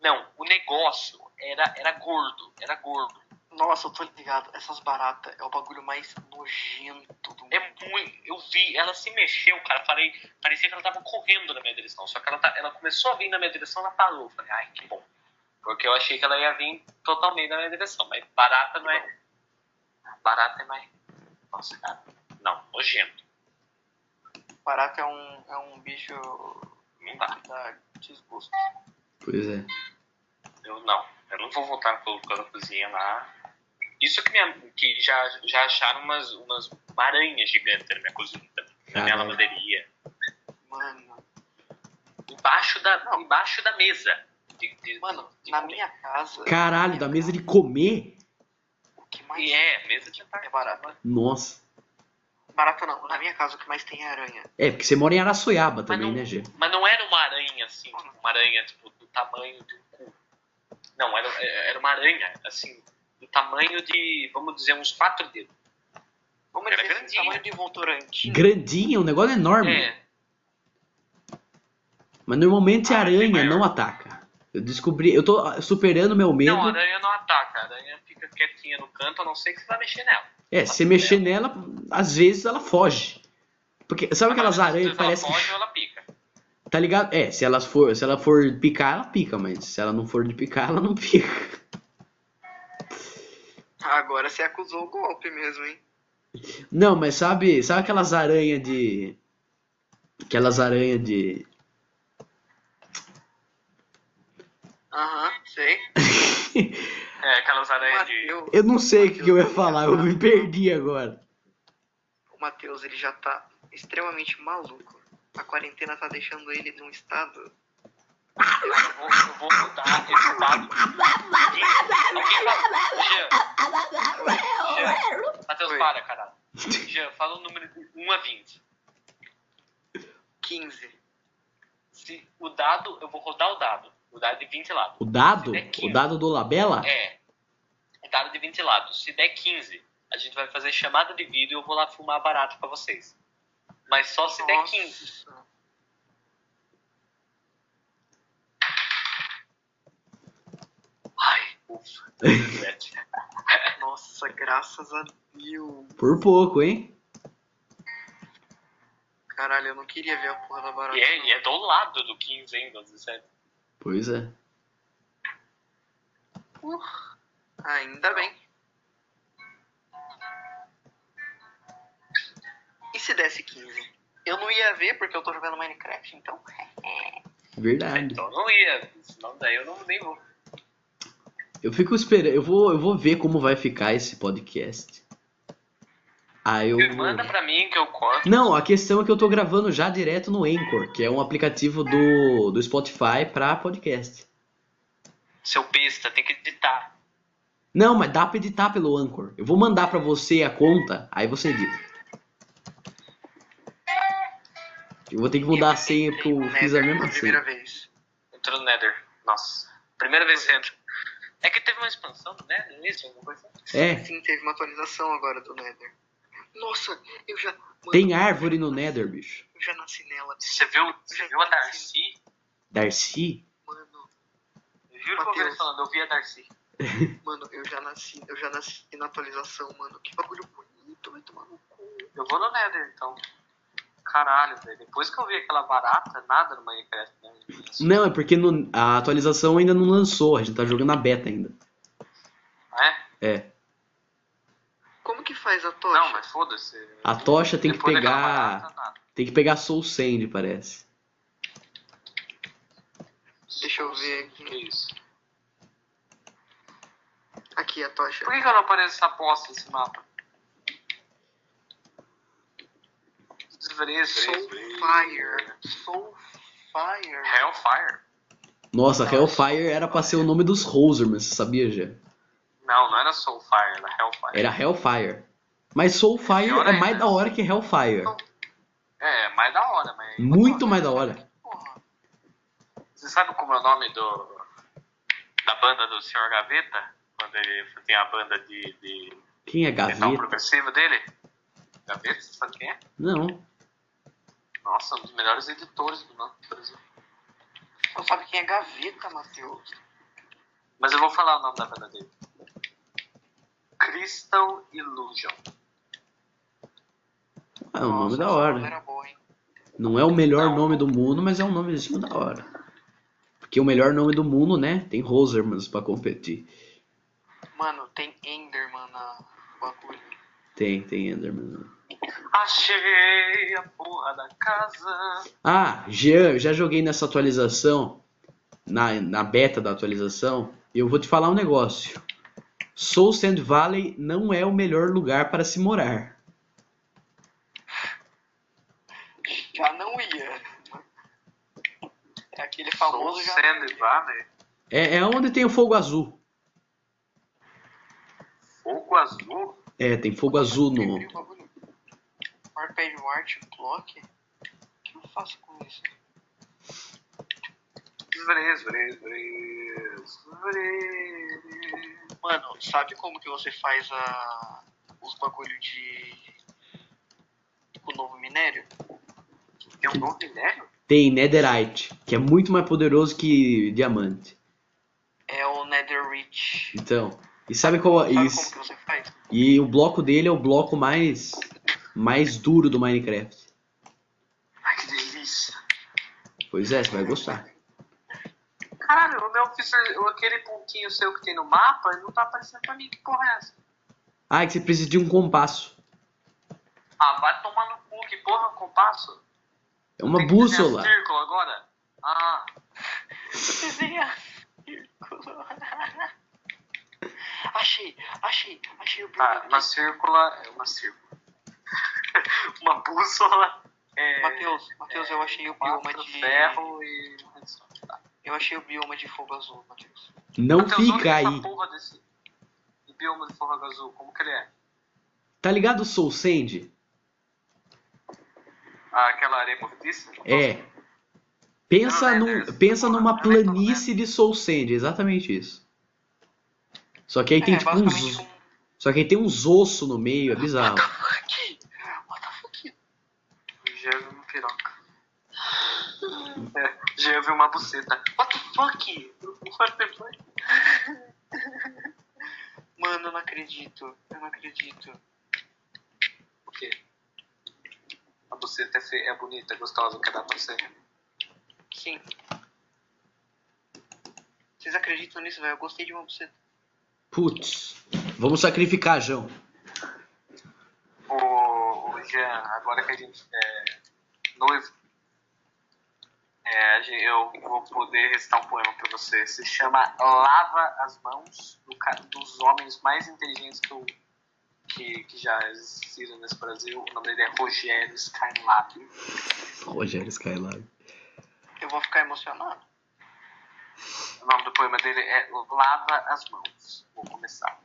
Speaker 3: Não, o negócio era, era gordo, era gordo.
Speaker 2: Nossa, eu tô ligado. Essas baratas é o bagulho mais nojento do mundo.
Speaker 3: É muito. Eu vi, ela se mexeu, cara. Falei, parecia que ela tava correndo na minha direção. Só que ela, tá- ela começou a vir na minha direção, ela parou. Falei, ai, que bom. Porque eu achei que ela ia vir totalmente na minha direção. Mas barata não é. Barata é mais. Nossa, cara. Não, nojento.
Speaker 2: Barata é um, é um bicho
Speaker 3: Não dá.
Speaker 2: que dá desgosto.
Speaker 1: Pois é.
Speaker 3: Eu não, eu não vou voltar pelo- pela cozinha lá. Isso que, minha, que já, já acharam umas, umas maranhas gigantes na minha cozinha, também, na minha
Speaker 1: Caralho.
Speaker 3: lavanderia.
Speaker 2: Mano,
Speaker 3: Embaixo da, embaixo da mesa. De- de-
Speaker 2: mano,
Speaker 3: de-
Speaker 2: na minha casa,
Speaker 1: Caralho, da mesa de comer?
Speaker 2: o que mais
Speaker 3: E é, mesa de jantar.
Speaker 2: é barata.
Speaker 1: Nossa.
Speaker 2: Barata não, na minha casa o que mais tem é aranha.
Speaker 1: É, porque você mora em Araçoiaba
Speaker 3: Mas
Speaker 1: também,
Speaker 3: não,
Speaker 1: né, Gê?
Speaker 3: mas não era uma aranha assim, tipo, uma aranha tipo, do tamanho de um cu. Não, era, era uma aranha, assim, do tamanho de, vamos dizer, uns quatro dedos.
Speaker 2: Vamos
Speaker 3: Era
Speaker 2: dizer assim,
Speaker 3: grandinha.
Speaker 2: tamanho de Voltorantim.
Speaker 1: Grandinha, um negócio enorme.
Speaker 3: É,
Speaker 1: Mas normalmente a
Speaker 3: Ah, bem
Speaker 1: aranha
Speaker 3: maior.
Speaker 1: não ataca. Eu descobri, eu tô superando meu medo.
Speaker 3: Não, a aranha não ataca, a aranha fica quietinha no canto, a não ser que você vai mexer nela.
Speaker 1: É, se você mexer nela, às vezes ela foge. Porque sabe aquelas aranhas que parece
Speaker 3: ela
Speaker 1: que.
Speaker 3: foge ou ela pica.
Speaker 1: Tá ligado? É, se ela for, se ela for picar, ela pica, mas se ela não for de picar, ela não pica.
Speaker 2: Agora você acusou o golpe mesmo, hein?
Speaker 1: Não, mas sabe, sabe aquelas aranhas de. Aquelas aranhas de.
Speaker 2: Aham, sei.
Speaker 3: É, aquelas aranhas de.
Speaker 2: Mateus-
Speaker 1: Eu não sei o que, que eu ia falar, eu me perdi agora.
Speaker 2: O Matheus, ele já tá extremamente maluco. A quarentena tá deixando ele num estado.
Speaker 3: Eu vou, eu vou mudar esse estado. Alguém fala. Jean. Jean. Matheus,
Speaker 2: Oi.
Speaker 3: para, caralho. Jean, fala um número de 1 a 20.
Speaker 2: 15.
Speaker 3: Se o dado, eu vou rodar o dado. O dado de 20 lados.
Speaker 1: O dado? O dado do Labela?
Speaker 3: É. O dado de 20 lados. Se der 15, a gente vai fazer chamada de vídeo e eu vou lá fumar barato pra vocês. Mas só se der 15.
Speaker 2: Nossa.
Speaker 3: Ai, ufa. deu certo.
Speaker 2: Nossa, graças a Deus.
Speaker 1: Por pouco, hein?
Speaker 2: Caralho, eu não queria ver a porra da barata.
Speaker 3: E é, e é do lado do 15 ainda, 17.
Speaker 1: Pois é.
Speaker 2: Ainda bem. E se desse 15? Eu não ia ver porque eu tô jogando Minecraft, então.
Speaker 1: Verdade.
Speaker 3: Então não ia, senão daí eu não nem vou.
Speaker 1: Eu fico esperando. Eu vou, eu vou ver como vai ficar esse podcast. Aí eu.
Speaker 3: Manda pra mim que eu corto.
Speaker 1: Não, a questão é que eu tô gravando já direto no Anchor, que é um aplicativo do, do Spotify pra podcast.
Speaker 3: Seu besta, tem que editar.
Speaker 1: Não, mas dá pra editar pelo Anchor. Eu vou mandar pra você a conta, aí você edita. Eu vou ter que mudar a senha porque eu fiz a
Speaker 2: Nether,
Speaker 1: mesma
Speaker 2: primeira
Speaker 1: senha.
Speaker 2: vez.
Speaker 3: Entrou no Nether. Nossa. Primeira vez que você entra. É que teve uma expansão do Nether, isso? Alguma coisa assim?
Speaker 1: É,
Speaker 2: Sim, teve uma atualização agora do Nether. Nossa, eu já. mano,
Speaker 1: tem árvore no Nether, bicho.
Speaker 2: Eu já nasci nela.
Speaker 3: Você viu, você viu a Darcy?
Speaker 1: Darcy?
Speaker 2: Mano,
Speaker 3: Eu Juro que eu vi ela falando, eu vi a Darcy.
Speaker 2: mano, eu já nasci. Eu já nasci na atualização, mano. Que bagulho bonito, vai tomar no cu.
Speaker 3: Eu vou no Nether, então. Caralho, velho. Depois que eu vi aquela barata, nada no Minecraft, né?
Speaker 1: Não, é porque no- a atualização ainda não lançou, a gente tá jogando a beta ainda.
Speaker 3: É?
Speaker 1: É.
Speaker 2: Como que faz a tocha?
Speaker 3: Não, mas foda-se.
Speaker 1: A tocha tem que
Speaker 3: Depois daquela
Speaker 1: pegar-
Speaker 3: barata, nada.
Speaker 1: Tem que pegar Soul Sand, parece.
Speaker 2: Deixa eu ver aqui.
Speaker 3: Que isso?
Speaker 2: Aqui a tocha.
Speaker 3: Por que, que eu não apareço essa bosta nesse mapa? Desvrezo.
Speaker 2: Soul Fire. Soul Fire.
Speaker 3: Hellfire?
Speaker 1: Nossa, Hellfire era pra ser o nome dos Rosermans, você sabia, já?
Speaker 3: Não, não era Soulfire, era Hellfire.
Speaker 1: Era Hellfire. Mas Soulfire
Speaker 3: Pior
Speaker 1: é
Speaker 3: ainda.
Speaker 1: mais da hora que Hellfire.
Speaker 3: É, mais da hora, mas.
Speaker 1: Muito mais da hora.
Speaker 2: Porra.
Speaker 3: Você sabe como é o nome do. da banda do Sr. Gaveta? Quando ele tem a banda de, de
Speaker 1: Quem é
Speaker 4: Tá
Speaker 3: metal
Speaker 1: Gaveta?
Speaker 3: progressivo dele? Gaveta, você sabe quem é?
Speaker 1: Não.
Speaker 3: Nossa, um dos melhores editores do nosso Brasil.
Speaker 2: Não sabe quem é gaveta, Matheus.
Speaker 3: Mas eu vou falar o nome da banda dele. Crystal Illusion.
Speaker 1: Ah, É um
Speaker 2: Nossa,
Speaker 1: nome da
Speaker 2: essa
Speaker 1: hora.
Speaker 2: banda Era boa, hein?
Speaker 1: Não é o melhor nome do mundo, mas é um nomezinho da hora. Porque o melhor nome do mundo, né? Tem Rosermans pra competir.
Speaker 2: Mano, tem Enderman na no bagulho.
Speaker 1: Tem, tem Enderman.
Speaker 3: Achei a porra da casa.
Speaker 1: Ah, Jean, eu já joguei nessa atualização, na, na beta da atualização, e eu vou te falar um negócio. Soul Sand Valley não é o melhor lugar para se morar.
Speaker 2: Já não ia. É aquele
Speaker 3: Sou
Speaker 2: famoso já.
Speaker 3: Sand
Speaker 4: né?
Speaker 3: Valley.
Speaker 1: É, é onde tem o fogo azul.
Speaker 3: Fogo Azul.
Speaker 1: É, tem fogo azul no.
Speaker 2: Quebrei o bagulho. Arcade Wart Clock? O que eu faço com isso?
Speaker 3: Vrez, vrez, vrez, vrez.
Speaker 2: Mano, sabe como que você faz a... os bagulho de. o novo minério?
Speaker 3: Tem um novo minério?
Speaker 1: Tem Netherite, que é muito mais poderoso que diamante.
Speaker 2: É o Netherreach.
Speaker 1: Então, E sabe qual.
Speaker 2: Sabe
Speaker 1: E,
Speaker 2: como que você faz?
Speaker 1: e o bloco dele é o bloco mais. mais duro do Minecraft.
Speaker 4: Ai, que delícia.
Speaker 1: Pois é, você vai gostar.
Speaker 4: Caralho, o meu fiz aquele pontinho seu que tem no mapa não tá aparecendo pra mim. Que porra é essa?
Speaker 1: Ah, é que você precisa de um compasso.
Speaker 4: Ah, vai tomar no cu. Que porra é um compasso?
Speaker 1: É uma
Speaker 4: Tem que desenhar
Speaker 1: bússola.
Speaker 4: círculo agora? Ah,
Speaker 2: Desenhar círculo. Achei, achei, achei o
Speaker 4: tá. Uma círcula é uma círcula. uma bússola é...
Speaker 2: Matheus, Matheus, eu achei o bioma
Speaker 4: quatro
Speaker 2: de.
Speaker 4: ferro e... um redstone.
Speaker 2: Eu achei o bioma de fogo azul, Matheus.
Speaker 1: Não
Speaker 4: Matheus, olha
Speaker 1: fica
Speaker 4: Essa
Speaker 1: aí.
Speaker 4: Então porra desse bioma de forra azul, como que ele é?
Speaker 1: Tá ligado o Soul Sand?
Speaker 4: Ah, aquela areia movediça?
Speaker 1: É. Pensa,
Speaker 4: Não,
Speaker 1: num,
Speaker 4: né, né,
Speaker 1: pensa
Speaker 4: não,
Speaker 1: numa
Speaker 4: né, não, né.
Speaker 1: planície de Soul Sand, exatamente isso. Só que aí tem
Speaker 2: é,
Speaker 1: tipo
Speaker 2: basicamente
Speaker 1: uns.
Speaker 2: um.
Speaker 1: Só que aí tem uns ossos no meio, é bizarro.
Speaker 4: Jeeve uma piroca. É, Jeeve uma buceta. What the fuck? What the fuck?
Speaker 2: Mano, eu não acredito. Eu não acredito.
Speaker 4: O quê? A buceta é, feia, é bonita, é gostosa, quer dar pra você?
Speaker 2: Sim. Vocês acreditam nisso, velho? Eu gostei de uma buceta.
Speaker 1: Putz. Vamos sacrificar, João.
Speaker 4: O, o Jean, agora que a gente é noivo, é, a gen- eu vou poder recitar um poema pra você. Se chama Lava as Mãos, do ca- dos homens mais inteligentes que, eu- que, que já existiram nesse Brasil. O nome dele é Rogério Skylab.
Speaker 1: Rogério Skylab.
Speaker 2: Eu vou ficar emocionado.
Speaker 4: O nome do poema dele é Lava as Mãos. Vou começar.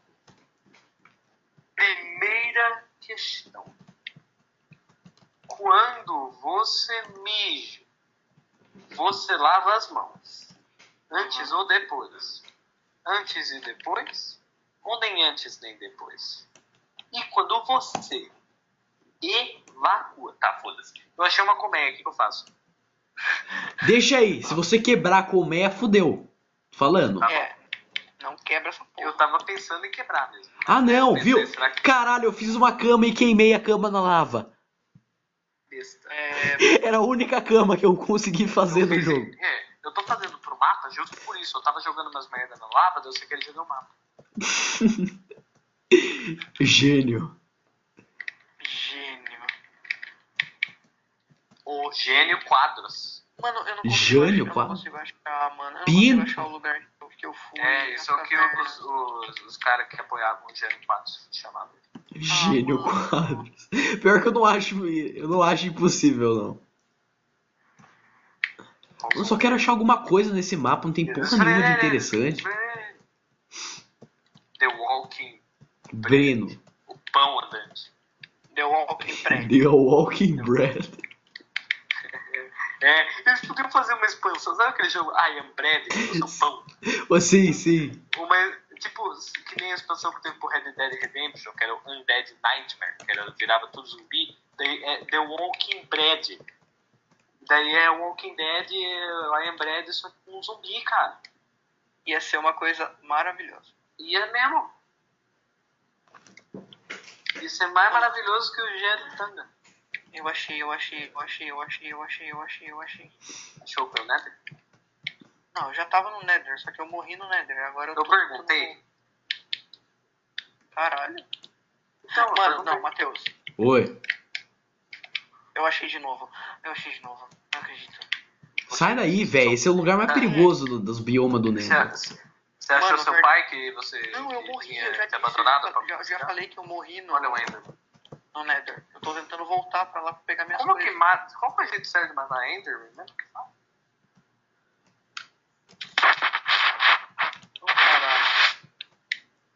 Speaker 4: Primeira questão. Quando você mija, você lava as mãos. Antes ou depois? Antes e depois? Ou nem antes nem depois? E quando você evacua. Tá, foda-se. Eu achei uma colmeia, o que que eu faço?
Speaker 1: Deixa aí, se você quebrar com o meia, fudeu. Tô Falando.
Speaker 4: Tá bom.
Speaker 2: É. Não quebra essa porra.
Speaker 4: Eu tava pensando em quebrar mesmo.
Speaker 1: Ah não,
Speaker 4: Pensei,
Speaker 1: viu?
Speaker 4: será que
Speaker 1: Caralho, eu fiz uma cama e queimei a cama na lava.
Speaker 4: besta?
Speaker 2: É,
Speaker 1: Era a única cama que eu consegui fazer
Speaker 4: Eu
Speaker 1: no
Speaker 4: fiz-
Speaker 1: jogo.
Speaker 4: É, eu tô fazendo pro mapa justo por isso. Eu tava jogando umas merda na lava, daí eu sei que ele jogou o mapa.
Speaker 1: Gênio.
Speaker 2: gênio.
Speaker 4: O Gênio Quadros.
Speaker 2: Mano, eu não consigo,
Speaker 1: Jânio,
Speaker 2: achar, eu não
Speaker 1: qual?
Speaker 2: consigo achar, mano. Eu não
Speaker 1: Pino.
Speaker 2: consigo achar o lugar que eu fui.
Speaker 4: É, isso é o
Speaker 2: essa
Speaker 4: que
Speaker 2: merda.
Speaker 4: os, os, os caras que apoiavam o Gênio Quadros chamavam.
Speaker 1: Gênio
Speaker 2: mano.
Speaker 1: Quadros. Pior que eu não acho, eu não acho impossível, não. Eu só quero achar alguma coisa nesse mapa, não tem porra nenhuma de interessante.
Speaker 4: The Walking,
Speaker 1: Breno.
Speaker 4: o pão andante.
Speaker 2: The Walking Dead.
Speaker 1: The Walking Bread.
Speaker 4: É, eles podiam fazer uma expansão. Sabe aquele jogo I Am Bread, que eu sou pão?
Speaker 1: Oh, sim, sim.
Speaker 4: Uma, tipo, que nem a expansão que teve pro Red Dead Redemption, que era o Undead Nightmare, que era, virava tudo zumbi. Daí é The Walking Dead. Daí é Walking Dead, é I Am Bread, só que com zumbi, cara.
Speaker 2: Ia ser uma coisa maravilhosa.
Speaker 4: E é mesmo. Isso é mais maravilhoso que o Jean do Tanga.
Speaker 2: Eu achei, eu achei, eu achei, eu achei, eu achei, eu achei, eu achei.
Speaker 4: Achou que eu, né?
Speaker 2: Não, eu já tava no Nether, só que eu morri no Nether. Agora eu tô.
Speaker 4: Eu perguntei.
Speaker 2: Caralho.
Speaker 4: Então,
Speaker 2: Mano, não,
Speaker 4: mas...
Speaker 2: Matheus.
Speaker 1: Oi.
Speaker 2: Eu achei de novo. Eu achei de novo. Não acredito.
Speaker 1: Sai daí, velho. Esse é o lugar mais perigoso do- dos biomas do Nether.
Speaker 4: Você, você achou
Speaker 2: Mano,
Speaker 4: seu
Speaker 2: verdade.
Speaker 4: pai que você
Speaker 2: Não, eu morri.
Speaker 4: tinha
Speaker 2: Eu já,
Speaker 4: te abandonado? pra-
Speaker 2: já, já falei que eu morri no,
Speaker 4: Olha o Ender.
Speaker 2: no Nether. Eu tô tentando voltar pra lá pra pegar minhas
Speaker 4: Como que
Speaker 2: coisas.
Speaker 4: mata? Qual que é o jeito certo de matar Enderman? Né? Porque fala. Então,
Speaker 2: Ô, caralho.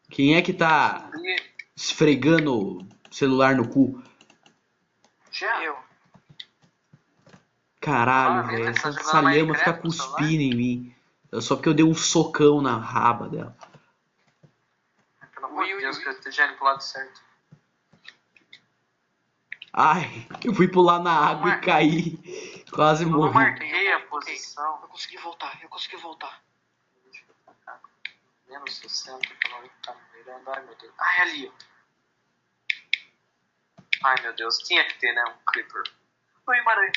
Speaker 1: Quem é que tá
Speaker 4: E-
Speaker 1: esfregando o celular no cu?
Speaker 4: Já. é
Speaker 2: Eu.
Speaker 1: Caralho,
Speaker 4: Ah,
Speaker 1: velho.
Speaker 4: beleza,
Speaker 1: Essa,
Speaker 4: jogando
Speaker 1: essa lama
Speaker 4: Minecraft
Speaker 1: fica
Speaker 4: no celular?
Speaker 1: cuspindo em mim. É Só porque eu dei um socão na raba dela.
Speaker 4: Pelo amor de
Speaker 2: Ui,
Speaker 4: Deus,
Speaker 2: ui,
Speaker 4: que eu esteja indo pro lado certo.
Speaker 1: Ai, eu fui pular na água e
Speaker 4: Mar-
Speaker 1: caí. Quase
Speaker 4: Eu não
Speaker 1: morri.
Speaker 4: marquei a
Speaker 2: Ok.
Speaker 4: posição.
Speaker 2: Eu consegui voltar, eu consegui voltar.
Speaker 4: Menos 60, pelo tá melhorando. Ai, meu Deus. Ai, ali, ó. Ai, meu Deus. Tinha que ter, né? Um Creeper. Oi, Maranhão.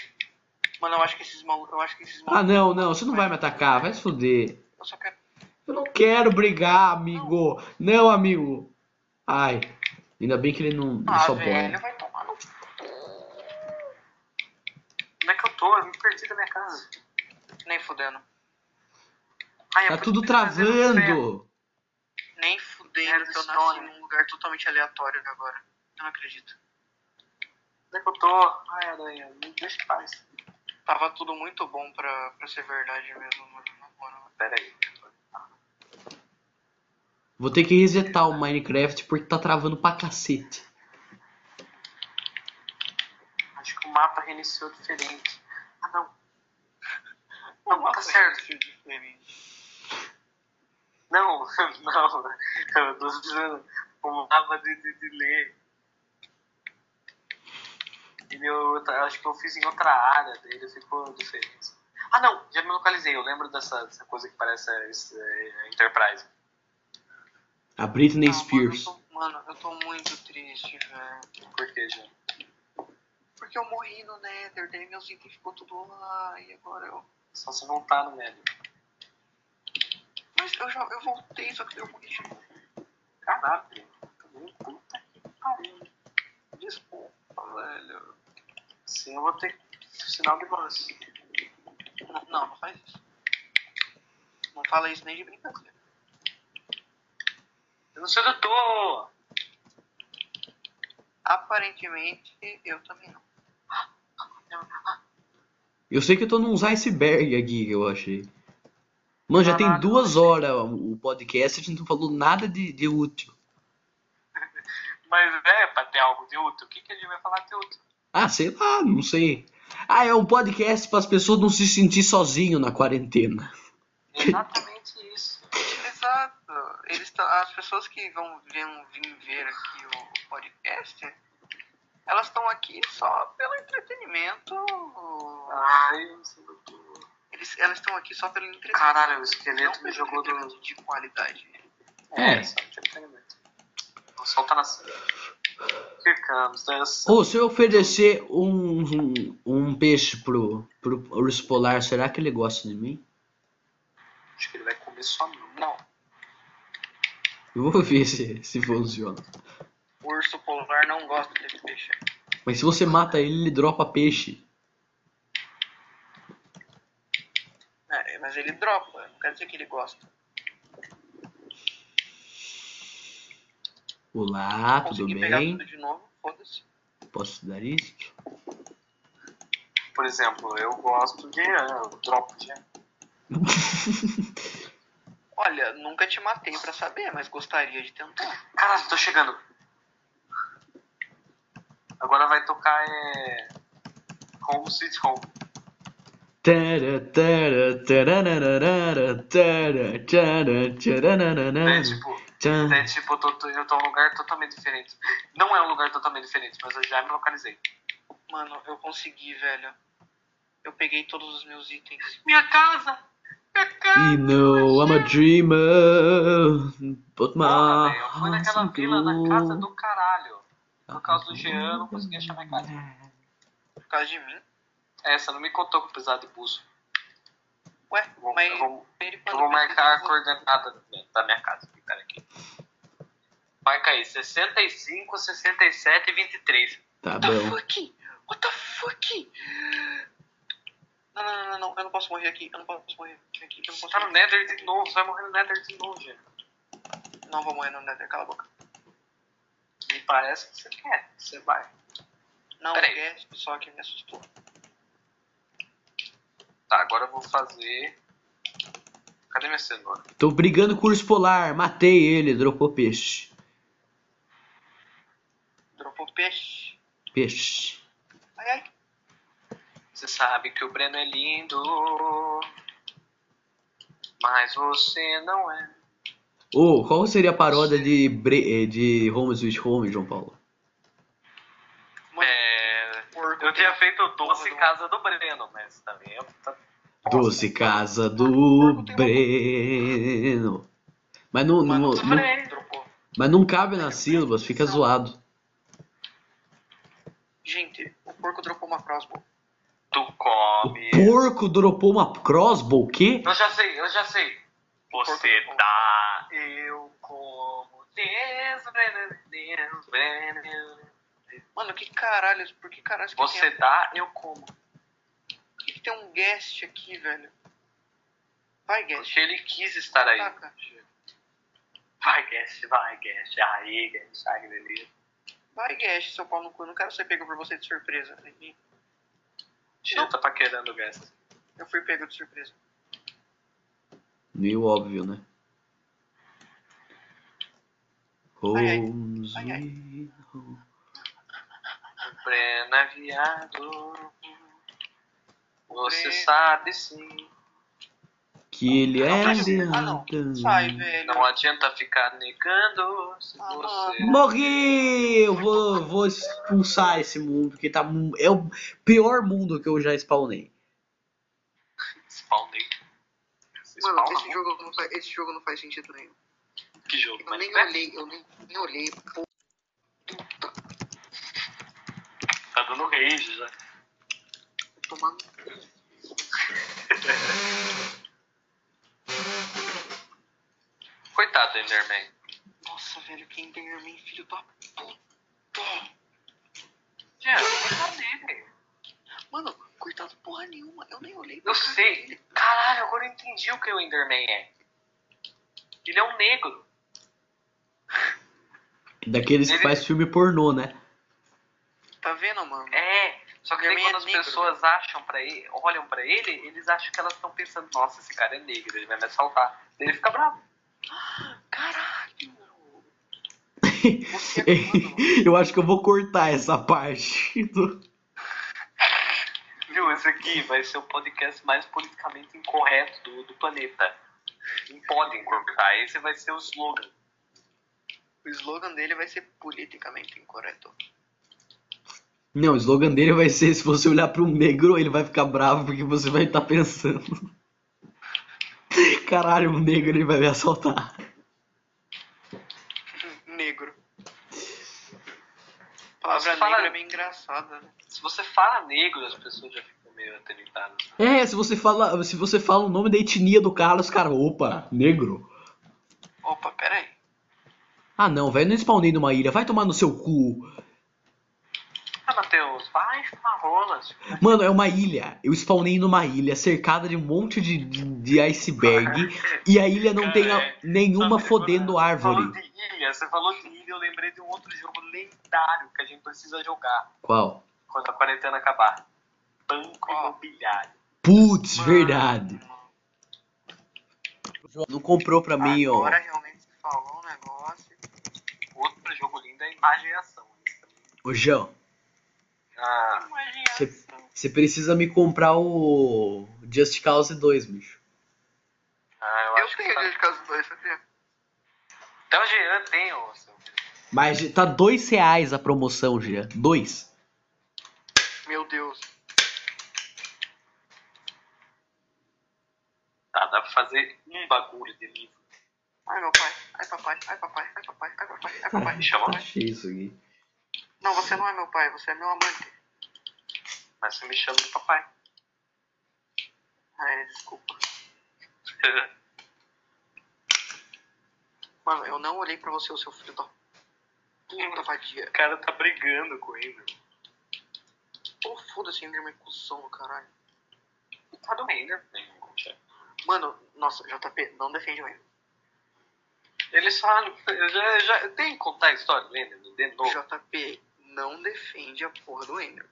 Speaker 2: Mano, eu acho que esses malucos. Eu acho que esses
Speaker 1: Ah,
Speaker 2: malucos.
Speaker 1: não, não, você não vai me atacar, vai se fuder.
Speaker 2: Eu só quero.
Speaker 1: Eu não quero brigar, amigo. Não, amigo. Ai, ainda bem que ele não ele
Speaker 2: Ah,
Speaker 1: só
Speaker 2: velho,
Speaker 1: apanha.
Speaker 2: vai tomar no. cu.
Speaker 4: Onde é que eu tô? Eu me perdi da minha casa.
Speaker 2: Nem fudendo.
Speaker 4: Ai, é
Speaker 1: Tá
Speaker 4: por-
Speaker 1: tudo
Speaker 4: fazer um ferro.
Speaker 1: travando.
Speaker 2: Nem
Speaker 5: Era
Speaker 2: fudendo
Speaker 4: um
Speaker 2: que eu nasci
Speaker 5: Stone.
Speaker 2: num lugar totalmente aleatório agora. Eu não acredito.
Speaker 4: Onde é que eu tô? Ai, aranha. Me deixa em paz.
Speaker 2: Tava tudo muito bom pra, pra ser verdade mesmo, mano. Na moral.
Speaker 4: Pera aí.
Speaker 1: Vou ter que resetar o Minecraft porque tá travando pra cacete.
Speaker 4: Acho que o mapa reiniciou diferente. Ah, não.
Speaker 2: Não,
Speaker 4: tá certo.
Speaker 2: Diferente.
Speaker 4: Não, não. Eu tô dizendo o mapa de, de, de ler. Ele, eu, eu acho que eu fiz em outra área dele, ficou diferente. Ah, não, já me localizei. Eu lembro dessa, dessa coisa que parece a, esse- a Enterprise.
Speaker 1: A Britney
Speaker 2: Ah, mano, eu
Speaker 1: Spears.
Speaker 2: tô- Mano, eu tô muito triste, velho.
Speaker 4: Por quê, gente?
Speaker 2: Porque eu morri no Nether, daí meus itens ficou tudo lá e agora eu.
Speaker 4: Só se voltar no médio.
Speaker 2: Mas eu já eu voltei, só que eu morri de novo.
Speaker 4: Caralho, tô meio puta que pariu.
Speaker 2: Desculpa, velho.
Speaker 4: Sim, assim eu vou ter sinal de voz.
Speaker 2: Não, não, não faz isso. Não fala isso nem de brincadeira.
Speaker 4: Eu não sei onde eu tô!
Speaker 2: Aparentemente, eu também não.
Speaker 1: Eu sei que eu tô num iceberg aqui que eu achei. Mano, já tem
Speaker 2: Caralho.
Speaker 1: duas horas o podcast, a gente não falou nada de, de útil.
Speaker 4: Mas é pra ter algo de útil. O que, que ele vai falar de útil?
Speaker 1: Ah, sei lá, não sei. Ah, é um podcast para as pessoas não se sentir sozinho na quarentena.
Speaker 4: Exatamente isso.
Speaker 2: Exato. Eles tão- as pessoas que vão vir, vir ver aqui o podcast, elas estão aqui só pelo entretenimento.
Speaker 4: Ai, Ah, eu não sei do que.
Speaker 2: Eles, elas estão aqui só pelo entretenimento.
Speaker 4: Caralho, o
Speaker 2: não
Speaker 4: esqueleto
Speaker 2: pelo
Speaker 4: me jogou do.
Speaker 2: entretenimento de qualidade.
Speaker 1: É.
Speaker 4: só não tinha treinamento. tipo, O sol tá nascendo. Ficamos, então é assim. Deus.
Speaker 1: Ou se eu oferecer um, um, um peixe pro, pro urso polar, será que ele gosta de mim?
Speaker 4: Acho que ele vai comer só mim.
Speaker 2: Não.
Speaker 1: Eu vou ver se, se funciona.
Speaker 2: O urso polar não gosta de peixe.
Speaker 1: Mas se você mata ele, ele dropa peixe.
Speaker 2: É, mas ele dropa, não quer dizer que ele gosta.
Speaker 1: Olá, tudo
Speaker 2: Consegui pegar
Speaker 1: bem?
Speaker 2: tudo de novo, foda-se.
Speaker 1: Posso dar isso?
Speaker 4: Por exemplo, eu gosto de. é, Eu dropo de.
Speaker 2: Olha, nunca te matei pra saber, mas gostaria de tentar.
Speaker 4: Caralho, tô chegando. Agora vai tocar é. Home Sweet Home.
Speaker 1: Tara, tara, tarararara, tara, tara,
Speaker 4: É
Speaker 1: tarararara,
Speaker 4: tipo.
Speaker 1: tchan.
Speaker 4: É tipo, eu tô, tô- eu tô em um lugar totalmente diferente. Não é um lugar totalmente diferente, mas eu já me localizei.
Speaker 2: Mano, eu consegui, velho. Eu peguei todos os meus itens.
Speaker 4: Minha casa! Minha casa!
Speaker 1: You know I'm a dreamer, but
Speaker 4: Porra,
Speaker 1: my
Speaker 4: velho, eu fui naquela
Speaker 1: heart's
Speaker 4: vila na casa
Speaker 1: gold.
Speaker 4: do caralho. Por causa do Jean, eu não consegui achar minha casa.
Speaker 2: Por causa de mim?
Speaker 4: Essa não me contou que eu precisava de buço.
Speaker 2: Ué,
Speaker 4: Eu vou,
Speaker 2: mas
Speaker 4: eu vou,
Speaker 2: ele
Speaker 4: eu
Speaker 2: quando
Speaker 4: vou marcar a
Speaker 2: pesquisou-
Speaker 4: coordenada da minha- da minha casa. Pera aqui. Marca aí, 65, 67 e 23.
Speaker 1: Tá
Speaker 2: What the
Speaker 1: bom.
Speaker 2: fuck? What the fuck? Não, não, não, não, não, eu não posso morrer aqui, eu não posso morrer aqui, eu não
Speaker 4: Você
Speaker 2: posso
Speaker 4: tá no
Speaker 2: morrer.
Speaker 4: Nether de novo, você vai morrer no Nether de novo, gente.
Speaker 2: Não vou morrer no Nether, cala a boca.
Speaker 4: Me parece que você quer, você vai.
Speaker 2: Não,
Speaker 4: Peraí.
Speaker 2: esquece, só que me assustou.
Speaker 4: Tá, agora eu vou fazer. Cadê minha cenoura?
Speaker 1: Tô brigando com o urso polar, matei ele, dropou peixe.
Speaker 2: Dropou peixe.
Speaker 1: Peixe.
Speaker 2: Ai, ai.
Speaker 4: Você sabe que o Breno é lindo, mas você não é.
Speaker 1: Ô, qual seria a paródia de, Bre- eh, de Home Sweet Home, João Paulo?
Speaker 2: Mano,
Speaker 4: É,
Speaker 2: porco.
Speaker 4: eu tinha feito doce
Speaker 2: Porra,
Speaker 4: em
Speaker 2: do-
Speaker 4: casa do Breno, mas também é eu tá
Speaker 1: Doce Casa do Breno. Mas não,
Speaker 2: Mas
Speaker 1: não-
Speaker 2: não
Speaker 1: não-
Speaker 2: falei.
Speaker 4: Dropou.
Speaker 1: mas não cabe nas sílabas, fica zoado.
Speaker 2: Gente, o porco dropou uma crossbow.
Speaker 4: Tu
Speaker 1: O
Speaker 4: come.
Speaker 1: porco dropou uma crossbow, o quê?
Speaker 4: Eu já sei, eu já sei. Você
Speaker 2: Porco.
Speaker 4: dá. Eu como. Deus, Deus, Deus, Deus.
Speaker 2: Mano, que caralho, por que caralho que
Speaker 4: Você
Speaker 2: tem,
Speaker 4: dá, eu como.
Speaker 2: por que que tem um guest aqui, velho? Vai, guest.
Speaker 4: Porque ele quis estar aí.
Speaker 2: Taca.
Speaker 4: Vai, Guest, vai, Guest. Aí, Guest, ai, que delícia.
Speaker 2: Vai, guest, seu pau no cu. Eu não quero ser pego por você de surpresa.
Speaker 4: Tira, tá paquerando o Guest.
Speaker 2: Eu fui pego de surpresa.
Speaker 1: Meio óbvio, né?
Speaker 2: Ai, ai.
Speaker 1: Home
Speaker 2: Ai, ai.
Speaker 1: sweet home.
Speaker 4: Breno é viado. Você
Speaker 2: Breno.
Speaker 4: sabe sim.
Speaker 1: Que ele
Speaker 2: Não,
Speaker 1: é
Speaker 2: presta- Ah, não.
Speaker 1: viado.
Speaker 2: Sai, velho.
Speaker 4: Não adianta ficar negando se
Speaker 2: Ah,
Speaker 4: você.
Speaker 1: Morri! Eu vou, vou expulsar esse mundo, porque tá, mu- é o pior mundo que eu já spawnei.
Speaker 4: Spawnei. Você
Speaker 2: Mano,
Speaker 4: spawna
Speaker 2: esse jogo, não faz, esse jogo não faz sentido nenhum.
Speaker 4: que jogo,
Speaker 2: Eu
Speaker 4: mas é? né?
Speaker 2: nem olhei, eu nem, nem olhei. Pô,
Speaker 4: tá dando rage já.
Speaker 2: tomando.
Speaker 4: Coitado do Enderman.
Speaker 2: Nossa, velho, quem tem Enderman, filho da puta.
Speaker 4: Jean, coitado dele.
Speaker 2: Mano, coitado porra nenhuma, eu nem olhei. pra
Speaker 4: Eu
Speaker 2: cara
Speaker 4: sei.
Speaker 2: dele.
Speaker 4: Caralho, agora eu entendi o que o Enderman é. Ele é um negro.
Speaker 1: Daqueles que
Speaker 4: Ele-
Speaker 1: faz filme pornô, né?
Speaker 2: Tá vendo, mano?
Speaker 4: É. Só que daí
Speaker 2: Enderman
Speaker 4: quando
Speaker 2: é
Speaker 4: as
Speaker 2: negro.
Speaker 4: pessoas acham pra ele, olham pra ele, eles acham que elas estão pensando, nossa, esse cara é negro, ele vai me assaltar. Daí Ele fica bravo.
Speaker 2: Caralho. Você é mano.
Speaker 1: eu acho que eu vou cortar essa parte. do-
Speaker 4: Viu, esse aqui vai ser o podcast mais politicamente incorreto do, do planeta. Não podem cortar. Esse vai ser o slogan.
Speaker 2: O slogan dele vai ser politicamente incorreto.
Speaker 1: Não, o slogan dele vai ser: se você olhar pra um negro, ele vai ficar bravo porque você vai estar pensando. Caralho, um negro ele vai me assaltar.
Speaker 2: Negro. A palavra
Speaker 4: Você fala-
Speaker 2: negra é meio engraçada, né?
Speaker 4: Se você fala negro, as pessoas já ficam meio atentadas.
Speaker 1: É, se você fala, se você fala o nome da etnia do cara, os caras, opa, negro.
Speaker 2: Opa, peraí.
Speaker 1: Ah não, velho, não spawnei numa ilha, vai tomar no seu cu.
Speaker 4: Ah, Matheus, vai fumar rolas.
Speaker 1: Mano, é uma ilha. Eu spawnei numa ilha cercada de um monte de, de, de iceberg e a ilha não tem a-
Speaker 4: Cara,
Speaker 1: nenhuma
Speaker 4: Sabe,
Speaker 1: fodendo
Speaker 4: agora,
Speaker 1: árvore.
Speaker 4: Falou de ilha, você falou de ilha, eu lembrei de um outro jogo lendário que a gente precisa jogar
Speaker 1: Qual?
Speaker 4: quando a quarentena acabar. Banco
Speaker 2: Qual?
Speaker 4: Imobiliário.
Speaker 1: Putz, verdade. Não comprou pra mim, ó.
Speaker 2: Agora realmente você falou um negócio.
Speaker 4: Outro jogo lindo é Imagem e Ação. Esse também.
Speaker 1: Ô, João,
Speaker 4: Ah,
Speaker 1: você você precisa me comprar o Just Cause 2, bicho.
Speaker 4: ah, eu,
Speaker 2: Eu
Speaker 4: acho
Speaker 2: tenho
Speaker 4: que tá...
Speaker 2: de caso dois, sabia?
Speaker 4: Até o Jean tem, ô seu.
Speaker 1: Mas tá dois reais a promoção, Jean. Dois.
Speaker 2: Meu Deus.
Speaker 4: Tá, dá pra fazer um bagulho de livro.
Speaker 2: Ai, meu pai. Ai, papai. Ai, papai. Ai, papai. Ai, papai. Ai, papai.
Speaker 4: Chama.
Speaker 1: Tá cheio isso aqui.
Speaker 2: Não, você não é meu pai, você é meu amante.
Speaker 4: Mas você me chama de papai.
Speaker 2: Ai, desculpa. Mano, eu não olhei pra você, o seu filho da puta vadia.
Speaker 4: o cara tá brigando com ele.
Speaker 2: Pô, foda-se, Enderman, cuzão, caralho.
Speaker 4: Tá do Ender.
Speaker 2: Mano, nossa, JP, não defende o Enderman.
Speaker 4: Ele só. Eu já, eu já, tem que contar a história do Ender de novo.
Speaker 2: JP, não defende a porra do Enderman.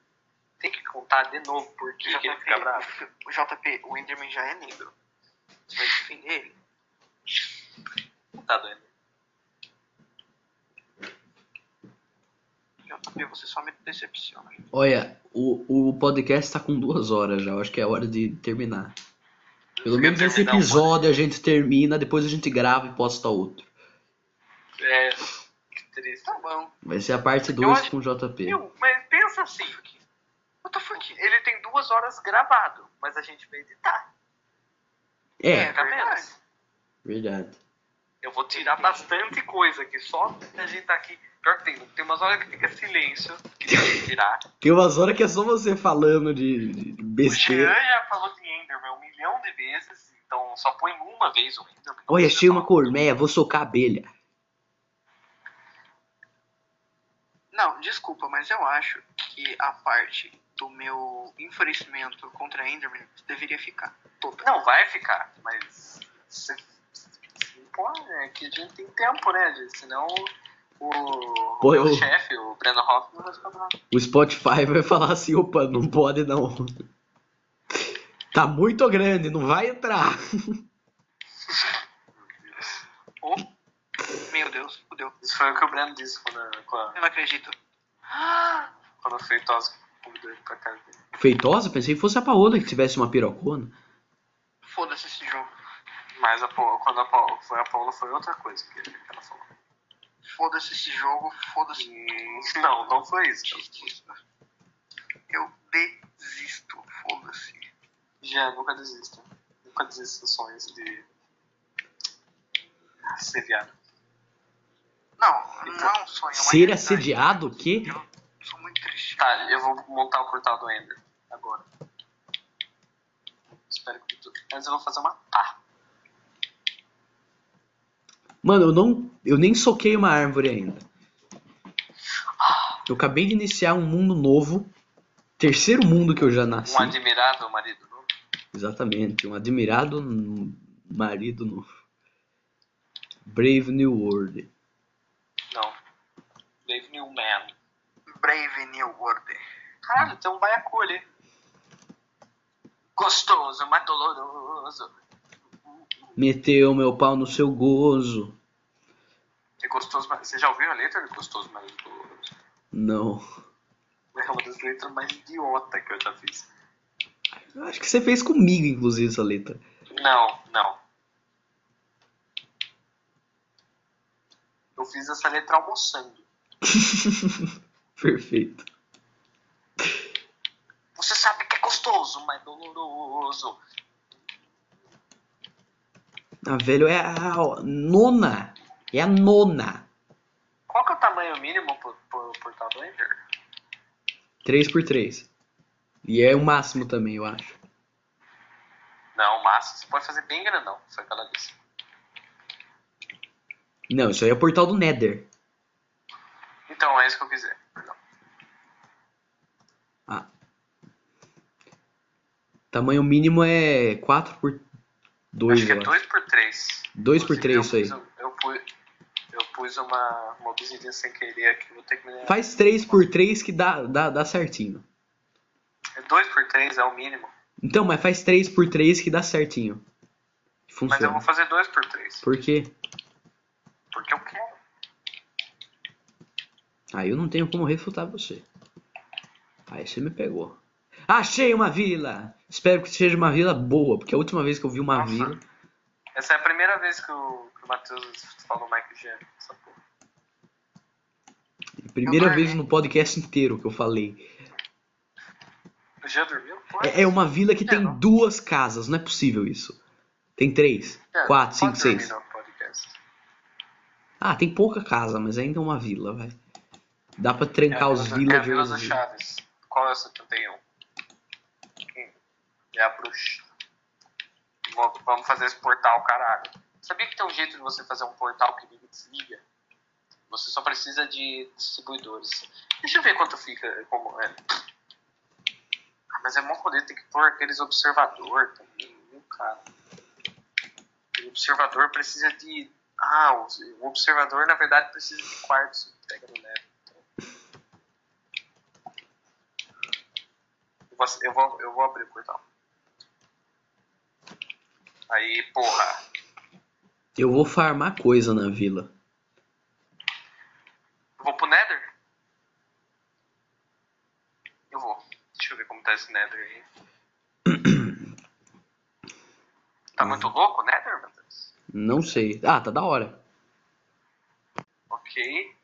Speaker 4: Tem que contar de novo porque
Speaker 2: JP,
Speaker 4: ele fica bravo.
Speaker 2: o JP, o Enderman já é negro. Você vai defender ele?
Speaker 4: Tá do Ender.
Speaker 2: JP, você só me decepciona.
Speaker 1: Olha, o, o podcast tá com duas horas já. Eu acho que é hora de terminar. Pelo
Speaker 4: Quer
Speaker 1: menos esse
Speaker 4: terminar um
Speaker 1: episódio a gente termina, depois a gente grava e posta outro.
Speaker 4: pouco? É. Que triste.
Speaker 2: Tá bom.
Speaker 1: Vai ser a parte 2
Speaker 4: acho-
Speaker 1: com o JP.
Speaker 4: Viu? Mas pensa assim.
Speaker 2: What the fuck?
Speaker 4: Ele tem duas horas gravado, mas a gente vai editar.
Speaker 1: É,
Speaker 4: Fica
Speaker 2: tá verdade.
Speaker 4: menos.
Speaker 1: verdade.
Speaker 4: Eu vou tirar bastante coisa aqui, só a gente tá aqui. Pior que tem, tem umas horas que fica silêncio, que tem que tirar.
Speaker 1: Tem umas horas que é só você falando de, de- de
Speaker 4: O Jean
Speaker 1: besteira.
Speaker 4: já falou de Enderman um milhão de vezes, então só põe uma vez o Enderman.
Speaker 1: Olha, achei uma
Speaker 4: Só.
Speaker 1: colmeia, vou socar a abelha.
Speaker 2: Não, desculpa, mas eu acho que a parte do meu enfurecimento contra Enderman deveria ficar toda.
Speaker 4: Não, vai ficar, mas. se- se- Pô, é que a gente tem tempo, né, gente? Senão o,
Speaker 1: Pô,
Speaker 4: o meu
Speaker 1: eu-
Speaker 4: chefe, o Breno Hoffman, vai ficar bravo.
Speaker 1: O Spotify vai falar assim, opa, não pode não. Tá muito grande, não vai entrar.
Speaker 2: Oh, Meu Deus, fudeu.
Speaker 4: Isso foi o que o Breno disse quando, quando,
Speaker 2: Eu não acredito.
Speaker 4: quando o Feitosa convidou ele pra casa dele.
Speaker 1: Feitosa, pensei que fosse a Paola que tivesse uma pirocona.
Speaker 2: Foda-se esse jogo.
Speaker 4: Mas a Paula, quando a Paula foi a Paula, foi outra coisa que que ela falou.
Speaker 2: Foda-se esse jogo. Foda-se.
Speaker 4: Hum, Não, não foi isso.
Speaker 2: Eu desisto. Foda-se.
Speaker 4: Já, nunca desista. Nunca desista dos sonhos de ser viado.
Speaker 2: Não, não é um sonho. é uma
Speaker 1: Ser
Speaker 2: realidade.
Speaker 1: assediado, o quê?
Speaker 2: Eu sou muito triste.
Speaker 4: Tá, eu vou montar o portal do Ender agora. Espero que tudo. Mas eu vou fazer uma pá.
Speaker 1: Mano, eu não, eu nem soquei uma árvore ainda. Eu acabei de iniciar um mundo novo, terceiro mundo que eu já nasci.
Speaker 4: Um admirável marido novo.
Speaker 1: Exatamente, um admirado n- marido novo. Brave New World.
Speaker 4: Não. Brave New Man.
Speaker 2: Brave New World.
Speaker 4: Caralho, tem um baiacu ali. Gostoso, mas doloroso.
Speaker 1: Meteu meu pau no seu gozo.
Speaker 4: É gostoso, mas... Você já ouviu a letra de gostoso, mas doloroso?
Speaker 1: Não.
Speaker 4: É uma das letras mais idiota que eu já fiz.
Speaker 1: Eu acho que você fez comigo, inclusive, essa letra.
Speaker 4: Não, não. Eu fiz essa letra almoçando.
Speaker 1: Perfeito.
Speaker 4: Você sabe que é gostoso, mas doloroso.
Speaker 1: Ah, velho, é a nona. É a nona.
Speaker 4: Qual que é o tamanho mínimo pro, pro portal do Ender?
Speaker 1: 3x3. E é o máximo também, eu acho.
Speaker 4: Não, massa. Você pode fazer bem grandão. Foi o que ela disse.
Speaker 1: Não, isso aí é o portal do Nether.
Speaker 4: Então, é isso que eu quiser. Perdão.
Speaker 1: Ah. Tamanho mínimo é 4x2,
Speaker 4: Acho que é
Speaker 1: eu acho.
Speaker 4: 2x3.
Speaker 1: Dois por três, isso aí.
Speaker 4: Eu pus, eu pus uma, uma buzidinha sem querer aqui. Vou ter que me...
Speaker 1: Faz 3x3 que dá, dá, dá certinho.
Speaker 4: É 2x3 é o mínimo.
Speaker 1: Então, mas faz 3x3 que dá certinho.
Speaker 4: Mas eu
Speaker 1: Funciona.
Speaker 4: vou fazer 2x3.
Speaker 1: Por quê?
Speaker 4: Porque eu quero.
Speaker 1: Aí eu não tenho como refutar você. Aí você me pegou. Achei uma vila! Espero que seja uma vila boa, porque a última vez que eu vi uma
Speaker 4: Nossa.
Speaker 1: vila.
Speaker 4: Essa é a primeira vez que o, que o Matheus falou Mike Jean. Essa porra.
Speaker 1: Primeira
Speaker 2: Agora,
Speaker 1: vez
Speaker 2: né?
Speaker 1: no podcast inteiro que eu falei.
Speaker 4: O Jean dormiu? Porra.
Speaker 1: É, é uma vila que
Speaker 4: É,
Speaker 1: tem
Speaker 4: não.
Speaker 1: duas casas, não é possível isso. Tem três,
Speaker 4: É,
Speaker 1: quatro, cinco,
Speaker 4: pode dormir
Speaker 1: seis.
Speaker 4: no podcast.
Speaker 1: Ah, tem pouca casa, mas ainda é uma vila, vai. Dá pra
Speaker 4: É a
Speaker 1: trancar os
Speaker 4: do- É a Vila
Speaker 1: villagers.
Speaker 4: do Chaves. Qual é o 71? Hum, É a bruxa. Vamos- Vamos fazer esse portal, caralho. Sabia que tem um jeito de você fazer um portal que liga e desliga? Você só precisa de distribuidores. Deixa eu ver quanto fica. Como é. Ah, mas é mó rolê, tem que pôr aqueles observador também, viu, cara? O observador precisa de. Ah, o o observador na verdade precisa de quartos. Pega no leve. Eu vou, eu vou, eu vou abrir o portal. Aí, porra.
Speaker 1: Eu vou farmar coisa na vila.
Speaker 4: Eu vou pro Nether? Eu vou. Deixa eu ver como tá esse Nether aí. tá muito louco o Nether, meu Deus?
Speaker 1: Não sei. Ah, tá da hora.
Speaker 4: Ok.